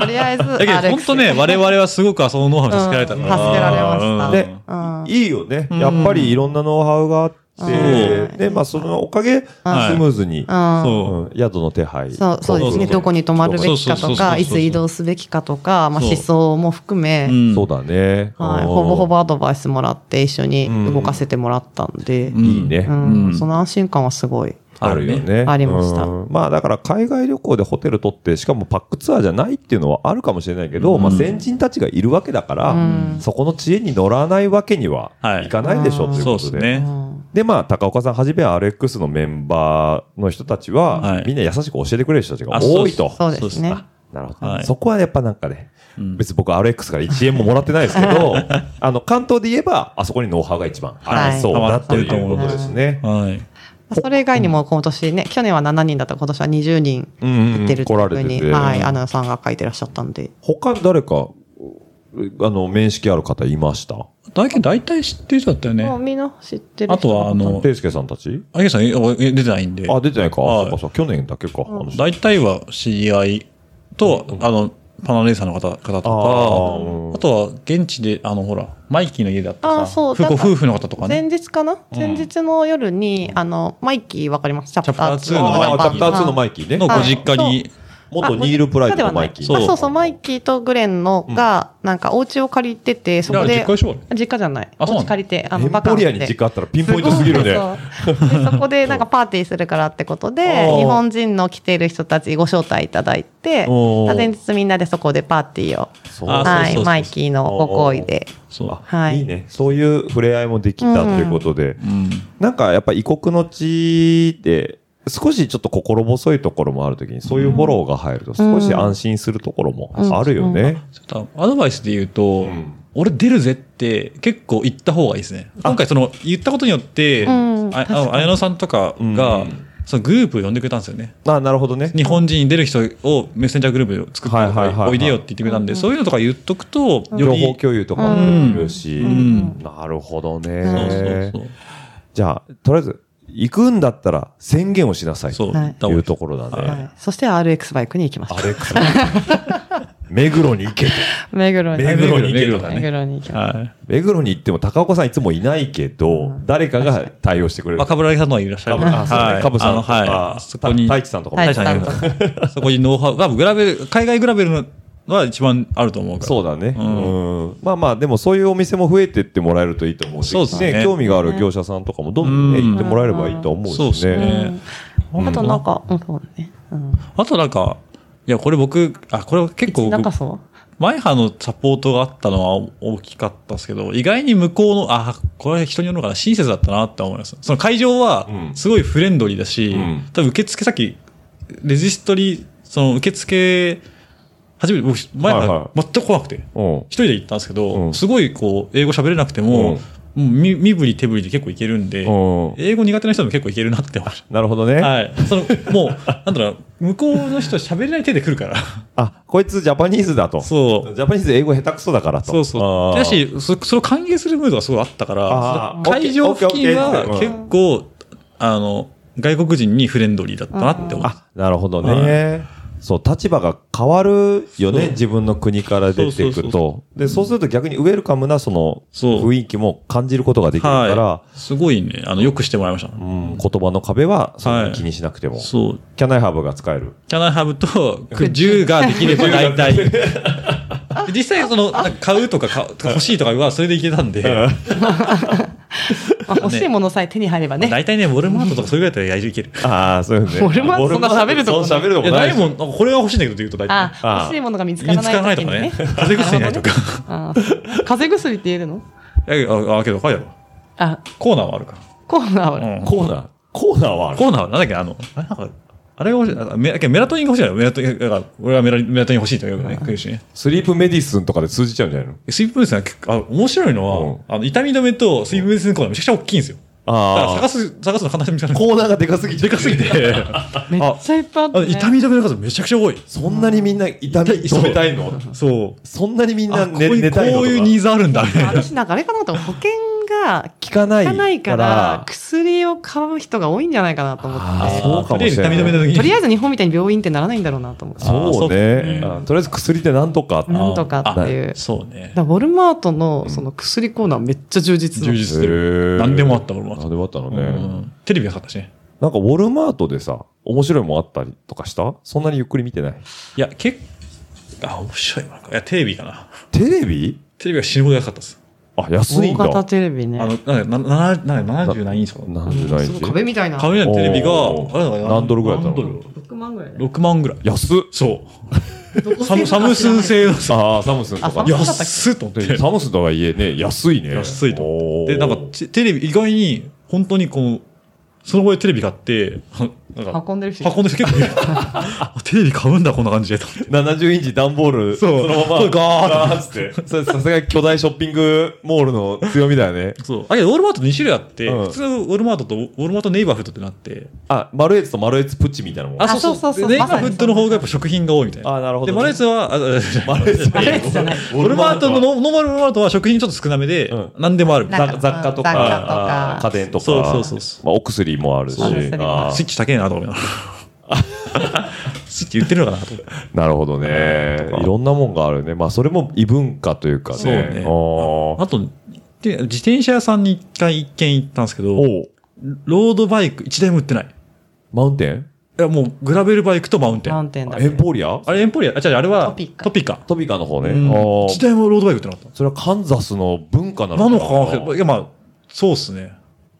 Speaker 6: とりあえず、
Speaker 3: だけど本当ね、我々はすごくあそのノウハウに助けられたから。
Speaker 6: うん助けられました
Speaker 3: うん
Speaker 5: で
Speaker 6: 々うん。
Speaker 5: いいよね。やっぱりいろんなノウハウがあっ
Speaker 3: う
Speaker 5: て、で、まあそのおかげ、スム
Speaker 3: はい
Speaker 5: ーズに、
Speaker 6: うん
Speaker 3: そう。
Speaker 5: うん宿の手配。
Speaker 6: そうそうです
Speaker 3: そうそうそ
Speaker 6: ね。
Speaker 3: う
Speaker 6: どこに泊まるべきか
Speaker 3: そうそうそう
Speaker 6: と
Speaker 3: そう
Speaker 6: か、いつ移動すべきかとか、まあ、
Speaker 3: そう
Speaker 6: 思想も含め、
Speaker 3: ん
Speaker 5: そうだね。
Speaker 6: は
Speaker 5: う
Speaker 6: い、
Speaker 5: ん
Speaker 6: ほぼほぼアドバイスもらって、一緒に動かせてもらったんで、
Speaker 3: ん
Speaker 5: いいね
Speaker 6: う。んその安心感はすごい。
Speaker 5: あるよね。
Speaker 6: ありました
Speaker 5: うんまあだから海外旅行でホテル取って、しかもパックツアーじゃないっていうのはあるかもしれないけど、まあ先人たちがいるわけだから、そこの知恵に乗らないわけには
Speaker 3: はい
Speaker 5: いかないでしょという
Speaker 3: そう
Speaker 5: こ
Speaker 3: です
Speaker 5: とで。
Speaker 3: ね。
Speaker 5: で、まあ、高岡さんはじめ RX のメンバーの人たちは、
Speaker 3: はい
Speaker 5: みんな優しく教えてくれる人たちが
Speaker 3: あそう
Speaker 5: 多
Speaker 3: で
Speaker 5: い
Speaker 3: す
Speaker 5: と。
Speaker 6: そうですね。
Speaker 5: なるほど、
Speaker 3: はい
Speaker 5: そこはやっぱなんかね、別に僕 RX から1円ももらってないですけ
Speaker 3: [laughs]
Speaker 5: ど、あの、関東で言えば、あそこにノウハウが一番ありそうだということですね。
Speaker 3: はい。
Speaker 6: それ以外にも今年ね、去年は7人だったら今年は20人
Speaker 5: うんうん
Speaker 6: 行ってるってい
Speaker 5: 来
Speaker 6: う
Speaker 5: ら
Speaker 6: ふう
Speaker 5: れて
Speaker 6: に、
Speaker 5: て。
Speaker 6: はい、アナさんが書いてらっしゃったんで。
Speaker 5: 他誰か、あの、面識ある方いました
Speaker 3: 大体、大体知ってる人だったよ
Speaker 6: もう
Speaker 3: ね。
Speaker 6: みんな知ってる人
Speaker 3: あとは、あの、
Speaker 5: ペイスケさんたち
Speaker 3: あげさん、ええ出てないんで。
Speaker 5: あ、出てないか。あ
Speaker 3: はい
Speaker 5: そっかそっか去年だけか。あの人
Speaker 3: 大体は知り合いと、あの、パナレーサーの方方とか、あ
Speaker 5: あーうん
Speaker 3: とは現地で、あの、ほら、マイキーの家だった
Speaker 6: あー
Speaker 3: さ、
Speaker 6: そう
Speaker 3: 夫婦
Speaker 6: なんか
Speaker 3: 夫婦の方とか
Speaker 6: 前
Speaker 3: ね。
Speaker 6: 日かな、前日の夜に、あの、マイキーわかりますチャプター
Speaker 3: チャ
Speaker 5: あチャプ
Speaker 6: 2
Speaker 3: プター2のマイキー
Speaker 5: ター2の
Speaker 6: イ
Speaker 5: マイキーね。
Speaker 3: のご実家
Speaker 6: はい
Speaker 3: に、
Speaker 5: 元ニールプライドのマイキー。
Speaker 6: そ
Speaker 3: そう
Speaker 6: うそうそう、マイキーとグレンのが、なんかお家を借りてて、そこ
Speaker 3: いや
Speaker 6: で。
Speaker 3: 実家でしょあれ
Speaker 6: 実家じゃない。
Speaker 3: あそう
Speaker 6: お
Speaker 3: なの
Speaker 6: 家借りて、あ
Speaker 5: エ
Speaker 6: の、
Speaker 5: ン
Speaker 6: バカ
Speaker 5: ポ
Speaker 6: ン
Speaker 5: リ
Speaker 6: スで
Speaker 5: アに実家あったらピンポイントすぎるね。
Speaker 6: そうでそこでなんかパーティーするからってことで、
Speaker 5: [laughs] おー
Speaker 6: 日本人の来てる人たちご招待いただいて、
Speaker 5: おー
Speaker 6: 前日みんなでそこでパーティーを、
Speaker 5: そう
Speaker 6: は
Speaker 3: あそうそうそうそ
Speaker 6: い、
Speaker 3: う
Speaker 6: マイキーのご厚意で。
Speaker 3: そう。
Speaker 5: あ
Speaker 6: はい
Speaker 5: いね。そういう触れ合いもできたということで、
Speaker 3: うん。
Speaker 5: なんかやっぱ異国の地で、少しちょっと心細いところもあるときに、そういうフォローが入ると少し安心するところもあるよね。
Speaker 3: ちょっとアドバイスで言うと、
Speaker 5: ん
Speaker 3: 俺出るぜって結構言った方がいいですね。今回その言ったことによって、
Speaker 6: ん
Speaker 3: ああの綾野さんとかが、
Speaker 5: うん
Speaker 3: そのグループを呼んでくれたんですよね。
Speaker 5: あ、なるほどね。
Speaker 3: 日本人に出る人をメッセンジャーグループを作って、
Speaker 5: はいはいはいはい
Speaker 3: おいでよって言ってくれたんで、そういうのとか言っとくと、よ
Speaker 5: 情
Speaker 3: り
Speaker 5: 報共有とかもできるし、
Speaker 3: ん
Speaker 5: なるほど
Speaker 3: そうそう
Speaker 5: ね
Speaker 3: そ。う。
Speaker 5: じゃあ、とりあえず、行くんだったら宣言をしなさい
Speaker 3: そう、
Speaker 5: と
Speaker 6: はい
Speaker 5: いうところだ
Speaker 3: は
Speaker 5: ね。
Speaker 6: はいそして RX バイクに行きまし
Speaker 5: ア
Speaker 6: た。
Speaker 5: レックス、目黒に行けと。
Speaker 6: 目黒に。
Speaker 5: 目黒に行け
Speaker 3: 目黒だ
Speaker 6: 目
Speaker 3: ね。
Speaker 6: 黒に行きまし
Speaker 3: はい。
Speaker 5: 目黒に行っても高岡さんいつもいないけど、誰かが対応してくれる。
Speaker 3: まあ、かぶらぎさんの方はいらっしゃる
Speaker 5: あそうね
Speaker 3: はい
Speaker 5: カブさん
Speaker 3: あの
Speaker 5: とか、
Speaker 3: はい。そこに、
Speaker 5: た太一さんとかも
Speaker 6: は
Speaker 3: 大
Speaker 6: い
Speaker 3: 地さんいるそこにノウハウ、多分グラベル、海外グラベルのは一番あると思うから。
Speaker 5: そうだね。
Speaker 3: うん
Speaker 5: うん。まあまあ、でもそういうお店も増えてってもらえるといいと思うし、
Speaker 3: そうですね
Speaker 5: 興味がある業者さんとかもどんどんね、
Speaker 3: うん
Speaker 5: 行ってもらえればいいと思
Speaker 3: そう
Speaker 5: う
Speaker 3: で
Speaker 5: し
Speaker 3: す
Speaker 5: ね。
Speaker 3: ね。
Speaker 6: た。あとなんか、うん、そうね。うん。
Speaker 3: あとなんか、いや、これ僕、あ、これ結構
Speaker 6: 中
Speaker 3: 僕、
Speaker 6: そう
Speaker 3: 前派のサポートがあったのは大きかったですけど、意外に向こうの、あ、これは人によるのかな、親切だったなって思います。その会場は
Speaker 5: う、ん
Speaker 3: すごいフレンドリーだし、
Speaker 5: うん
Speaker 3: 多分受付先、レジストリー、その受付、初めて僕、前か
Speaker 5: はいは
Speaker 3: ら全く来なくて、
Speaker 5: うん。
Speaker 3: 一人で行ったんですけど、
Speaker 5: うん
Speaker 3: すごいこう、英語喋れなくても、もう身身振り手振りで結構いけるんで、
Speaker 5: うん
Speaker 3: 英語苦手な人でも結構いけるなって思いました。
Speaker 5: なるほどね。
Speaker 3: はい。その、もう、なんだろう、向こうの人喋れない手で来るから。
Speaker 5: あ、こいつジャパニーズだと。
Speaker 3: そう。
Speaker 5: ジャパニーズ英語下手くそだからと。
Speaker 3: そうそう。
Speaker 5: あー
Speaker 3: だし、そそれを歓迎するムードがすごいあったから
Speaker 5: あー、
Speaker 3: その会場付近は
Speaker 5: オッケーオッケーオッケー
Speaker 3: 結構、あの、外国人にフレンドリーだったなって思う。
Speaker 5: あ、なるほどね。そう、立場が変わるよね。
Speaker 3: そう
Speaker 5: 自分の国から出てい
Speaker 3: そうそ
Speaker 5: く
Speaker 3: うそ
Speaker 5: と。で、そうすると逆にウェルカムなその
Speaker 3: そう
Speaker 5: 雰囲気も感じることができるから
Speaker 3: は、い。すごいね、あの、よくしてもらいました。
Speaker 5: うん言葉の壁はそんなに気にしなくても。
Speaker 3: そう。
Speaker 5: キャナイハーブが使える。
Speaker 3: キャナハブと、く銃ができれば大 [laughs] 体。実際、その、なんか買うとか買うとか欲しいとかはそれでいけたんで、
Speaker 6: まあ欲しいものさえ手に入ればね。
Speaker 3: 大体ね、ウォルマートとかそういうぐらいだったら大丈夫いける。
Speaker 5: ああ、そうですね。
Speaker 6: 俺もそんな喋るとこ
Speaker 5: そんな喋ると
Speaker 3: い
Speaker 5: こ
Speaker 3: や、
Speaker 5: ない
Speaker 3: ないもん、なんかこれが欲しいんだけどって言うと大体。
Speaker 5: あ
Speaker 6: あ、欲しいものが見つか
Speaker 3: 見
Speaker 6: ら
Speaker 3: つから
Speaker 6: な
Speaker 3: ないい
Speaker 6: 時
Speaker 3: と
Speaker 6: に
Speaker 3: か
Speaker 6: ね
Speaker 3: ね。。風邪薬な
Speaker 5: [laughs]
Speaker 3: いとか。
Speaker 6: あー風邪薬って言えるの
Speaker 3: いやあ、あけど、書いてあるわ
Speaker 6: あ、
Speaker 3: コーナーはあるか
Speaker 6: コーナーは
Speaker 3: ら。うん
Speaker 5: コーナー。コーナーはある。
Speaker 3: コーナーはなんだっけあの、あれなんか、あれが欲しいあメ、メラトニンが欲しいのよ。メラトニン、だから俺はメラメラトニン欲しいって言うよね、来るしね。
Speaker 5: スリープメディスンとかで通じちゃうんじゃないの
Speaker 3: スイープメディスンは結構、あ、面白いのは、
Speaker 5: うん
Speaker 3: あの、痛み止めとスイープメディスンコーナーめちゃくちゃ大きいんですよ。だから
Speaker 5: あ
Speaker 3: 探す、探すの簡単に見つか
Speaker 5: あ。
Speaker 3: らない。
Speaker 5: コーナーがでかすぎ
Speaker 3: でかすぎ
Speaker 5: て。 [laughs]
Speaker 3: て、
Speaker 7: めっちゃいっぱいあった、
Speaker 3: あ
Speaker 7: ね。
Speaker 3: 痛み止めの数めちゃくちゃ多い。
Speaker 5: そんなにみんな痛み止めたいの
Speaker 3: そう。
Speaker 5: そんなにみんな
Speaker 3: あ、こう
Speaker 5: 寝
Speaker 3: いう、
Speaker 5: 寝
Speaker 3: こう
Speaker 5: たいのとか
Speaker 3: いうニーズあるんだ、みたいな。
Speaker 6: 私なんかあれかなと思って保険が
Speaker 5: 効かない
Speaker 6: 効かないか
Speaker 5: から
Speaker 6: ら、薬を買う人が多いんじゃないかなと思
Speaker 5: あー
Speaker 6: っ
Speaker 5: そうかもしれない
Speaker 3: とりあえず痛み止めの時に。
Speaker 6: て。とりあえず日本みたいに病院ってならないんだろうなと思って。
Speaker 5: そうね。
Speaker 3: あそう
Speaker 5: あとりあえず薬でなんとか。
Speaker 6: なんとかっていう。
Speaker 3: そうね
Speaker 6: だか。らウォルマートのその薬コーナーめっちゃ充実な
Speaker 3: 充
Speaker 6: の
Speaker 3: 実してる。
Speaker 5: へー
Speaker 3: 何でもあったもん
Speaker 5: 何でもあったの
Speaker 3: う
Speaker 5: ね。
Speaker 3: んテレビが買ったしね。
Speaker 5: なんかウォルマートでさ、面白いもんあったりとかしたそんなにゆっくり見てない。
Speaker 3: いや、結構、あ、面白いものか。いや、テレビかな。
Speaker 5: テレビ
Speaker 3: テレビが死ぬほど安かったです。
Speaker 5: あ、安い
Speaker 6: 大
Speaker 5: んだ。
Speaker 6: 型テレビね。
Speaker 3: あの、なんか、なななな70何インチかな。
Speaker 5: なんでない
Speaker 6: すごい壁
Speaker 5: し。
Speaker 6: みたいな。
Speaker 3: カメラのテレビが、
Speaker 5: おー
Speaker 3: あれだから
Speaker 5: 何ドルぐらいだったの
Speaker 3: 何ドル
Speaker 6: 6万ぐらいね。
Speaker 3: ?6 万ぐらい。
Speaker 5: 安っ。
Speaker 3: そう。サム、サムスン製のさ、
Speaker 5: ああ、サムスンと
Speaker 6: あサ
Speaker 5: か
Speaker 6: ム。スンだったっけ
Speaker 3: 安っと思って。
Speaker 5: サムスンとはいえね、安いね。
Speaker 3: 安いと
Speaker 5: おー
Speaker 3: で、なんか、ちテレビ、意外に、本当にこの、その後でテレビ買って、なんか、
Speaker 6: 運んでる人。
Speaker 3: 運んでる人結構
Speaker 5: [laughs]
Speaker 3: いる。あテレビ買うんだ、こんな感じで。と思って
Speaker 5: 70インチ段ボール、
Speaker 3: そう
Speaker 5: のまま、
Speaker 3: ガーッ
Speaker 5: ガーッつって。それさすが巨大ショッピングモールの強みだよね。
Speaker 3: そう。あ、いや、ウォルマート2種類あって、
Speaker 5: うん
Speaker 3: 普通のウォルマートと、ウォルマートネイバーフットってなって、
Speaker 5: あ、マルエツとマルエツプッチみたいなもん。
Speaker 3: あ、
Speaker 6: そうそうそう
Speaker 3: ネイバ
Speaker 6: ま
Speaker 3: ー
Speaker 6: さ
Speaker 3: フ
Speaker 6: に
Speaker 3: ットの方がやっぱ食品が多いみたいな。
Speaker 5: あなるほどね
Speaker 3: で、マルエツは、ああ
Speaker 5: マルエツ
Speaker 6: マルエツじゃない
Speaker 3: ウォルマートの
Speaker 5: ウォルマー
Speaker 3: ノノーマルウォルマートは食品ちょっと少なめで、
Speaker 5: うん
Speaker 3: 何でもあるみたい
Speaker 5: トは雑雑貨とか
Speaker 6: 雑貨とか
Speaker 5: あー家電とか、
Speaker 3: そうそうそうそ
Speaker 5: まあ、お薬もあるし、
Speaker 6: そうですね
Speaker 5: あ
Speaker 3: な。スイ
Speaker 5: ー
Speaker 3: ッチ高えなと思いながら。スイッチ言ってるのかなと思って。
Speaker 5: なるほどね。いろんなもんがあるね。まあ、それも異文化というかね。
Speaker 3: そうね
Speaker 5: あー
Speaker 3: あと、で自転車屋さんに一回一軒行ったんですけど、
Speaker 5: おう
Speaker 3: ロードバイク一台も売ってない。い
Speaker 5: マウンテン
Speaker 3: や、もうグラベルバイクとマウンテン。
Speaker 6: マウンテンだ
Speaker 5: エ。ンポリア
Speaker 3: あれエンポリア、あ、違う、あれは
Speaker 6: トピカ
Speaker 3: トピカ。
Speaker 5: トビカの方ね。
Speaker 3: うん
Speaker 5: あー
Speaker 3: 一台もロードバイク売ってなかっ
Speaker 5: それはカンザスの文化な
Speaker 3: た。
Speaker 5: のか
Speaker 3: な
Speaker 5: な
Speaker 3: のかないや、まあ、そうっすね。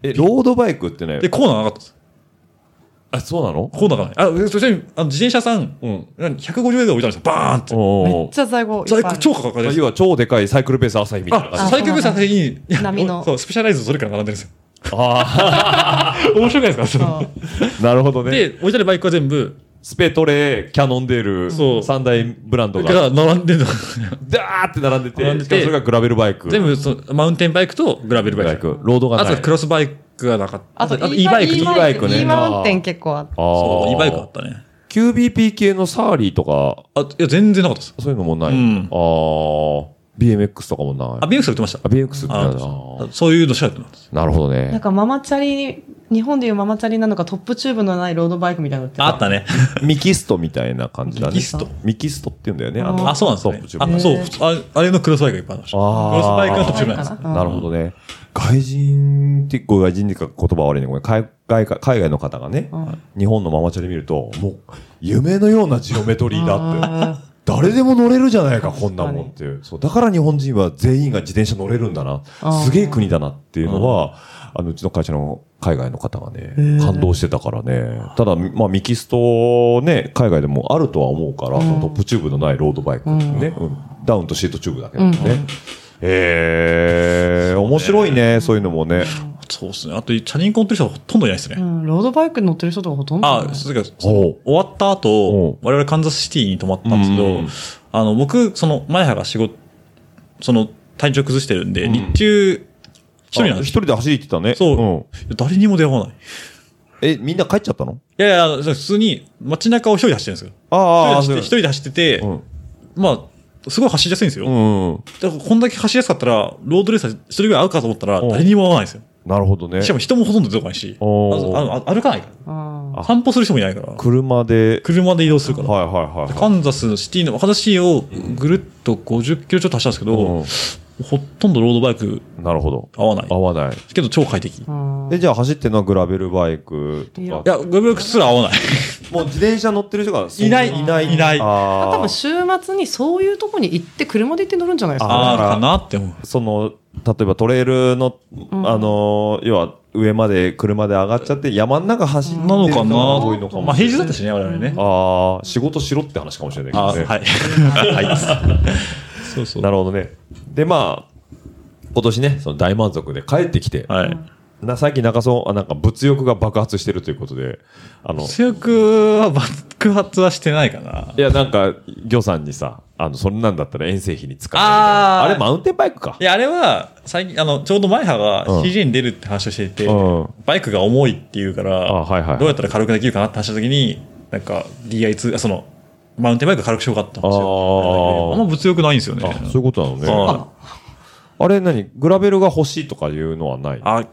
Speaker 5: え、ロードバイクってね
Speaker 3: で、。コーナーなかったです。
Speaker 5: あ、そうなの
Speaker 3: コーナーがない。あ、そして、あの自転車屋さん、
Speaker 5: うん。
Speaker 3: 150円で置いたんですよ。バーンって。
Speaker 5: お
Speaker 6: め
Speaker 5: う
Speaker 6: っちゃ在庫いっ
Speaker 3: 在
Speaker 6: ぱいあ
Speaker 3: 庫
Speaker 6: る。
Speaker 3: 超価格で
Speaker 5: 要は超でかいサイクルベース朝日みたいな
Speaker 3: あ、
Speaker 5: 感
Speaker 3: 最強ベース先に、いや
Speaker 6: 波の
Speaker 3: そう、スペシャライズそれから並んでるんです
Speaker 5: じ。あ
Speaker 3: よ。面白くないですかそ
Speaker 6: そう
Speaker 5: あ、なるほど
Speaker 3: れ
Speaker 5: ね。
Speaker 3: で、置いてあるバイクは全部、
Speaker 5: スペトレ、キャノンデール、
Speaker 3: そう
Speaker 5: 三大ブランド
Speaker 3: だか
Speaker 5: が、
Speaker 3: ら並んでるの。
Speaker 5: ダーって並んで
Speaker 3: 並
Speaker 5: て、
Speaker 3: んでて
Speaker 5: しかもそれがグラベルバイク。
Speaker 3: 全部その、マウンテンバイクとグラベル
Speaker 5: グラベルバ
Speaker 3: バイ
Speaker 5: イク
Speaker 3: ク。。
Speaker 5: ロードが
Speaker 3: あ
Speaker 5: ない。
Speaker 3: と、クロスバイクがなかった。
Speaker 6: あと、
Speaker 3: E バイクと
Speaker 6: E
Speaker 5: と
Speaker 6: バイク
Speaker 5: E バイクね
Speaker 6: E マウンテン結構あった。
Speaker 5: あー
Speaker 3: そう、E バイクあったね。
Speaker 5: QBP 系のサーリーとか、
Speaker 3: あ、いや、全然なかったです。
Speaker 5: そういうのもない。
Speaker 3: うん
Speaker 5: あー BMX とかもな
Speaker 3: あ、
Speaker 5: い。
Speaker 3: BX 売ってました
Speaker 5: あ、。BMX ってな
Speaker 3: あ
Speaker 5: るな
Speaker 3: そういうのしかやってなかったです。
Speaker 5: なるほど
Speaker 6: なん
Speaker 5: ね。
Speaker 6: かママチャリ、日本でいうママチャリなのかトップチューブのないロードバイクみたいなの売って
Speaker 3: ああったね。
Speaker 5: ミキストみたいな感じだね。
Speaker 3: ミキスト。
Speaker 5: ミキストって言うんだよね。あの
Speaker 3: あ、そうなんです
Speaker 5: トップチ
Speaker 3: ね
Speaker 5: ュ。ーブ
Speaker 3: あ、そう、普通ああれのクロスバイクがいっぱいありました。ク
Speaker 5: あー
Speaker 3: ロスバイクのトップチューブなんです。
Speaker 6: うん
Speaker 5: なるほどね。外人って、ごめん外人っていうか言葉悪いね。ごめん海外か海外の方がね、日本のママチャリ見ると、もう、夢のようなジオメトリーだって。誰でも乗れるじゃないか、こんなもんっていう。そう。だから日本人は全員が自転車乗れるんだな。すげえ国だなっていうのは、あの、うちの会社の海外の方がね、感動してたからね。ただ、まあ、ミキストね、海外でもあるとは思うから、そのトップチューブのないロードバイクね、うんダウンとシートチューブだけどね。えー、面白いね、そういうのもね。
Speaker 3: そうですね。あと、チャリンコ乗ってる人はほとんどいないです
Speaker 6: う
Speaker 3: ね。
Speaker 6: ん、ロードバイク乗ってる人とかほとんどだ
Speaker 3: あ
Speaker 6: ね。、
Speaker 3: そうだけど、
Speaker 5: おう
Speaker 3: 終わった
Speaker 5: おう
Speaker 3: 後、我々カンザスシティに泊まったんですけ
Speaker 5: うん
Speaker 3: ど、あの、僕、その、前原が仕事、その、体調崩してるんで、
Speaker 5: ん
Speaker 3: 日中、一人なん
Speaker 5: あ
Speaker 3: で
Speaker 5: 一
Speaker 3: す
Speaker 5: 人で走り行ってたね。
Speaker 3: そう、誰にも出会わない。い
Speaker 5: うん。え、みんな帰っちゃったの
Speaker 3: やいやあの、普通に街中を一人で走ってるんですよ。
Speaker 5: ああ、そ
Speaker 3: 一人で走って一
Speaker 5: う
Speaker 3: 人で走ってて
Speaker 5: うん、
Speaker 3: まあ、すごい走りやすいんですよ。
Speaker 5: うんうん。
Speaker 3: だからこんだけ走りやすかったら、ロードレーサー一人ぐらい会うかと思ったら、
Speaker 5: うん
Speaker 3: 誰にも会わないんですよ。
Speaker 5: なるほどね
Speaker 3: し。かも人もほとんど出てこないし、あ
Speaker 5: おー
Speaker 3: のあ歩かないか
Speaker 6: うん
Speaker 5: あ
Speaker 3: ら。散歩する人もいないから、
Speaker 5: 車で、
Speaker 3: 車で移動するから。
Speaker 5: はいはいはい。
Speaker 3: カンザスのシティの、カンザスシティをぐるっと50キロちょっと走ったんですけど、ほとんどロードバイク
Speaker 5: うんなるほど。
Speaker 3: 合わない。
Speaker 5: 合わない。
Speaker 3: けど超快適。い
Speaker 5: え、じゃあ走ってるのはグラベルバイクと
Speaker 6: いや
Speaker 5: か。
Speaker 3: や、グループすら合わない。
Speaker 5: もう自転車乗ってる人がそん
Speaker 3: いない
Speaker 5: いない。
Speaker 3: いない
Speaker 5: あ
Speaker 6: 多分
Speaker 5: ー
Speaker 6: 週末にそういうとこに行って車で行って乗るんじゃないですか。
Speaker 5: あ
Speaker 3: あ
Speaker 5: ー
Speaker 3: あ、かなって思う。
Speaker 5: その、例えばトレイルの、あの、要は上まで車で上がっちゃって山の中走ってる
Speaker 3: なのか
Speaker 5: 人が多いのか
Speaker 3: なま
Speaker 5: も
Speaker 3: あ
Speaker 5: しれ
Speaker 3: 平
Speaker 5: ない。
Speaker 3: 日だったしね、我々ね。
Speaker 5: ああ、仕事しろって話かもしれないけ
Speaker 3: あ
Speaker 5: ど
Speaker 3: ー
Speaker 5: ね。
Speaker 3: はい。
Speaker 5: [laughs]
Speaker 3: はい。そうそう。
Speaker 5: なるほどね。で、まあ、今年ね、その大満足で帰ってきて、
Speaker 3: はい。
Speaker 5: な最近中曽あなんか物欲が爆発してるということで、あの、
Speaker 3: 強くは爆発はしてないかな。
Speaker 5: いや、なんか、魚さんにさ、あの、そんなんだったら遠征費に使うみたいな。
Speaker 3: あー
Speaker 5: あれ、マウンテンバイクか
Speaker 3: い。や、あれは、最近、あの、ちょうど前派
Speaker 5: うん
Speaker 3: が CJ に出るって話をしていて、
Speaker 5: うん
Speaker 3: バイクが重いっていうから、
Speaker 5: あはいはい
Speaker 3: どうやったら軽くできるかなって話した時に、なんか DI2、あその、マウンテンバイクが軽くしようかったんで
Speaker 5: あ
Speaker 3: すよ。
Speaker 5: ー
Speaker 3: あんま物欲ないんですよね
Speaker 5: あ。そういうことなのね。
Speaker 3: あ
Speaker 5: あれ何グラベルが欲しいとかいうのはない
Speaker 3: あっ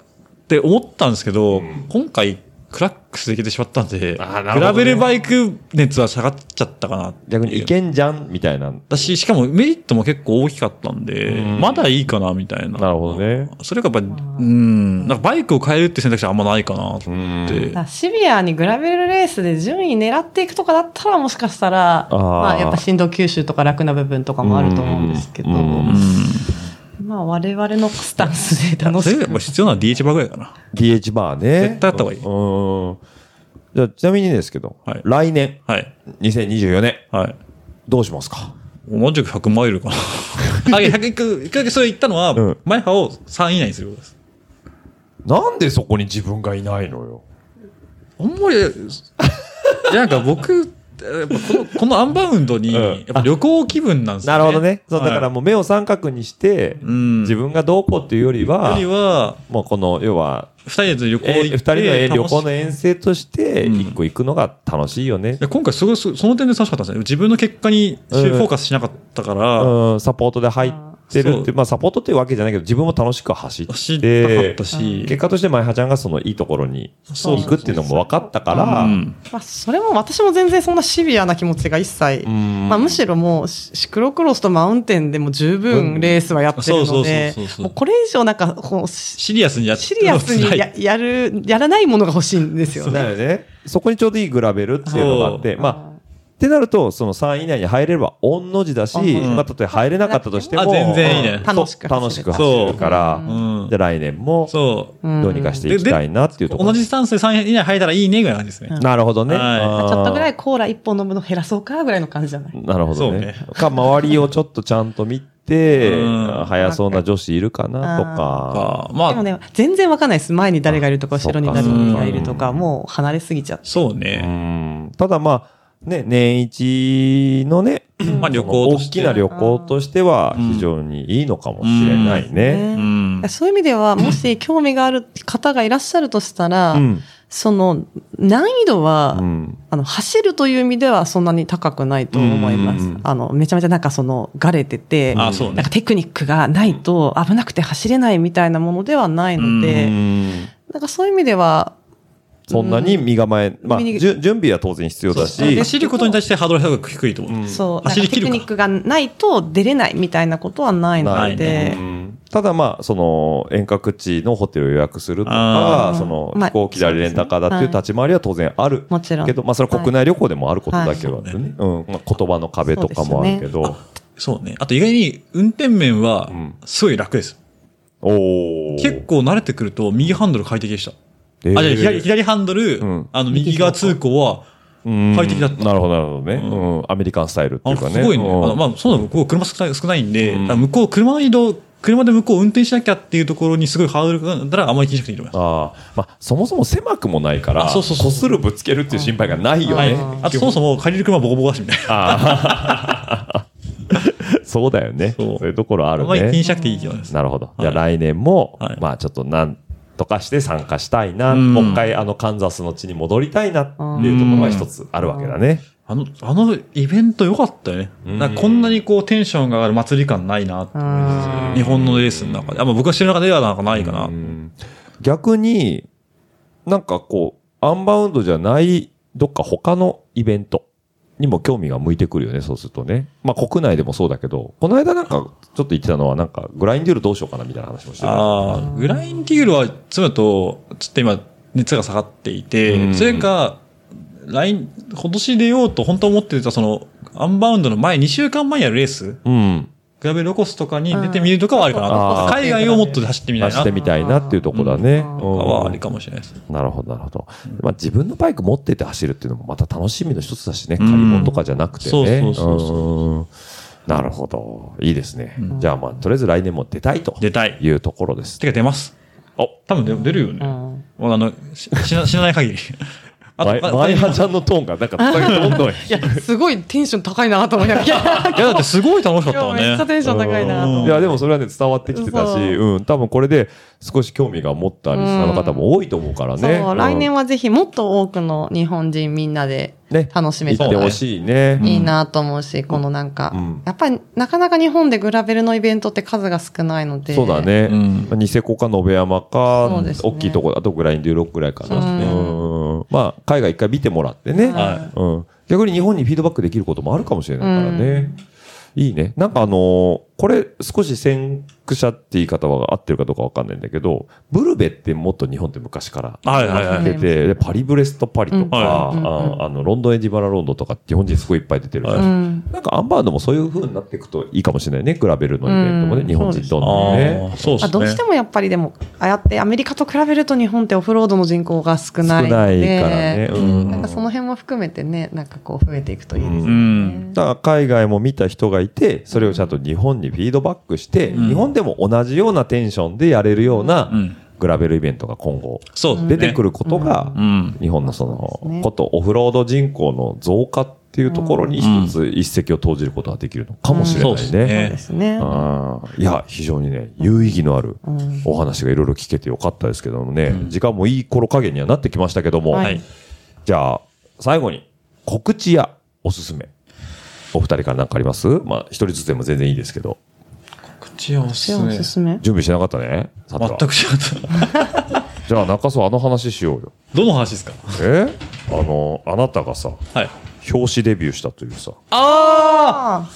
Speaker 3: て思ったんですけど、今回、クラックスできてしまったんで、
Speaker 5: あーなるほどね
Speaker 3: グラベルバイク熱は下がっちゃったかなっていう
Speaker 5: 逆にいけんじゃんみたいな。
Speaker 3: だし、しかもメリットも結構大きかったんで、
Speaker 5: うん
Speaker 3: まだいいかな、みたいな。
Speaker 5: なるほどね。
Speaker 3: それがやっぱ、うん、なんかバイクを変えるって選択肢はあんまないかなって。
Speaker 5: うん。
Speaker 7: だからシビアにグラベルレースで順位狙っていくとかだったらもしかしたら
Speaker 5: あー
Speaker 6: まあ、やっぱ振動吸収とか楽な部分とかもあると思うんですけど、
Speaker 5: うんうんうん
Speaker 6: まあ我々のスタンスで楽
Speaker 3: そ
Speaker 6: し
Speaker 3: れが
Speaker 6: く
Speaker 3: やっぱ必要なのは DH バーぐらいかな。
Speaker 5: DH バーね。
Speaker 3: 絶対あった方がいい
Speaker 5: うん。じゃあ、ちなみにですけど、
Speaker 3: はい
Speaker 5: 来年、
Speaker 3: はい。
Speaker 5: 2024年、
Speaker 3: はい。
Speaker 5: どうしますか
Speaker 3: 同じく100マイルか [laughs] な。あ、いや、100、1回だけそれ言ったのは、
Speaker 5: うん
Speaker 3: マイハを3位以内にすることです。
Speaker 5: なんでそこに自分がいないのよ。
Speaker 3: あんまり、いや、なんか僕、やっぱこの、このアンバウンドに、
Speaker 5: うん
Speaker 3: やっぱ旅行気分なんですよ
Speaker 5: なる
Speaker 3: ね。
Speaker 5: ほどね。そう、だから
Speaker 3: はい
Speaker 5: もう目を三角にして、
Speaker 3: うん。
Speaker 5: 自
Speaker 3: 自分
Speaker 5: 分がどうこうっていうよりは
Speaker 3: よ、りは、
Speaker 5: もうこの、要は、
Speaker 3: 2人で旅行
Speaker 5: え
Speaker 3: 行っ
Speaker 5: ー二
Speaker 3: て。
Speaker 5: 人のえー旅
Speaker 3: 楽し
Speaker 5: 行の遠征として、
Speaker 3: うん
Speaker 5: 一個行くのが楽しいよね
Speaker 3: い。や今回すごいそその点で楽しかったんですね。自分の結果にフ
Speaker 5: うん
Speaker 3: ォーカスしなかったから、
Speaker 5: うん、サポートで入ってるって、
Speaker 3: そう
Speaker 5: まあサポートっていうわけじゃないけど、自分も楽しく走って、
Speaker 3: 走りたかったし、
Speaker 5: 結果として前葉ちゃんがそのいいところに
Speaker 3: そう
Speaker 5: 行くっていうのも分かったから、
Speaker 3: うん
Speaker 7: まあ、それも私も全然そんなシビアな気持ちが一切、
Speaker 5: うん
Speaker 7: まあ、むしろもうシシクロクロスとマウンテンでも十
Speaker 5: うん
Speaker 7: 分レースはやってるので
Speaker 3: そうそうそうそうそう
Speaker 7: もうこれ以上なんかこうシ
Speaker 3: シリアスにやって
Speaker 7: シリアスにややるやらないものが欲しいんですよ
Speaker 5: そうだ
Speaker 7: ね。
Speaker 5: よね。そこにちょうどいいグラベルっていうのがあって、まあ、ってなると、その3位以内に入れれば、御の字だし、
Speaker 3: ん
Speaker 5: まあ、たとえ入れなかったとしても、
Speaker 3: あ全然いいね
Speaker 5: そう
Speaker 7: 楽しく走る
Speaker 5: 楽しく走るから、
Speaker 3: うん
Speaker 5: じゃあ来年も、
Speaker 3: そ
Speaker 7: ど
Speaker 3: う。
Speaker 5: どうにかしていきたいなっていうところ。
Speaker 3: 同じスタンスで3位以内入ったらいいねぐらいの感じですね。
Speaker 5: なるほどね。
Speaker 3: はい
Speaker 5: あー
Speaker 7: ちょっとぐらいコーラ一本飲むの減らそうかぐらいの感じじゃない
Speaker 5: なるほどね。
Speaker 3: そう
Speaker 5: か、周りをちょっとちゃんと見て、
Speaker 3: うん
Speaker 5: 早そうな女子いるかなとか。
Speaker 3: あま
Speaker 7: でもね、
Speaker 3: あ、
Speaker 7: 全然わかんないです。前に誰がいるとか、
Speaker 5: あ
Speaker 7: 後ろに
Speaker 5: そう
Speaker 3: か
Speaker 7: 誰がいるとか、もう離れすぎちゃって。
Speaker 3: そう
Speaker 5: う
Speaker 3: ね。
Speaker 5: んただまあ、ね、年一のね、
Speaker 3: まあ旅行
Speaker 5: 大
Speaker 3: として
Speaker 5: きな旅行としては非常にいいのかもしれないね。
Speaker 3: う
Speaker 7: ね
Speaker 3: ん。
Speaker 7: そういう意味では、もし興味がある方がいらっしゃるとしたら、
Speaker 5: うん。
Speaker 7: その、難易度は、
Speaker 5: うん
Speaker 7: あの、走るという意味ではそんなに高くないと思います。
Speaker 5: うんうんうん
Speaker 7: あの、めちゃめちゃなんかその、がれてて、
Speaker 3: あそうね
Speaker 7: なんかテクニックがないと危なくて走れないみたいなものではないので、
Speaker 5: うん
Speaker 7: なんかそういう意味では、
Speaker 5: そんなに身構え、まあ、
Speaker 7: 身に
Speaker 5: じゅ準備は当然必要だ
Speaker 7: そう
Speaker 5: し、
Speaker 3: 走ることに対してハードルが低いと思う。
Speaker 7: そう、なん
Speaker 3: 走
Speaker 7: か
Speaker 3: り切
Speaker 7: テ
Speaker 3: る
Speaker 7: ク
Speaker 3: か
Speaker 7: ニックがないと出れないみたいなことはないの
Speaker 5: ない
Speaker 7: で、
Speaker 5: うんただまあ、その遠隔地のホテルを予約するとか
Speaker 3: あ、
Speaker 7: ー
Speaker 5: その
Speaker 7: まあ
Speaker 5: 飛行機だりレンタカーだっていう
Speaker 7: はい
Speaker 5: 立ち回りは当然ある
Speaker 7: もちろん
Speaker 5: け。ど、まあ、それは国内旅行でもあることだけど
Speaker 3: はい
Speaker 5: ね、うんまあ、言葉の壁とかもあるけど、
Speaker 3: そうね。あと意外に運転面は
Speaker 5: うん、
Speaker 3: すごい楽です。
Speaker 5: おー
Speaker 3: 結構慣れてくると、右ハンドル快適でした。
Speaker 5: えー
Speaker 3: あ、じゃあ左左ハンドル
Speaker 5: うん、
Speaker 3: あの、右側通行は、
Speaker 5: うん
Speaker 3: 快適だった
Speaker 5: なるほど、なるほどね、うんアメリカンスタイルってい
Speaker 3: あ
Speaker 5: うかね。
Speaker 3: すごいね。あ
Speaker 5: うん
Speaker 3: のまあ、そうなの、ここ車少ない少ないんで、
Speaker 5: うん
Speaker 3: あ向こう、車の移動、車で向こう運転しなきゃっていうところにすごいハードルがあったら、あんまり気にしなくていいと思いま
Speaker 5: ああまあ、そもそも狭くもないから、
Speaker 3: あそうそうそう
Speaker 5: こするぶつけるっていう心配がないよ
Speaker 3: す。は
Speaker 5: ね。
Speaker 3: い。あと、そもそも借りる車ボコボコだしみたいな。
Speaker 5: ああ [laughs] そうだよね。
Speaker 3: そ
Speaker 5: そうういうところあ
Speaker 3: あ
Speaker 5: る
Speaker 3: んまり気に
Speaker 5: ね。
Speaker 3: しなくていいと思います。
Speaker 5: なるほど。じゃあ
Speaker 3: は
Speaker 5: 来年も、
Speaker 3: はい
Speaker 5: まあちょっとなんとかして参加したいな。
Speaker 3: うん
Speaker 5: もう一回あのカンザスの地に戻りたいなっていうところが一つあるわけだね。
Speaker 3: あの、あのイベント良かったよね。
Speaker 5: うん
Speaker 3: なんかこんなにこうテンションが上がる祭り感ないなって思いま
Speaker 5: うん
Speaker 3: す日本のレースの中で。あ、まあ僕は知る中ではなんかないかな。
Speaker 5: うん逆に、なんかこう、アンバウンドじゃない、どっか他のイベントにも興味が向いてくるよね、そうするとね。まあ国内でもそうだけど、この間なんかちょっと言ってたのは、なんかグラインデュールどうしようかなみたいな話もしてた。
Speaker 3: ああ、グラインディールは、妻と、ちょっと今、熱が下がっていて、
Speaker 5: うん
Speaker 3: それか、来、今年出ようと本当は思ってた、その、アンバウンドの前、2週間前にやるレース、
Speaker 5: うん。
Speaker 3: グラベルロコスとかに出てみるとかはありかなと
Speaker 5: うんあー
Speaker 3: 海外をもっと走ってみたい
Speaker 5: 走
Speaker 3: な
Speaker 5: っ。てみたいなっていうとこだね。うん
Speaker 3: はありかもしれないです。
Speaker 5: なるほど、なるほど。まあ自分のバイク持ってて走るっていうのもまた楽しみの一つだしね。
Speaker 3: う
Speaker 5: 借
Speaker 3: ん
Speaker 5: り物とかじゃなくてね。
Speaker 3: そうそうそうそ
Speaker 5: うんなるほど。いいですね。じゃあまあ、とりあえず来年も出たいと
Speaker 3: 出たい。
Speaker 5: いうところです。
Speaker 3: てか出ます。
Speaker 5: あ、
Speaker 3: 多分出出るよね。
Speaker 7: ん
Speaker 3: まああの、し [laughs] 死な死なない
Speaker 5: [laughs]
Speaker 3: 限り。あ
Speaker 5: マイ
Speaker 3: ま
Speaker 5: マイハ
Speaker 3: い
Speaker 5: ちゃんのトーンが、な
Speaker 7: [laughs]
Speaker 5: んか、どんどん。いや、
Speaker 7: すごいテンション高いなと思いながらい
Speaker 5: [laughs]
Speaker 7: や、
Speaker 3: や、だってすごい楽しかったわ
Speaker 7: 今日めっちゃテ
Speaker 3: ね。
Speaker 7: ンション高いなと思って
Speaker 5: いやでもそれはね、伝わってきてたし、
Speaker 7: そう
Speaker 5: うん、多分これで少し興味が持ったリスナーの方も多いと思うからね。
Speaker 6: そう、来年
Speaker 5: は、
Speaker 6: はぜひもっと多くの日本人みんなで
Speaker 5: ね、
Speaker 6: 楽しめた
Speaker 5: 行っ
Speaker 6: ら
Speaker 5: てほしいね。
Speaker 6: いいなと思うし、このなんか、
Speaker 5: うん
Speaker 6: やっぱりなかなか日本でグラベルのイベントって数が少ないので、
Speaker 5: そうだね。
Speaker 3: うん
Speaker 5: まあニセコか野辺山か、
Speaker 6: そうですね
Speaker 5: 大きいとこだとグラインドロックぐらいかな。
Speaker 6: そうですね
Speaker 5: うんまあ、海外一回見てもらってね、
Speaker 3: は
Speaker 5: うん。逆に日本にフィードバックできることもあるかもしれないからね。いいね。なんかあのーこれ少し先駆者って言い方は合ってるかどうかわかんないんだけど、ブルベってもっと日本って昔から
Speaker 3: はいはいはい
Speaker 5: やってて、でパリブレストパリとか、
Speaker 3: う
Speaker 5: ああの、ロンドンエディバラロンドとか日本人すごいいっぱい出てるじゃん
Speaker 6: うん。
Speaker 5: なんかアンバードもそういう風になっていくといいかもしれないね。グラベルのイベントもね、
Speaker 6: うん
Speaker 5: 日本人どん
Speaker 3: あ
Speaker 5: どんね。
Speaker 3: ーそうです
Speaker 6: あ
Speaker 3: ね。
Speaker 6: どうしてもやっぱりでも、ああやってアメリカと比べると日本ってオフロードの人口が少
Speaker 5: 少な
Speaker 6: な
Speaker 5: いい
Speaker 6: の
Speaker 5: から
Speaker 6: で、
Speaker 5: ね。うん。
Speaker 6: なんかその辺も含めてね、なんかこう増えていくといいです
Speaker 5: う
Speaker 3: う
Speaker 6: ね。
Speaker 3: ん。
Speaker 5: だから海外も見た人がいて、それをちゃんと日本にフィードバックして、
Speaker 3: ん
Speaker 5: 日本でも同じようなテンションでやれるような
Speaker 3: うん
Speaker 5: グラベルイベントが今後
Speaker 3: そうですね。
Speaker 5: 出てくることが
Speaker 3: う、ん。
Speaker 5: 日本のその、ことオフロード人口の増加っていうところに一つ一石を投じることができるのかもしれ
Speaker 3: そう
Speaker 5: な
Speaker 3: です
Speaker 5: いね。
Speaker 3: ね
Speaker 6: で。すね。
Speaker 5: ああ、いや、非常にね、有意義のあるお話がいろいろ聞けてよかったですけどもね、時間もいい頃加減にはなってきましたけども、
Speaker 3: はい。
Speaker 5: じゃあ、最後に、告知やおすすめ。お二人から何かありますまあ、一人ずつでも全然いいですけど。
Speaker 3: 口をおす
Speaker 6: じゃあおすすめ。
Speaker 5: 準備しなかったね佐藤は
Speaker 3: 全く違った。
Speaker 5: じゃあ、中曽あの話しようよ。
Speaker 3: どの話ですか
Speaker 5: えあの、あなたがさ、
Speaker 3: はい。
Speaker 5: 表紙デビューしたというさ、
Speaker 6: ああ、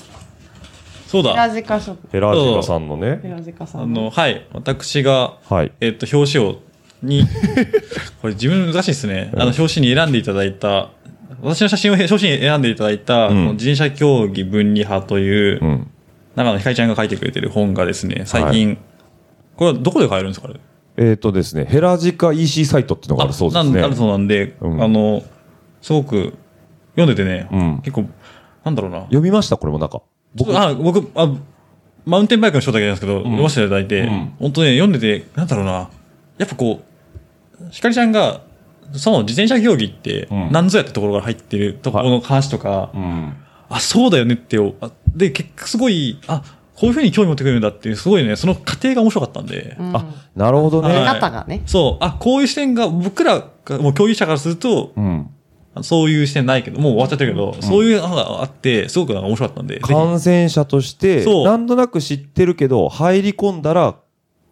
Speaker 3: そうだ。
Speaker 7: ラ
Speaker 3: あ
Speaker 7: ジカショップ。
Speaker 5: ヘラジカさんのね、
Speaker 7: ラジカさん。
Speaker 3: の、はい。私が、
Speaker 5: はい。
Speaker 3: えっと、表紙を、
Speaker 5: [laughs]
Speaker 3: に、これ自分難しいですね。あの、表紙に選んでいただいた、私の写真を表紙に選んでいただいた、こ
Speaker 5: ん
Speaker 3: の自転車競技分離派という、
Speaker 5: うん。
Speaker 3: 長野ひかりちゃんが書いてくれてる本がですね、最近、これはどこで買えるんですかね
Speaker 5: えっ、とですね、ヘラジカ EC サイトっていうのがあるそうですね。
Speaker 3: なんあるそうなんで、
Speaker 5: うん
Speaker 3: あの、すごく、読んでてね、
Speaker 5: うん
Speaker 3: 結構、なんだろうな。
Speaker 5: 読みましたこれもなんか。僕、
Speaker 3: あ僕あ、マウンテンバイクの書だけなんですけど、読ませていただいて、
Speaker 5: ん
Speaker 3: 本当ね、読んでて、なんだろうな。やっぱこう、ひかりちゃんが、その自転車競技って
Speaker 5: ん
Speaker 3: 何ぞやってところから入ってるところの話とか、
Speaker 5: うん。
Speaker 3: あ、そうだよねってよ。あで、結局すごい、あ、こういうふうに興味持ってくれるんだっていう、すごいね、その過程が面白かったんで、
Speaker 5: あ、なるほどね。
Speaker 3: はい
Speaker 6: 方がね。
Speaker 3: そう、あ、こういう視点が、僕らが、もう競技者からすると、
Speaker 5: うん。
Speaker 3: そういう視点ないけど、もう終わっちゃってるけど、そういうのがあって、すごくなんか面白かったんで、ぜひ
Speaker 5: 感染者として、
Speaker 3: そう
Speaker 5: なんとなく知ってるけど、入り込んだら、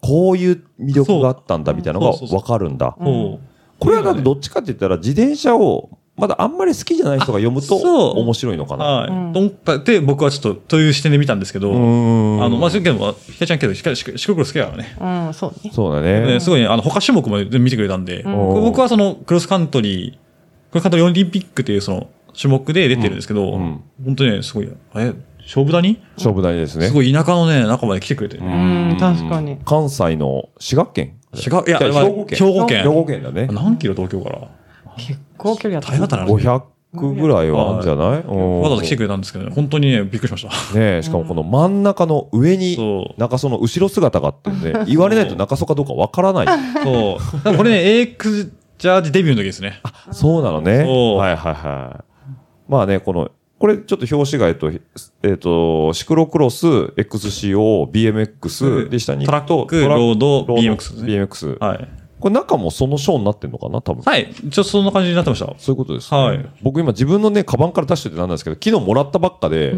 Speaker 5: こういう魅力があったんだみたいなのが
Speaker 3: そうそうそう
Speaker 5: わかるんだ。
Speaker 3: そう
Speaker 5: これはだってどっちかって言ったら、自転車を、まだあんまり好きじゃない人が読むと
Speaker 3: あそう
Speaker 5: 面白いのかな。
Speaker 3: はい。と思ったで、僕はちょっと、という視点で見たんですけど、
Speaker 5: うーん。
Speaker 3: あの、まあ、そういうけど、ひかちゃんけど、しかし、シクロクロス好きだからね。
Speaker 6: うん、そうね。
Speaker 5: そうだ
Speaker 3: ね
Speaker 5: ね。
Speaker 3: すごいね、あの、他種目も全部見てくれたん
Speaker 5: ん
Speaker 3: で、僕はその、クロスカントリー、クロスカントリーオリンピックっていうその、種目で出てるんですけど、
Speaker 5: うんうん
Speaker 3: 本当にね、すごい、え、勝負谷
Speaker 5: 勝負大ですね
Speaker 3: す。ごい田舎のね、中まで来てくれて、ね
Speaker 7: うん、確かに。
Speaker 5: 関西の滋賀県
Speaker 3: 違う、いや、
Speaker 5: 違う
Speaker 3: まあ
Speaker 5: 兵庫県
Speaker 3: 兵庫県
Speaker 5: 兵庫県だね。
Speaker 3: 何キロ東京から
Speaker 7: 結構距離あった
Speaker 3: 大変だったな。わ
Speaker 5: 500ぐらいはあるんじゃないうん
Speaker 3: ざわざ来てくれたんですけどね、本当にね、びっくりしました。
Speaker 5: ねえ、しかもこの真ん中の上に
Speaker 3: そ、う
Speaker 5: 中曽の後ろ姿があってね、言われないと中曽かどうかわからない。
Speaker 3: そう。だからこれね、AX ジャージデビューの時ですね。
Speaker 5: そうなのね。
Speaker 3: そう
Speaker 5: はいはいはい。まあね、この、これちょっと表紙が、えっと、えっと、シクロクロス、XCO、BMX でしたに。
Speaker 3: トラック
Speaker 5: と
Speaker 3: ロード BMX ですね
Speaker 5: BMX。
Speaker 3: はい。
Speaker 5: これ中もその章になってんのかな多分。
Speaker 3: はい。ちょっとそんな感じになってました。
Speaker 5: そういうことです、ね。
Speaker 3: はい
Speaker 5: 僕今自分のね、カバンから出しててなんなんですけど、昨日もらったばっかで、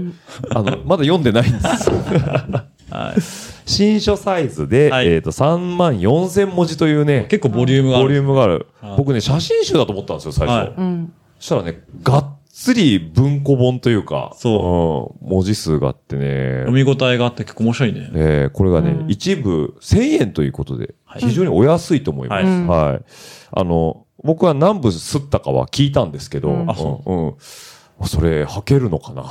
Speaker 5: あの、まだ読んでないんです。
Speaker 3: [laughs] はい。
Speaker 5: 新書サイズで、
Speaker 3: はい
Speaker 5: えっと、3万4千文字というね、
Speaker 3: 結構ボリュームがあ
Speaker 5: ボリュ
Speaker 3: る。
Speaker 5: ームがある
Speaker 3: は。い
Speaker 5: 僕ね、写真集だと思ったんですよ、最初。
Speaker 3: はい
Speaker 6: うん。
Speaker 5: そしたらね、がっつり文庫本というか、。
Speaker 3: そう
Speaker 5: ん、文字数があって
Speaker 3: 読
Speaker 5: ね、
Speaker 3: み応えがあって結構面白いね。
Speaker 5: えーこれがね、一部1000円ということで、
Speaker 3: はい
Speaker 5: 非常にお安いと思います。
Speaker 3: う
Speaker 5: はい。あの、僕は何部吸ったかは聞いたんですけど、うん、
Speaker 3: あそ
Speaker 5: うんそれ、履けるのかな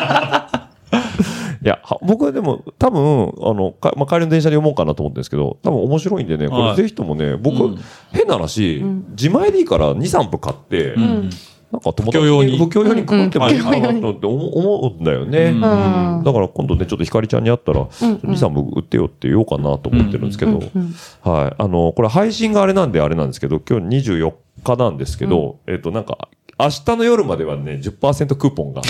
Speaker 3: [laughs]
Speaker 5: いや、は僕はでも、多分、あの、かまあ、帰りの電車で読もうかなと思ってるんですけど、多分面白いんでね、こ
Speaker 3: は
Speaker 5: れ
Speaker 3: い
Speaker 5: ぜひともね、僕、
Speaker 3: うん
Speaker 5: 変な話、自前でいいから2、3部買って、
Speaker 3: うん。
Speaker 5: なんか友
Speaker 3: 布教用に
Speaker 5: 布教用に配ってもいいか
Speaker 3: うん
Speaker 5: なって思思うんだよね。
Speaker 3: うん
Speaker 6: うん
Speaker 5: だから今度ね、ちょっとひかりちゃんに会ったら、
Speaker 6: ん
Speaker 5: 兄さんも売ってよって言おうかなと思ってるんですけど、はい。あの、これ配信があれなんであれなんですけど、今日24日なんですけど、えっと、なんか、明日の夜まではね、10%クーポンが。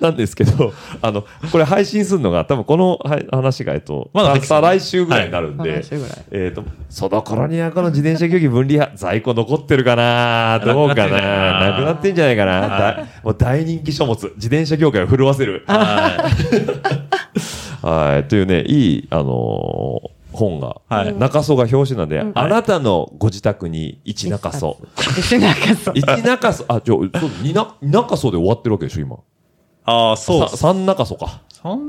Speaker 5: なんですけ [laughs] ど、あの、これ配信するのが、多分このはい話が、えっと、
Speaker 3: まだ入って
Speaker 5: 再来週ぐらいになるんで、
Speaker 6: はい再来週ぐらい
Speaker 5: えっと、その頃にはこの自転車競技分離は在庫残ってるかなどうかな
Speaker 3: なくなってんじゃないかな
Speaker 5: なくなってんじゃないかなだもう大人気書物、自転車業界を震わせる。
Speaker 3: は
Speaker 5: [laughs] はい。というね、いい、あのー本が、
Speaker 3: はい
Speaker 5: 中曽が表紙なんで、あなたのご自宅に一中曽。
Speaker 6: でなんかそう
Speaker 5: 一中曽、あ、じゃあ、そう二な二中曽で終わってるわけでしょ、今。
Speaker 3: い。ああ、そうっ
Speaker 5: さ
Speaker 3: す。
Speaker 5: 三中曽か。
Speaker 3: 三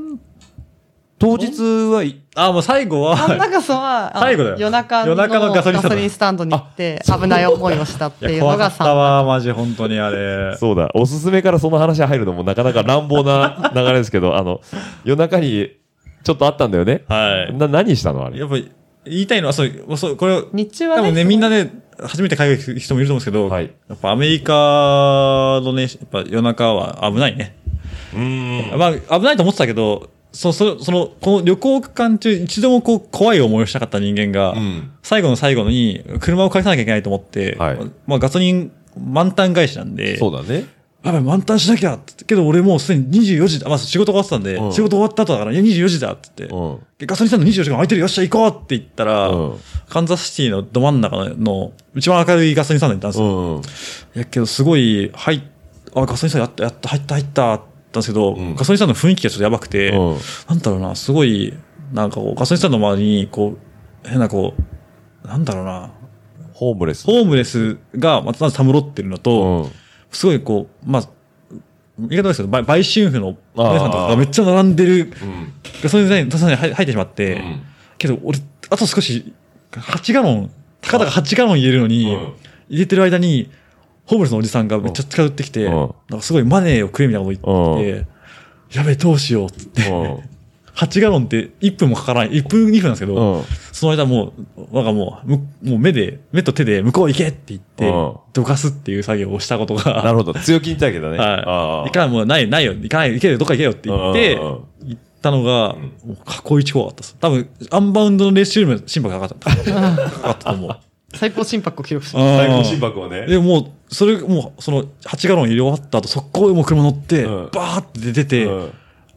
Speaker 5: 当日はい、
Speaker 3: ああ、もう最後は、
Speaker 6: あん中さは、あ
Speaker 3: 最後だよ
Speaker 6: 夜中
Speaker 3: 夜中のガソリンスタン
Speaker 6: スタンド
Speaker 3: ド
Speaker 6: に行って、危ない思いをしたって
Speaker 3: い
Speaker 6: い
Speaker 3: や、
Speaker 6: うの
Speaker 3: 怖か
Speaker 6: が
Speaker 3: った
Speaker 6: さ、
Speaker 3: わ、マジ、本当にあれ。
Speaker 5: [laughs] そうだ、おすすめからその話入るのもなかなか乱暴な流れですけど、あの、夜中にちょっとあったんだよね。
Speaker 3: はい
Speaker 5: な、何したのあれ
Speaker 3: や。っぱり、言いたいのは、そう、もうそう、これ、
Speaker 6: 日中
Speaker 3: 多
Speaker 6: は
Speaker 3: 分ね、
Speaker 6: ね、
Speaker 3: みんなね、初めて海外行く人もいると思うんですけど、
Speaker 5: はい
Speaker 3: やっぱアメリカのね、やっぱ夜中は危ないね。
Speaker 5: うん。
Speaker 3: まあ、危ないと思ってたけど、そそその、この旅行区間中、一度もこう、怖い思いをしたかった人間が、
Speaker 5: うん。
Speaker 3: 最後の最後に、車を返さなきゃいけないと思って、
Speaker 5: はい
Speaker 3: まあ、ガソリン満タン返しなんで、
Speaker 5: そうだね。
Speaker 3: やばい、満タンしなきゃってけど俺もうすでに24時だ。まあ、仕事終わってたんで、
Speaker 5: うん
Speaker 3: 仕事終わった後だから、いや24時だって言って、
Speaker 5: うん。
Speaker 3: でガソリンスタンド24時間空いてるよっしゃ行こうって言ったら、
Speaker 5: うん
Speaker 3: カンザスシティのど真ん中のの一番明るいガソリンスタンドに行ったんです
Speaker 5: うん。
Speaker 3: よ。いや、けどすごい、はい、あ、ガソリンスタンドやった、やった、入った、入った、って言ったんですけど、
Speaker 5: ん
Speaker 3: ガソリンスタンドの雰囲気がちょっとやばくて、
Speaker 5: うん
Speaker 3: なんだろうな、すごい、なんかこう、ガソリンスタンドの周りに、こう、変なこう、なんだろうな、
Speaker 5: ホームレス。
Speaker 3: ホームレスがまずまずたむろってるのと、
Speaker 5: うん。
Speaker 3: すごいこう、まあ、言い方ですけど、売売春婦の
Speaker 5: あー
Speaker 3: 皆さんとかがめっちゃ並んでる、
Speaker 5: うん。
Speaker 3: それで、確かに入入ってしまって、
Speaker 5: ん
Speaker 3: けど俺、あと少し、8ガロン、たかだか8ガロン入れるのに、
Speaker 5: うん
Speaker 3: 入れてる間に、ホームレスのおじさんがめっちゃ近寄ってきて、
Speaker 5: うん
Speaker 3: なんかすごいマネーをくれみたいなこと言ってきて、やべえ、どうしようっつって、8ガロンって1分もかからない、1分2分なんですけど、
Speaker 5: うん。
Speaker 3: その間もう、なんかもう、むもう目で、目と手で向こう行けって言って
Speaker 5: うん、
Speaker 3: どかすっていう作業をしたことが、
Speaker 5: なるほど。強気に言ったけどね。あ
Speaker 3: は
Speaker 5: あ
Speaker 3: い。いかんもうない、ないよ、行かない、行けよ、どっか行けよって言って
Speaker 5: うんうんうん、
Speaker 3: 行ったのが、もう過去一怖かったです。多分、アンバウンドのレース中よりも心拍が高かった。高かったと
Speaker 5: [laughs]
Speaker 3: 思う。
Speaker 6: 最高心拍を記録して、
Speaker 5: 最高心拍をね。
Speaker 3: で、もう、それ、もう、その、8ガロン入れ終わった後、速攻でもう車乗って、
Speaker 5: うん
Speaker 3: バーって出て、
Speaker 5: うん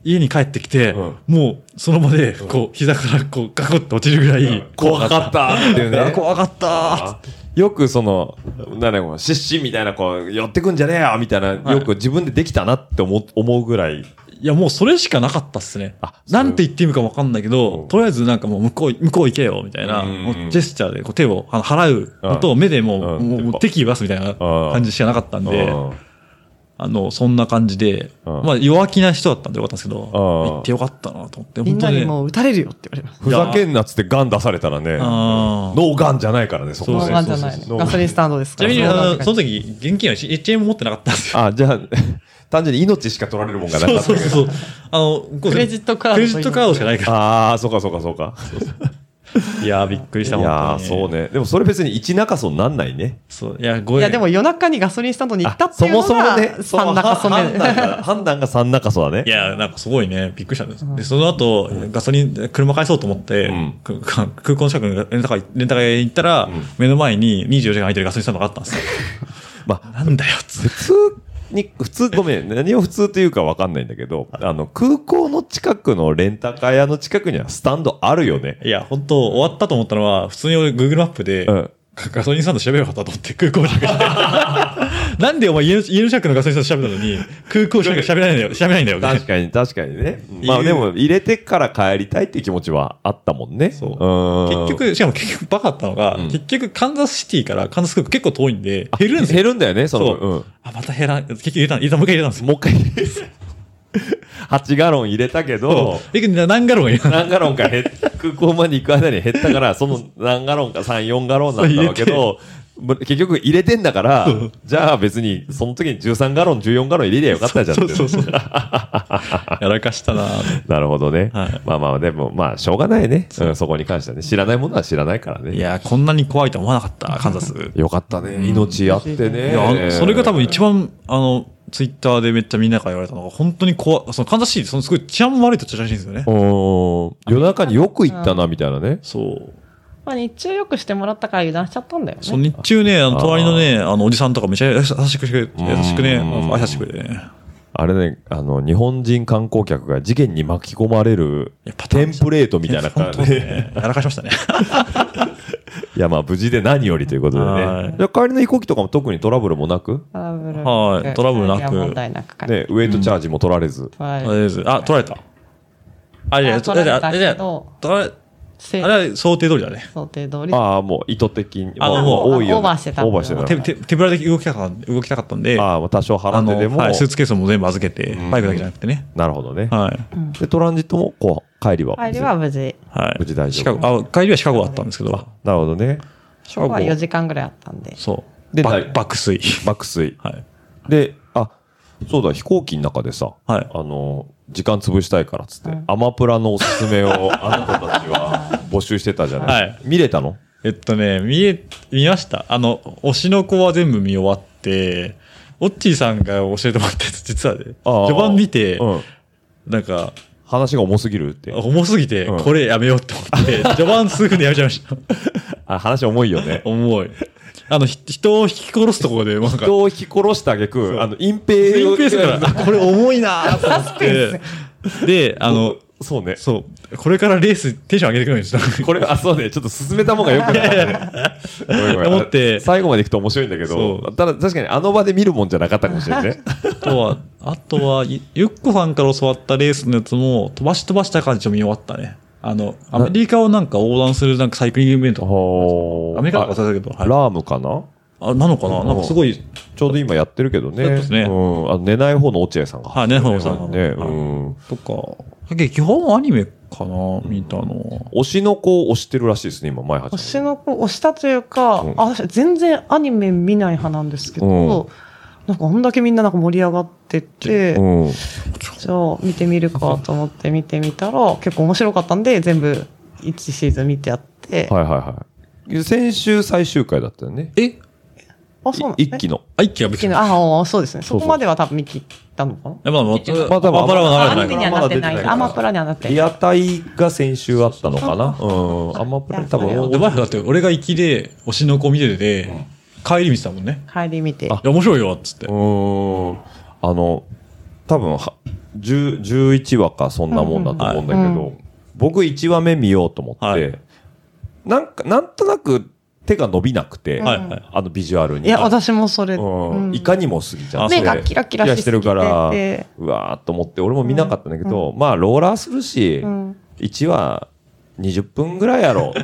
Speaker 3: 家に帰ってきて、
Speaker 5: うん
Speaker 3: もう、その場で、こう、膝から、こう、ガコッと落ちるぐらい、
Speaker 5: 怖かったっていう
Speaker 3: あ
Speaker 5: ね。
Speaker 3: 怖かったーっつって
Speaker 5: よくその、なんだろう、失神みたいな、こう、寄ってくんじゃねえよみたいな、
Speaker 3: はい
Speaker 5: よく自分でできたなって思う思うぐらい。
Speaker 3: いや、もうそれしかなかったっすね
Speaker 5: あ。
Speaker 3: なんて言っていいのかわかんないけど、
Speaker 5: うん
Speaker 3: とりあえずなんかもう向こう、向こう行けよ、みたいな、
Speaker 5: うん
Speaker 3: もうジェスチャーでこう手をあの払うのと、
Speaker 5: う
Speaker 3: 目でも
Speaker 5: う
Speaker 3: う、
Speaker 5: ん
Speaker 3: もうもう敵言わすみたいな感じしかなかったんで、
Speaker 5: うん
Speaker 3: あの、そんな感じで、
Speaker 5: うん
Speaker 3: まあ弱気な人だったんでよかったんですけど、行ってよかったなと思って、
Speaker 6: みん
Speaker 3: 本
Speaker 6: な
Speaker 3: 当
Speaker 6: に
Speaker 3: にね。
Speaker 6: もう撃たれるよって言われます。
Speaker 5: ふざけんなっつってガン出されたらね、ノ
Speaker 3: あー
Speaker 5: ーガンじゃないからね、そこね
Speaker 6: 動画じゃないの。ガソリンスタンドです
Speaker 3: ち
Speaker 6: か
Speaker 3: な
Speaker 6: ら。
Speaker 3: みに、あ
Speaker 6: そう
Speaker 3: の、その時、現金は HM 持ってなかったんですよ。
Speaker 5: あ、じゃあ、 [laughs] 単純に命しか取られるもんがな
Speaker 3: そ
Speaker 5: か
Speaker 3: う
Speaker 5: った
Speaker 3: そうそう。あの、ク
Speaker 6: クレジットカード
Speaker 3: クレジットカードしかないか
Speaker 5: ああ、そうかそうかそうか。
Speaker 3: ら。いやー、びっくりし
Speaker 5: い
Speaker 3: た、
Speaker 5: やー、
Speaker 3: 本当に
Speaker 5: そうね。でもそれ別に一中層になんないね。
Speaker 3: そう。いや、ご
Speaker 6: い
Speaker 3: 縁
Speaker 6: や、でも夜中にガソリンスタンドに行ったって
Speaker 5: そ
Speaker 6: いうの
Speaker 5: もそ
Speaker 6: が、
Speaker 5: もね、その
Speaker 6: 三中曽
Speaker 5: 判
Speaker 6: 根。
Speaker 5: 断が判断が三中層だ
Speaker 3: い
Speaker 5: ね。
Speaker 3: や、なんかすごいね、びっくりしたんです。で、その後、ガソリン、車返そうと思って、
Speaker 5: ん
Speaker 3: くか空港の近くのレンタカー、レンタカー屋に行ったら、目の前に24時間空いてるガソリンスタンドがあったんですよ。
Speaker 5: [laughs] まあ、
Speaker 3: なんだよ、つっ
Speaker 5: 普通に、普通、ごめん、何を普通というかわかんないんだけど、あの、空港の近くのレンタカー屋の近くにはスタンドあるよね。
Speaker 3: て。いや、本当終わったと思ったのは、普通に俺 Google マップで、
Speaker 5: うん
Speaker 3: ガソリンスタンド調べようかったと思って空港に近
Speaker 5: [laughs]
Speaker 3: くして。なんでお前家の家の近くのガソリンスタンド調べたのに、空港しか調べないんだよ、調べないんだよ。
Speaker 5: 確かに、確かにね。
Speaker 3: ん
Speaker 5: まあでも、入れてから帰りたいっていう気持ちはあったもんね。
Speaker 3: そう
Speaker 5: うん
Speaker 3: 結、局、しかも結局バカだったのが、
Speaker 5: ん
Speaker 3: 結局カンザスシティからカンザス空港結構遠いんで、減るんですよ。
Speaker 5: 減るんだよね、そ
Speaker 3: そ
Speaker 5: の、
Speaker 3: う、
Speaker 5: うん。
Speaker 3: あ、また減らん、結局入れた、入れた、もう一回入れたんですよ。
Speaker 5: もう一回入れる8ガロン入れたけど、
Speaker 3: え、何ガロンがいる
Speaker 5: 何ガロンか減っ空港まで行く間に減ったから、その何ガロンか3、4ガロンだったわけど、ぶ結局入れてんだから、じゃあ別に、その時に13ガロン、14ガロン入れりゃよかったじゃんってい
Speaker 3: そ
Speaker 5: うう。
Speaker 3: そうそう。やらかしたなぁ
Speaker 5: なるほどね。
Speaker 3: はい
Speaker 5: まあまあ、でも、まあ、しょうがないね。うんそこに関してはね。知らないものは知らないからね。
Speaker 3: いや、こんなに怖いとは思わなかった、カンザス。い
Speaker 5: よかったね。命あってね。
Speaker 3: や、あのそれが多分一
Speaker 5: 番。
Speaker 3: 番、あの、ツイッターでめっちゃみんなから言われたのが、本当に怖い。そのカンザスシティ、そのすごい治安も悪いと言ったらしいんですよね。
Speaker 5: お夜中によく行ったな、みたいなね。
Speaker 3: そう。
Speaker 6: [laughs] まあ、日中よくしてもらったから油断しちゃったんだよ
Speaker 3: そ
Speaker 6: ね。
Speaker 3: の日中ね、あの、
Speaker 5: あー
Speaker 3: 隣のね、あの、おじさんとかめちゃ優しくしてくれて、
Speaker 5: うん
Speaker 3: 優しくね、挨拶してくれてね。
Speaker 5: あれね、あの、日本人観光客が事件に巻き込まれる
Speaker 3: いやパタ
Speaker 5: テ
Speaker 3: ーン
Speaker 5: ンプレートみたいな
Speaker 3: 本
Speaker 5: 感
Speaker 3: 当
Speaker 5: じで。
Speaker 3: ね、やらかしましたね。
Speaker 5: いや、まあ、無事で何よりということで
Speaker 3: は
Speaker 5: ね
Speaker 3: い。
Speaker 5: で帰りの飛行機とかも特にトラブルもなく、
Speaker 6: トラブル
Speaker 3: はいトラブルなく
Speaker 6: 問題なくか。
Speaker 5: ね、ウェイトチャージも取られず。
Speaker 6: は
Speaker 3: とりあえず、あ、取られた。あ、いや、
Speaker 6: あ
Speaker 3: 取られた。
Speaker 6: 取
Speaker 3: い
Speaker 6: ら
Speaker 3: や
Speaker 6: れたけど、
Speaker 3: 取られ、
Speaker 6: せ
Speaker 3: あれは想定通りだね。
Speaker 6: 想定通り。
Speaker 5: ああ、もう意図的に。
Speaker 3: あのも
Speaker 6: う
Speaker 5: 多いよね。
Speaker 6: オーバーしてた
Speaker 5: オーバーしてた
Speaker 6: は
Speaker 3: 手、手、手ぶらで動きたかった、動きたかったんで、
Speaker 5: ああ、まあ多少払
Speaker 3: あ
Speaker 5: ってで
Speaker 3: の、
Speaker 5: も。
Speaker 3: はい、スーツケースも全部預けて
Speaker 5: うん、
Speaker 3: バイクだけじゃなくてね。
Speaker 5: なるほどね。
Speaker 3: はい。
Speaker 5: で、トランジットも、こう、帰りは。
Speaker 6: 帰りは無事。
Speaker 3: はい。
Speaker 5: 無事大丈夫
Speaker 3: シカゴ、あ、帰りはシカゴだったんですけど、
Speaker 5: なるほどね。
Speaker 3: シ
Speaker 6: 今日は4時間ぐらいあったんで。
Speaker 3: そう。
Speaker 5: で
Speaker 3: ば
Speaker 5: ない
Speaker 3: 爆睡。 [laughs]
Speaker 5: 爆睡。
Speaker 3: はい。
Speaker 5: で、あ、そうだ、飛行機の中でさ、
Speaker 3: はい
Speaker 5: あの、時間潰したいからっつって、アマプラのおすすめを [laughs] あなたたちは募集してたじゃない、
Speaker 3: はい
Speaker 5: 見れたの
Speaker 3: えっとね、見え、見ました。あの、推しの子は全部見終わって、オッチーさんが教えてもらったやつ、実はね、
Speaker 5: ああ
Speaker 3: 序盤見て、
Speaker 5: うん。
Speaker 3: なんか、
Speaker 5: 話が重すぎるって。
Speaker 3: 重すぎて、
Speaker 5: うん
Speaker 3: これやめようって思って、序盤数分でやめちゃいました。。
Speaker 5: あ、話重いよね
Speaker 3: 重い。あの、ひ人を引き殺すところで、なん
Speaker 5: [laughs]
Speaker 3: か、
Speaker 5: 人を引き殺した挙句、あの、隠蔽
Speaker 3: 隠
Speaker 5: を。
Speaker 3: 蔽するから、あ、これ重いなーと思って、で、あの、
Speaker 5: そうね。
Speaker 3: そう、これからレーステンション上げてくるんですよ。
Speaker 5: これ、あ、そうね。ちょっと進めた方がよくない、ごめんごめん
Speaker 3: 思って
Speaker 5: 最後まで行くと面白いんだけ
Speaker 3: そ
Speaker 5: ど、ただ確かにあの場で見るもんじゃなかったかもしれない
Speaker 3: [laughs]
Speaker 5: ね。
Speaker 3: あとは、あとは、ゆゆっこさんから教わったレースのやつも、飛ばし飛ばした感じで見終わったね。あの、アメリカをなんか横断するなんかサイクリングイベント。
Speaker 5: ほー
Speaker 3: アメリカとか忘れたけど、はい
Speaker 5: ラームかな
Speaker 3: あ、なのかななんかすごい、
Speaker 5: ちょうど今やってるけどね。
Speaker 3: やってます
Speaker 5: う
Speaker 3: ね
Speaker 5: ん。あの寝ない方の落合さんが。
Speaker 3: はい、ね、ほうさん。
Speaker 5: ね、う
Speaker 3: はい
Speaker 5: ん。
Speaker 3: とか、だけど基本アニメかな見たの。
Speaker 5: 推しの子を推してるらしいですね、今、前橋。
Speaker 6: 推しの子、推したというか、
Speaker 5: うん
Speaker 6: あ私全然アニメ見ない派なんですけど、
Speaker 5: うん
Speaker 6: なんかあんだけみんななんか盛り上がってて、
Speaker 5: うん。
Speaker 6: じゃあ見てみるかと思って見てみたら、結構面白かったんで、全部1シーズン見てやって、
Speaker 5: はいはいはい。先週最終回だったよね。
Speaker 3: え
Speaker 6: あ、そうなん
Speaker 5: い
Speaker 6: です
Speaker 5: 一
Speaker 6: ね。
Speaker 5: 期の。
Speaker 3: あ、一気が別
Speaker 6: 一気
Speaker 3: に。
Speaker 6: の、
Speaker 3: あ、
Speaker 6: ああ、そうですね。
Speaker 5: そ
Speaker 6: そう
Speaker 5: そう
Speaker 6: こまでは多分見切ったのかな
Speaker 3: まあまあ、ま
Speaker 5: まだ
Speaker 3: あ、バラ
Speaker 5: まだ
Speaker 3: は流れ
Speaker 6: ア
Speaker 3: て
Speaker 6: ニメにはなってな
Speaker 3: ないから。
Speaker 5: まだ出てない
Speaker 6: い。
Speaker 5: から
Speaker 6: アマプラにはなって
Speaker 5: リ
Speaker 6: ない。
Speaker 5: アタイが先週あったのかなうん。あんまプレ多分、
Speaker 3: で、バラだって俺が行きで、推しの子見てて、帰り見てたもんね。
Speaker 6: 帰り見て。
Speaker 3: いや、面白いよ、つって
Speaker 5: う。ーん。あの、多分は、10 11話かそんなもんだと思うんだけ
Speaker 6: うんうんは
Speaker 5: ど、僕1話目見ようと思っ
Speaker 3: は
Speaker 5: て
Speaker 3: い、
Speaker 5: なんか、なんとなく手が伸びなくて、
Speaker 3: はいはい。
Speaker 5: あのビジュアルに。
Speaker 6: いや、私もそれ。
Speaker 5: うん
Speaker 6: うん
Speaker 5: いかにも過ぎちゃって。
Speaker 3: 目が
Speaker 6: キラキラして
Speaker 5: キるから
Speaker 6: て、
Speaker 5: うわーっと思って、俺も見なかったんだけど、まあ、ローラーするし、
Speaker 6: うん
Speaker 5: 1話20分ぐらいやろう。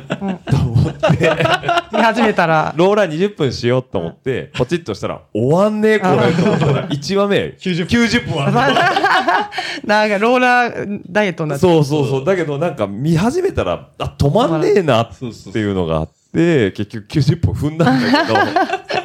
Speaker 6: 見始めたら、 [laughs]
Speaker 5: ローラー20分しようと思って、ポチッとしたら、終わんねえ、これ、と思ったら、1話目、
Speaker 3: 90
Speaker 5: 90分ある。
Speaker 6: [laughs] なんかローラーダイエットになって。
Speaker 5: そうそうそう。だけどなんか見始めたら、あ、止まんねえなっていうのがあって、結局90分踏んだんだ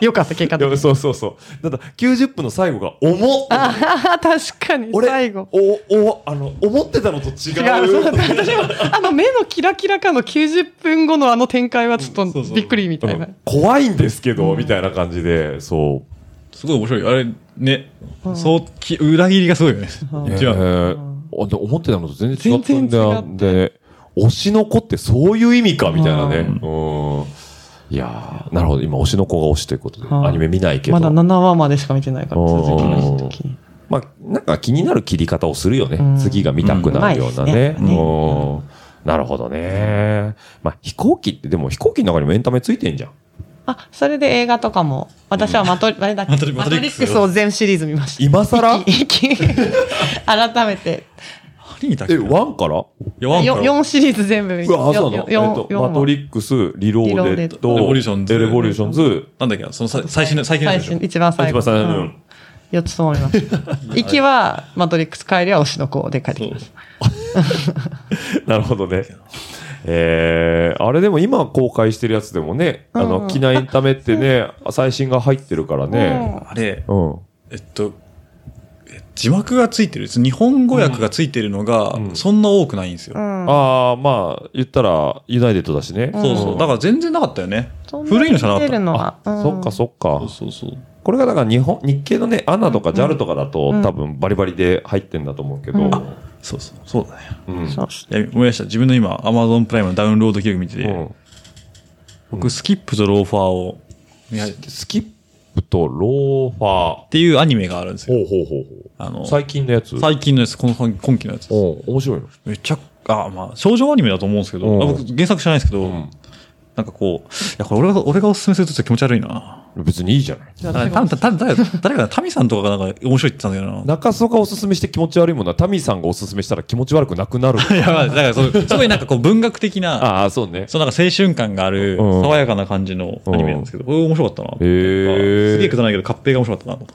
Speaker 6: よかった、結
Speaker 5: け
Speaker 6: 果
Speaker 5: ど、
Speaker 6: 的
Speaker 5: でも
Speaker 6: に。
Speaker 5: そうそうそう。ただ90分の最後が重っ
Speaker 6: ああ、 [laughs] 確かに、
Speaker 5: 俺、
Speaker 6: 最後。
Speaker 5: お、お、あの、思ってたのと違
Speaker 6: 違う、そう
Speaker 5: う。
Speaker 6: だ私も、あの目のキラキラ感の90分後のあの展開はちょっとびっくりみたいな。
Speaker 5: 怖いんですけど、みたいな感じで、そ
Speaker 3: すごい面白い。あれ、ね、そう、き裏切りがすごいよね。
Speaker 5: う。
Speaker 3: 一
Speaker 5: え
Speaker 3: 番。
Speaker 5: ーあで思ってたのと全然違ったんだよ。
Speaker 6: 全
Speaker 5: で、推しの子ってそういう意味か、みたいなね。うん。いやーなるほど。今、推しの子が推しということで、
Speaker 6: はい
Speaker 5: アニメ見ないけど。
Speaker 6: まだ7話までしか見てないから、
Speaker 5: おー
Speaker 6: 続きの時に。
Speaker 5: まあ、なんか気になる切り方をするよね。
Speaker 6: ん
Speaker 5: 次が見たくなるようなね。
Speaker 6: うんうまいですね
Speaker 5: うんなるほどね。まあ、飛行機って、でも飛行機の中にもエンタメついてんじゃん。
Speaker 6: あ、それで映画とかも、私はマトリ、
Speaker 5: [laughs]
Speaker 6: あれだっけ
Speaker 3: マトリ
Speaker 6: マトリックスを全シリーズ見ました。
Speaker 5: 今更
Speaker 6: 一
Speaker 5: [laughs]
Speaker 6: 気一気改めて。 [laughs]
Speaker 3: 何見たっけ
Speaker 5: え、ワンから
Speaker 3: やワンから
Speaker 6: 4シリーズ全部見
Speaker 5: うわ、あ、そうなの。えっと、マト
Speaker 6: 4
Speaker 5: リックス、リローデッド、
Speaker 3: リローデッド
Speaker 5: レボリューションズ、
Speaker 3: なんだっけなそのさ最新の、最近のや
Speaker 6: 最
Speaker 3: つでしょ
Speaker 6: 新、一番最
Speaker 5: 一
Speaker 6: 後。
Speaker 5: 番最後
Speaker 6: う
Speaker 5: の
Speaker 6: ん4つとも見
Speaker 5: [laughs]
Speaker 6: ました。行きは、マトリックス、帰りは推しの子で帰ってきました。
Speaker 5: なるほどね。 [laughs] えー、あれでも今公開してるやつでもね、あの、機内ためって [laughs] ね、最新が入ってるからね。
Speaker 3: あれ、
Speaker 5: うん。
Speaker 3: えっと、え字幕がついてる日本語訳がついてるのが
Speaker 5: うん
Speaker 3: そんな多くないんですよ、
Speaker 5: ああ、まあ、言ったら、ユナイテッドだしね。
Speaker 3: そうそうだから全然なかったよね古いのじゃなかっ
Speaker 7: 出る
Speaker 3: た
Speaker 7: のは。うん
Speaker 5: そっかそっか
Speaker 3: そう。そうそう
Speaker 5: これがだから日本、日系のね、アナとか JAL とかだと、多分バリバリで入ってんだと思うけど。
Speaker 3: そうそうそうだね
Speaker 5: うん
Speaker 7: そう
Speaker 3: いや思い出した自分の今 Amazon プライムのダウンロード記録見てて、
Speaker 5: うん
Speaker 3: 僕スキップとローファーを見始めてっ
Speaker 5: スキップとローファー。
Speaker 3: ていうアニメがあるんですよ
Speaker 5: ほうほうほう
Speaker 3: あ
Speaker 5: ほ
Speaker 3: の
Speaker 5: う。最近のやつ。
Speaker 3: 最近のやつこの今期のやつです
Speaker 5: おう面白いの。
Speaker 3: めちゃあまあ少女アニメだと思うんですけど、
Speaker 5: うん
Speaker 3: あ僕原作知らないですけど、
Speaker 5: ん
Speaker 3: なんかこういやこれ俺が俺がおすすめするとちょっと気持ち悪いな
Speaker 5: 別にいいじゃない。
Speaker 3: だからたたた誰誰かなタミさんとかがなんか面白いって言ってたんだけど
Speaker 5: [laughs]
Speaker 3: な
Speaker 5: 中曽がおすすめして気持ち悪いものは、タミーさんがおすすめしたら気持ち悪くなくな [laughs] る。
Speaker 3: いや、まあだからそう、 [laughs] すごいなんかこう文学的な、
Speaker 5: ああ、そうね。
Speaker 3: そうなんか青春感がある、
Speaker 5: うん
Speaker 3: 爽やかな感じのアニメなんですけど、これ面白かったな。
Speaker 5: へえ
Speaker 3: すげえくだらないけど、合併が面白かったなとか。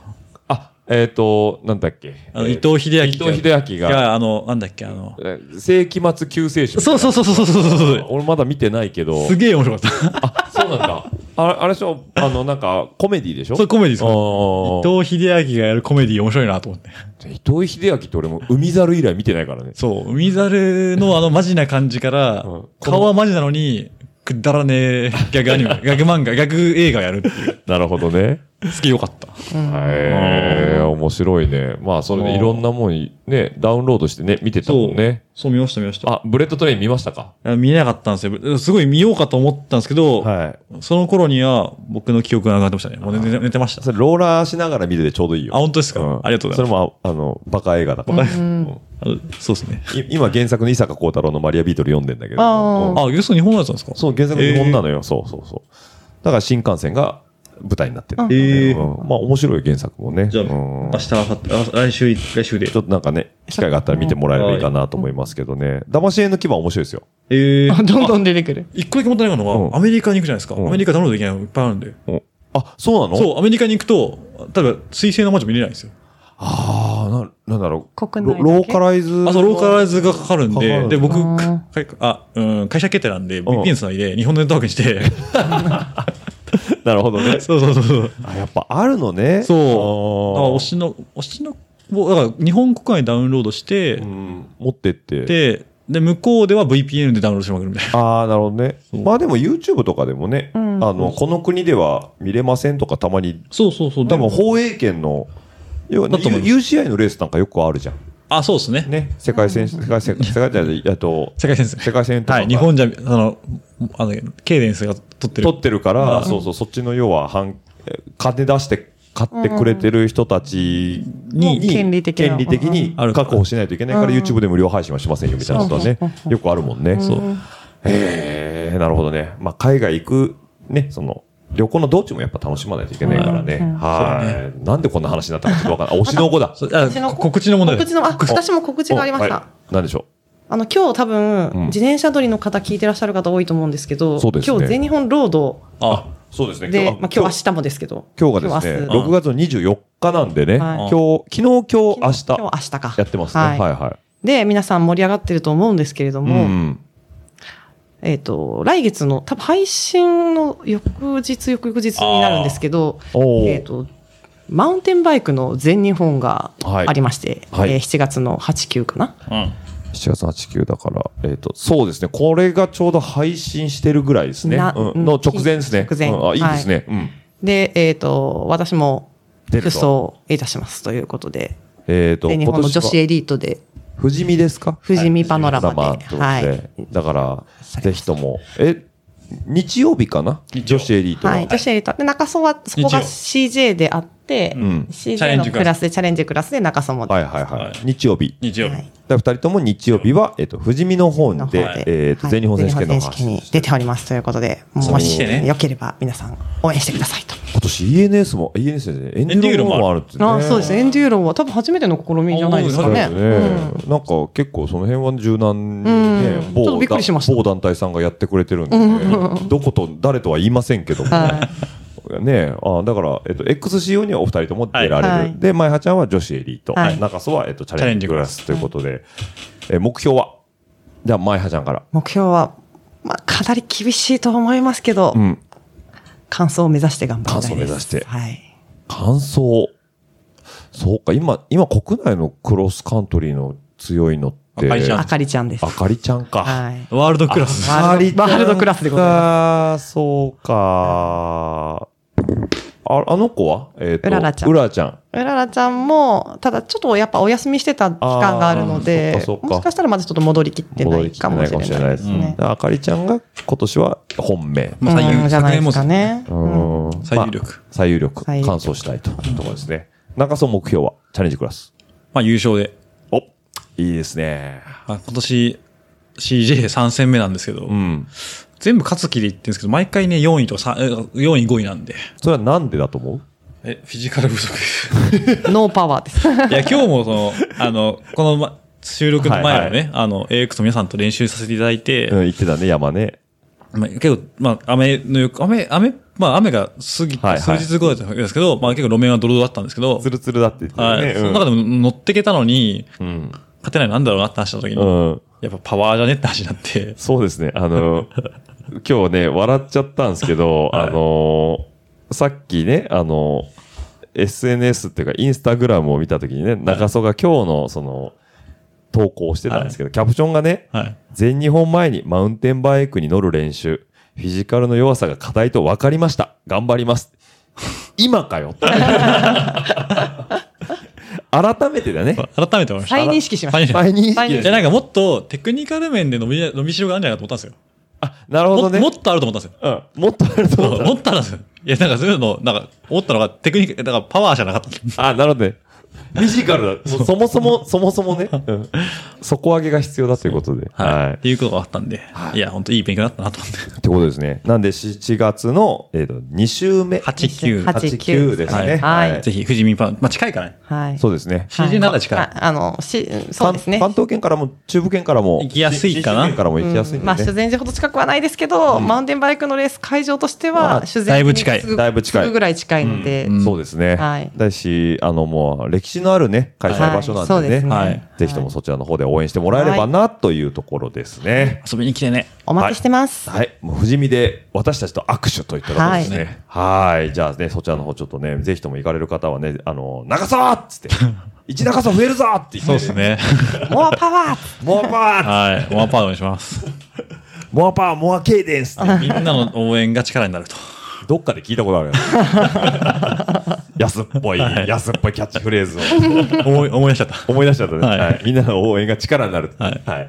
Speaker 5: あ、えっ、と、なんだっけ。
Speaker 3: あの、
Speaker 5: え
Speaker 3: 伊
Speaker 5: ー
Speaker 3: 藤秀明が。
Speaker 5: 伊藤秀明が
Speaker 3: あの、なんだっけ、あの、
Speaker 5: えー世紀末救世主。
Speaker 3: そうそうそうそうそうそうそう。
Speaker 5: 俺まだ見てないけど。
Speaker 3: すげえ面白かった。
Speaker 5: あ、そうなんだ。ああれでしょあの、なんか、コメディでしょ
Speaker 3: そう、コメディですか
Speaker 5: あー
Speaker 3: 伊藤秀明がやるコメディ面白いなと思って。
Speaker 5: 伊藤秀明って俺も海猿以来見てないからね。
Speaker 3: そう、海猿のあのマジな感じから
Speaker 5: うん、
Speaker 3: 顔はマジなのに、くだらねえギャグアニメ、ギャグ漫画、ギャグ映画やるっていう。
Speaker 5: なるほどね。
Speaker 3: 好きよかった。
Speaker 5: へえ、面白いね。まあ、それでいろんなもんい、ね、ダウンロードしてね、見てたもんね。
Speaker 3: そう見ました見ました。
Speaker 5: あ、ブレッドトレイン見ましたか
Speaker 3: あ見えなかったんですよ。すごい見ようかと思ったんですけど、
Speaker 5: は
Speaker 3: その頃には僕の記憶が上がってましたね。もう寝て寝てました。
Speaker 5: それ、ローラーしながら見るでちょうどいいよ。
Speaker 3: あ、本当ですか、
Speaker 5: うん
Speaker 3: ありがとうござい
Speaker 5: それも、ああの、バカ映画だから。うん
Speaker 3: ます。そうですね。
Speaker 5: い今、原作の伊坂幸太郎のマリアビートル読んでんだけど。
Speaker 7: あー
Speaker 5: うん
Speaker 3: あ、ゲスト日本のやつなんですか
Speaker 5: そう、原作日本なのよ。そうそうそう。だから新幹線が舞台になってる。
Speaker 3: へえ
Speaker 5: うんまあ面白い原作もね。
Speaker 3: じゃあ、
Speaker 5: うん
Speaker 3: 明日、明後日あ来週、来週で
Speaker 5: ち。ょっとなんかね、機会があったら見てもらえればいいかなと思いますけどね。騙し絵の牙面白いですよ。
Speaker 3: ええ
Speaker 6: [laughs]
Speaker 7: あどんど
Speaker 3: あ
Speaker 7: ん出てくる。
Speaker 3: 一個だけ問題なのは、
Speaker 5: うん
Speaker 3: アメリカに行くじゃないですか。
Speaker 5: うん
Speaker 3: アメリカダウンロードできないのいっぱいあるんで。
Speaker 5: うんあ、そうなの
Speaker 3: そう、アメリカに行くと、例えば、水星の魔女見れないんですよ。
Speaker 5: ああ、な、なんだろう。
Speaker 7: 国内だけ
Speaker 5: ロローカライズ。
Speaker 3: あ、そう、ローカライズがかかるん
Speaker 5: かか
Speaker 3: で、
Speaker 5: る
Speaker 3: で、僕、
Speaker 7: うん
Speaker 3: かあ、うん、会社決定なんで、VPN つないで、日本のネットワークにして、
Speaker 5: [laughs] なるほどね。
Speaker 3: [laughs] そうそうそうそう。
Speaker 5: あ、やっぱあるのね。
Speaker 3: そうだから
Speaker 5: う
Speaker 3: 推しの、推しの、もうだから日本国内にダウンロードして、
Speaker 5: うん、持ってって。
Speaker 3: で、で、向こうでは VPN でダウンロードしまくるみたいな。
Speaker 5: ああ、なるほどね。まあでも YouTube とかでもね、あの、この国では見れませんとかたまに、
Speaker 3: そうそうそう。
Speaker 5: 多分放映権の、要はね、
Speaker 3: だと思います
Speaker 5: U- UCI のレースなんかよくあるじゃん。
Speaker 3: あ、そうですね。
Speaker 5: ね、世界戦、世界戦、世界戦、えっと、
Speaker 3: 世界戦です
Speaker 5: 世界戦とかが
Speaker 3: はい。日本じゃ、あの、あの、ケイデンスが撮ってる。
Speaker 5: 取ってるから、そうそう、そっちの要は、反え金出して買ってくれてる人たちに、
Speaker 7: うん権利的な
Speaker 5: 権利的に
Speaker 3: ある
Speaker 5: 確保しないといけないから、YouTube で無料配信はしませんよ、みたいなことはね、よくあるもんね。そう。へえ、なるほどね。まあ、海外行く、ね、その、旅行の道中もやっぱ楽しまないといけないからね。はい。なんでこんな話になったのかちょっとわからない。推しの
Speaker 7: [laughs]
Speaker 5: 子だ。
Speaker 3: そあ
Speaker 7: 私の
Speaker 3: こ告知の問題
Speaker 7: 告知の、あ、私も告知がありまし
Speaker 5: おは
Speaker 7: た。
Speaker 5: いなんでしょ
Speaker 7: あの、今日多分、
Speaker 5: ん
Speaker 7: 自転車乗りの方聞いてらっしゃる方多いと思うんですけど、
Speaker 5: そうですね
Speaker 7: 今日全日本ロード
Speaker 3: あ、
Speaker 5: う。そうですね。
Speaker 7: で、ま
Speaker 5: あ
Speaker 7: あ今日明日もですけど、
Speaker 5: 今日がですね、
Speaker 7: 今日明日
Speaker 5: 6月の24日なんでね、
Speaker 7: はい
Speaker 5: 今日、昨日、今日、明日、
Speaker 7: 今日明日か。
Speaker 5: やってますね。はい
Speaker 7: は。
Speaker 5: はい
Speaker 7: で、皆さん盛り上がってると思うんですけれど
Speaker 5: い。
Speaker 7: も、
Speaker 5: ん。
Speaker 7: えっ、と、来月の、多分配信の翌日、翌々日になるんですけど、
Speaker 5: お
Speaker 7: えっ、
Speaker 5: ー
Speaker 7: と、マウンテンバイクの全日本が
Speaker 5: はい
Speaker 7: ありまして、
Speaker 5: はい
Speaker 7: えー7月の8、9かな。
Speaker 3: うん。
Speaker 5: 7月8、9だから、えっ、と、そうですね、これがちょうど配信してるぐらいですね。
Speaker 7: な
Speaker 5: うん、の直前ですね。
Speaker 7: 直前
Speaker 5: うんあ、いいですね。うん。
Speaker 7: で、えっ、と、私も
Speaker 5: 出ると
Speaker 7: 服装いたしますということで、
Speaker 5: えっ、と、
Speaker 7: で日本の女子
Speaker 5: は
Speaker 7: エリートで、
Speaker 5: 富士見ですか
Speaker 7: 富士見パノラ
Speaker 5: パ
Speaker 7: マ
Speaker 5: ノ
Speaker 7: で、
Speaker 5: ラ
Speaker 7: は
Speaker 5: マと
Speaker 7: い。
Speaker 5: いうことでだから、ぜひとも、え、日曜日かな女子エリートは。
Speaker 7: はい、女子エリート。で、中曽は、そこが CJ であって、
Speaker 5: ん
Speaker 7: CJ のクラスで、チャレンジクラスで中曽も
Speaker 5: はいはいはい。
Speaker 3: はい
Speaker 5: 日曜日。
Speaker 3: 日曜日。
Speaker 7: はい
Speaker 5: だから二人とも日曜日は、えっ、と、富士見の
Speaker 7: の
Speaker 5: 方に
Speaker 7: 方で、
Speaker 5: で、えっ、
Speaker 7: は
Speaker 5: と、
Speaker 7: い
Speaker 5: 全日本選手権の
Speaker 7: 全日本選
Speaker 5: 話
Speaker 7: 手権に出ておりますということで、もし、
Speaker 3: そうね
Speaker 7: よければ皆さん応援してくださいと。
Speaker 5: 今年 ENS も、ENS でエンデ
Speaker 3: デ
Speaker 5: ュー
Speaker 3: ュー
Speaker 5: ロ
Speaker 3: ロ
Speaker 5: も
Speaker 3: も
Speaker 5: あ
Speaker 3: あ
Speaker 5: る
Speaker 3: る
Speaker 5: ってね。
Speaker 7: あそうですね。エンデューロは多分初めての試みじゃないですかね。
Speaker 5: ねなんか結構その辺は柔軟にね、
Speaker 7: ちょっとびっくりしました
Speaker 5: 某団体さんがやってくれてるんでね、どこと誰とは言いませんけども
Speaker 7: は
Speaker 5: ね、あだから、えっと、XCO にはお二人とも出られる。
Speaker 7: はい
Speaker 5: で、前葉ちゃんは女子エリート。
Speaker 7: はい
Speaker 5: 中曽は、えっと、チャレンジクラスということで、え目標はじゃあ前葉ちゃんから。
Speaker 7: [laughs] 目標は、かなり厳しいと思いますけど、
Speaker 5: うん。
Speaker 7: 完走を目指して頑張りたいです。
Speaker 5: 完走を目指して
Speaker 7: はい。
Speaker 5: 乾燥。そうか、今、今国内のクロスカントリーの強いのって。
Speaker 3: あかりちゃん
Speaker 7: あかりちゃんです
Speaker 5: あ。かりちゃんか。
Speaker 7: はい。
Speaker 3: ワールドクラス。
Speaker 7: ワールドワールドクラスでござい
Speaker 5: ます。そうか。あ、あの子はえっ、と。
Speaker 7: うららちゃん
Speaker 5: うららちゃん。
Speaker 7: うららちゃんも、ただちょっとやっぱお休みしてた期間があるの
Speaker 5: あー
Speaker 7: で
Speaker 5: そっかそっ、か
Speaker 7: もしかしたらまだちょっと戻りきってな
Speaker 5: 戻
Speaker 7: い
Speaker 5: りきって
Speaker 7: か
Speaker 5: な
Speaker 7: も
Speaker 5: い
Speaker 7: しれ
Speaker 5: か
Speaker 7: な
Speaker 5: も
Speaker 7: い
Speaker 5: しれない
Speaker 7: で
Speaker 5: で
Speaker 7: すす
Speaker 5: ね
Speaker 7: ね。。
Speaker 5: あかりちゃんが今年は本命。
Speaker 3: まあ最
Speaker 7: う
Speaker 3: 優
Speaker 7: んじゃ
Speaker 3: 昨
Speaker 7: ない
Speaker 3: 年
Speaker 7: で
Speaker 3: も
Speaker 7: すかね。うん
Speaker 5: うん
Speaker 3: 最有力
Speaker 5: まあ最有力。
Speaker 7: 最有
Speaker 5: 完
Speaker 7: 力
Speaker 5: 走したいというところですね。中曽目標はチャレンジクラス。
Speaker 3: まあ優勝で。
Speaker 5: おいいですね。
Speaker 3: まあ今年 CJ3 戦目なんですけど、
Speaker 5: うん。
Speaker 3: 全部勝つ気で言ってるんですけど、毎回ね、4位とか3、4位5位なんで。
Speaker 5: それはなんでだと思う
Speaker 3: え、フィジカル不足です。
Speaker 7: ノーパワーです。
Speaker 3: [laughs] いや、今日もその、あの、この、ま、収録の前のね、あの、AX の皆さんと練習させていただいて、
Speaker 5: うん、言ってたね、山ね。
Speaker 3: まあ、結構、まあ、雨のよく、雨、雨、まあ、雨が過ぎて、
Speaker 5: はいはい
Speaker 3: 数日後だったんですけど、まあ、結構路面はドロドロだったんですけど
Speaker 5: ツ、ルツルだって言ってた
Speaker 3: はい、
Speaker 5: ね。
Speaker 3: その中でも乗ってけたのに、
Speaker 5: うん。
Speaker 3: 勝てないのなんだろうなって話した時に、
Speaker 5: うん。うん
Speaker 3: やっぱパワーじゃねって話になって、
Speaker 5: そうですね。あ
Speaker 3: [laughs]
Speaker 5: の、今日ね、笑っちゃったんですけど、あの、さっきね、あの、SNS っていうか、インスタグラムを見たときにね、中曽が今日の、その、投稿をしてたんですけど、キャプションがね、
Speaker 3: はい。
Speaker 5: 全日本前にマウンテンバイクに乗る練習、フィジカルの弱さが課題と分かりました。頑張ります。今か
Speaker 3: [laughs]
Speaker 5: よ。改めてだね。
Speaker 3: 改めて思いました。
Speaker 7: 再認識しま
Speaker 3: 再認
Speaker 7: し
Speaker 3: 識
Speaker 7: た。
Speaker 5: 前に。
Speaker 7: 再認
Speaker 3: いや、なんかもっとテクニカル面で伸び、伸びしろがあるんじゃないかと思ったんですよ。
Speaker 5: なるほ
Speaker 3: も
Speaker 5: どね。
Speaker 3: もっとあると思ったんですよ。
Speaker 5: うんもっとあると思
Speaker 3: そうう思ったんですよ。いや、なんかそういうの、なんか、思ったのがテクニック、だからパワーじゃなかった。
Speaker 5: あ、なるほどね。フィジカルだ。そもそも、そもそもね。うん底上げが必要だということで。
Speaker 3: はい。
Speaker 5: は
Speaker 3: っ
Speaker 5: い。
Speaker 3: ていうことがあったんで、い、や、本当いい勉強になったなと思って。
Speaker 5: ってことですね。なんで7月の、えっと、2週目。
Speaker 3: 8、9。
Speaker 7: 八
Speaker 5: 89ですね。
Speaker 7: はい
Speaker 5: はい
Speaker 3: ぜひ、富士見パン、まあ、近いからね。
Speaker 7: はい。
Speaker 5: そうですね。
Speaker 3: CG なら近い。
Speaker 7: ああの、し、そうですね。
Speaker 5: 関関東圏からも、中部圏からも。
Speaker 3: 行きやすいかな
Speaker 5: 西部圏からも行きやすいん
Speaker 7: まあ、
Speaker 5: で
Speaker 7: 修
Speaker 5: ね。
Speaker 7: 善寺ほど近くはないですけど、マウンテンバイクのレース会場として
Speaker 5: まあ
Speaker 7: は、修善寺
Speaker 3: だいぶ近い
Speaker 7: にすぐ
Speaker 5: だいぶ近い
Speaker 7: すぐぐらい近いので、
Speaker 3: うん
Speaker 5: そうですね。
Speaker 7: はい
Speaker 5: だし、あの、もう、歴史のあるね、開催場所なん
Speaker 7: はいそう
Speaker 5: で
Speaker 7: です
Speaker 5: ね。
Speaker 7: ね
Speaker 3: はい
Speaker 5: ぜひともそちらの方で応援してもらえればな、というところですね。
Speaker 3: 遊びに来てね。
Speaker 7: お待ちしてます。
Speaker 5: はい。もう、富士見で私たちと握手といったところですね。はい。じゃあね、そちらの方ちょっとね、ぜひとも行かれる方はね、あの、長沢っつって、 [laughs] 一長沢増えるぞって言って、
Speaker 3: そうです。ね。
Speaker 7: モアパワー
Speaker 5: モアパワー
Speaker 3: はい。ワンパワーお願いし [laughs] ます。
Speaker 5: モアパワーモアケイデンスって
Speaker 3: みんなの応援が力になると。
Speaker 5: どっかで聞いたことあるよ [laughs] 安っぽい、安っぽいキャッチフレーズを。
Speaker 3: 思い、思い出しちゃった。
Speaker 5: [laughs] 思い出しちゃったね。は、
Speaker 3: はいい
Speaker 5: みんなの応援が力になる。
Speaker 3: はい
Speaker 5: はい。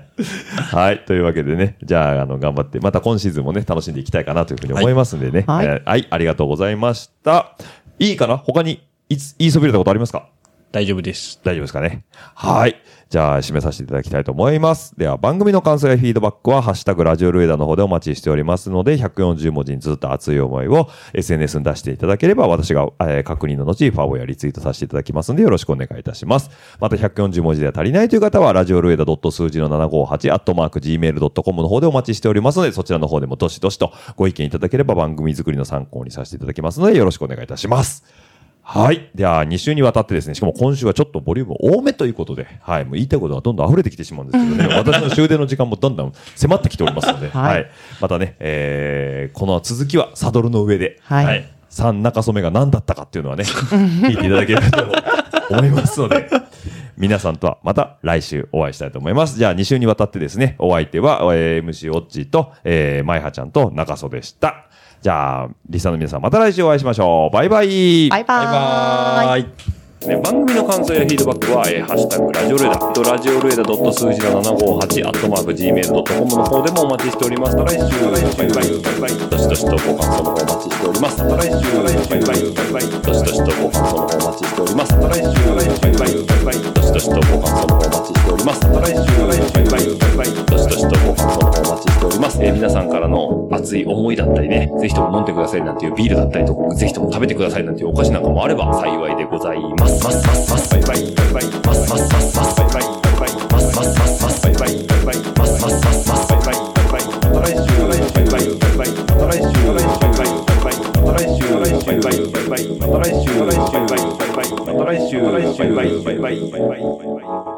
Speaker 5: はいというわけでね、じゃあ、あの、頑張って、また今シーズンもね、楽しんでいきたいかなというふうに思いますんでね。は。
Speaker 7: はいい
Speaker 5: はい、ありがとうございました。いいかな他に、いつ、言いそびれたことありますか
Speaker 3: 大丈夫です。
Speaker 5: 大丈夫ですかね。はい。じゃあ、締めさせていただきたいと思います。では、番組の感想やフィードバックは、ハッシュタグラジオルエダの方でお待ちしておりますので、140文字にずっと熱い思いを SNS に出していただければ、私が、えー確認の後、ファボやリツイートさせていただきますので、よろしくお願いいたします。また、140文字では足りないという方は、ラジオルエダ数字の758、アットマーク gmail.com の方でお待ちしておりますので、そちらの方でもどしどしとご意見いただければ、番組作りの参考にさせていただきますので、よろしくお願いいたします。はい。では、2週にわたってですね、しかも今週はちょっとボリューム多めということで、はい。もう言いたいことがどんどん溢れてきてしまうんです
Speaker 7: [laughs]
Speaker 5: けどね、私の終電の時間もだんだん迫ってきておりますので、は、
Speaker 7: はいい
Speaker 5: またね、えー、この続きはサドルの上で、
Speaker 7: はい
Speaker 5: はい。三中染めが何だったかっていうの
Speaker 7: [laughs]
Speaker 5: はね、聞いていただければと思いますので、皆さんとはまた来週お会いしたいと思います。じゃあ、2週にわたってですね、お相手は、えー MC オッチーと、えー、マイハちゃんと中曽でした。じゃあ、リスナーの皆さんまた来週お会いしましょう。バイバイ。
Speaker 7: バイバーイ。
Speaker 3: イ。
Speaker 5: ね、番組の感想やフィードバックは、えーハッシュタグラジオルエダ、えっとラジオルエダ数字の758、アットマーク Gmail.com の方でもお待ちしております。また来週、バイバイ、バイバイ、どしどしとご感想の方お待ちしております。また来週、バイバイ、バイバイ、どしどしとご感想の方お待ちしております。また来週、バイバイ、バイバイ、どしどしとご感想の方お待ちしております。また来週、バイバイ、バイバイ、どしどしとご感想の方お待ちしております。えー皆さんからの熱い思いだったりね、ぜひとも飲んでくださいなんていうビールだったりとか、ぜひとも食べてくださいなんていうお菓子なんかもあれば幸いでございます。ますますますバイバイバイバイますますますますバイバイバイバイますますますますバイバイバイバイますますますますバイバイバイバイまた来週バイバイバイバイまた来週バイバイバイバイまた来週バイバイバイバイまた来週バイバイバイバイまた来週バイバイバイバイまた来週バイバイバイバイ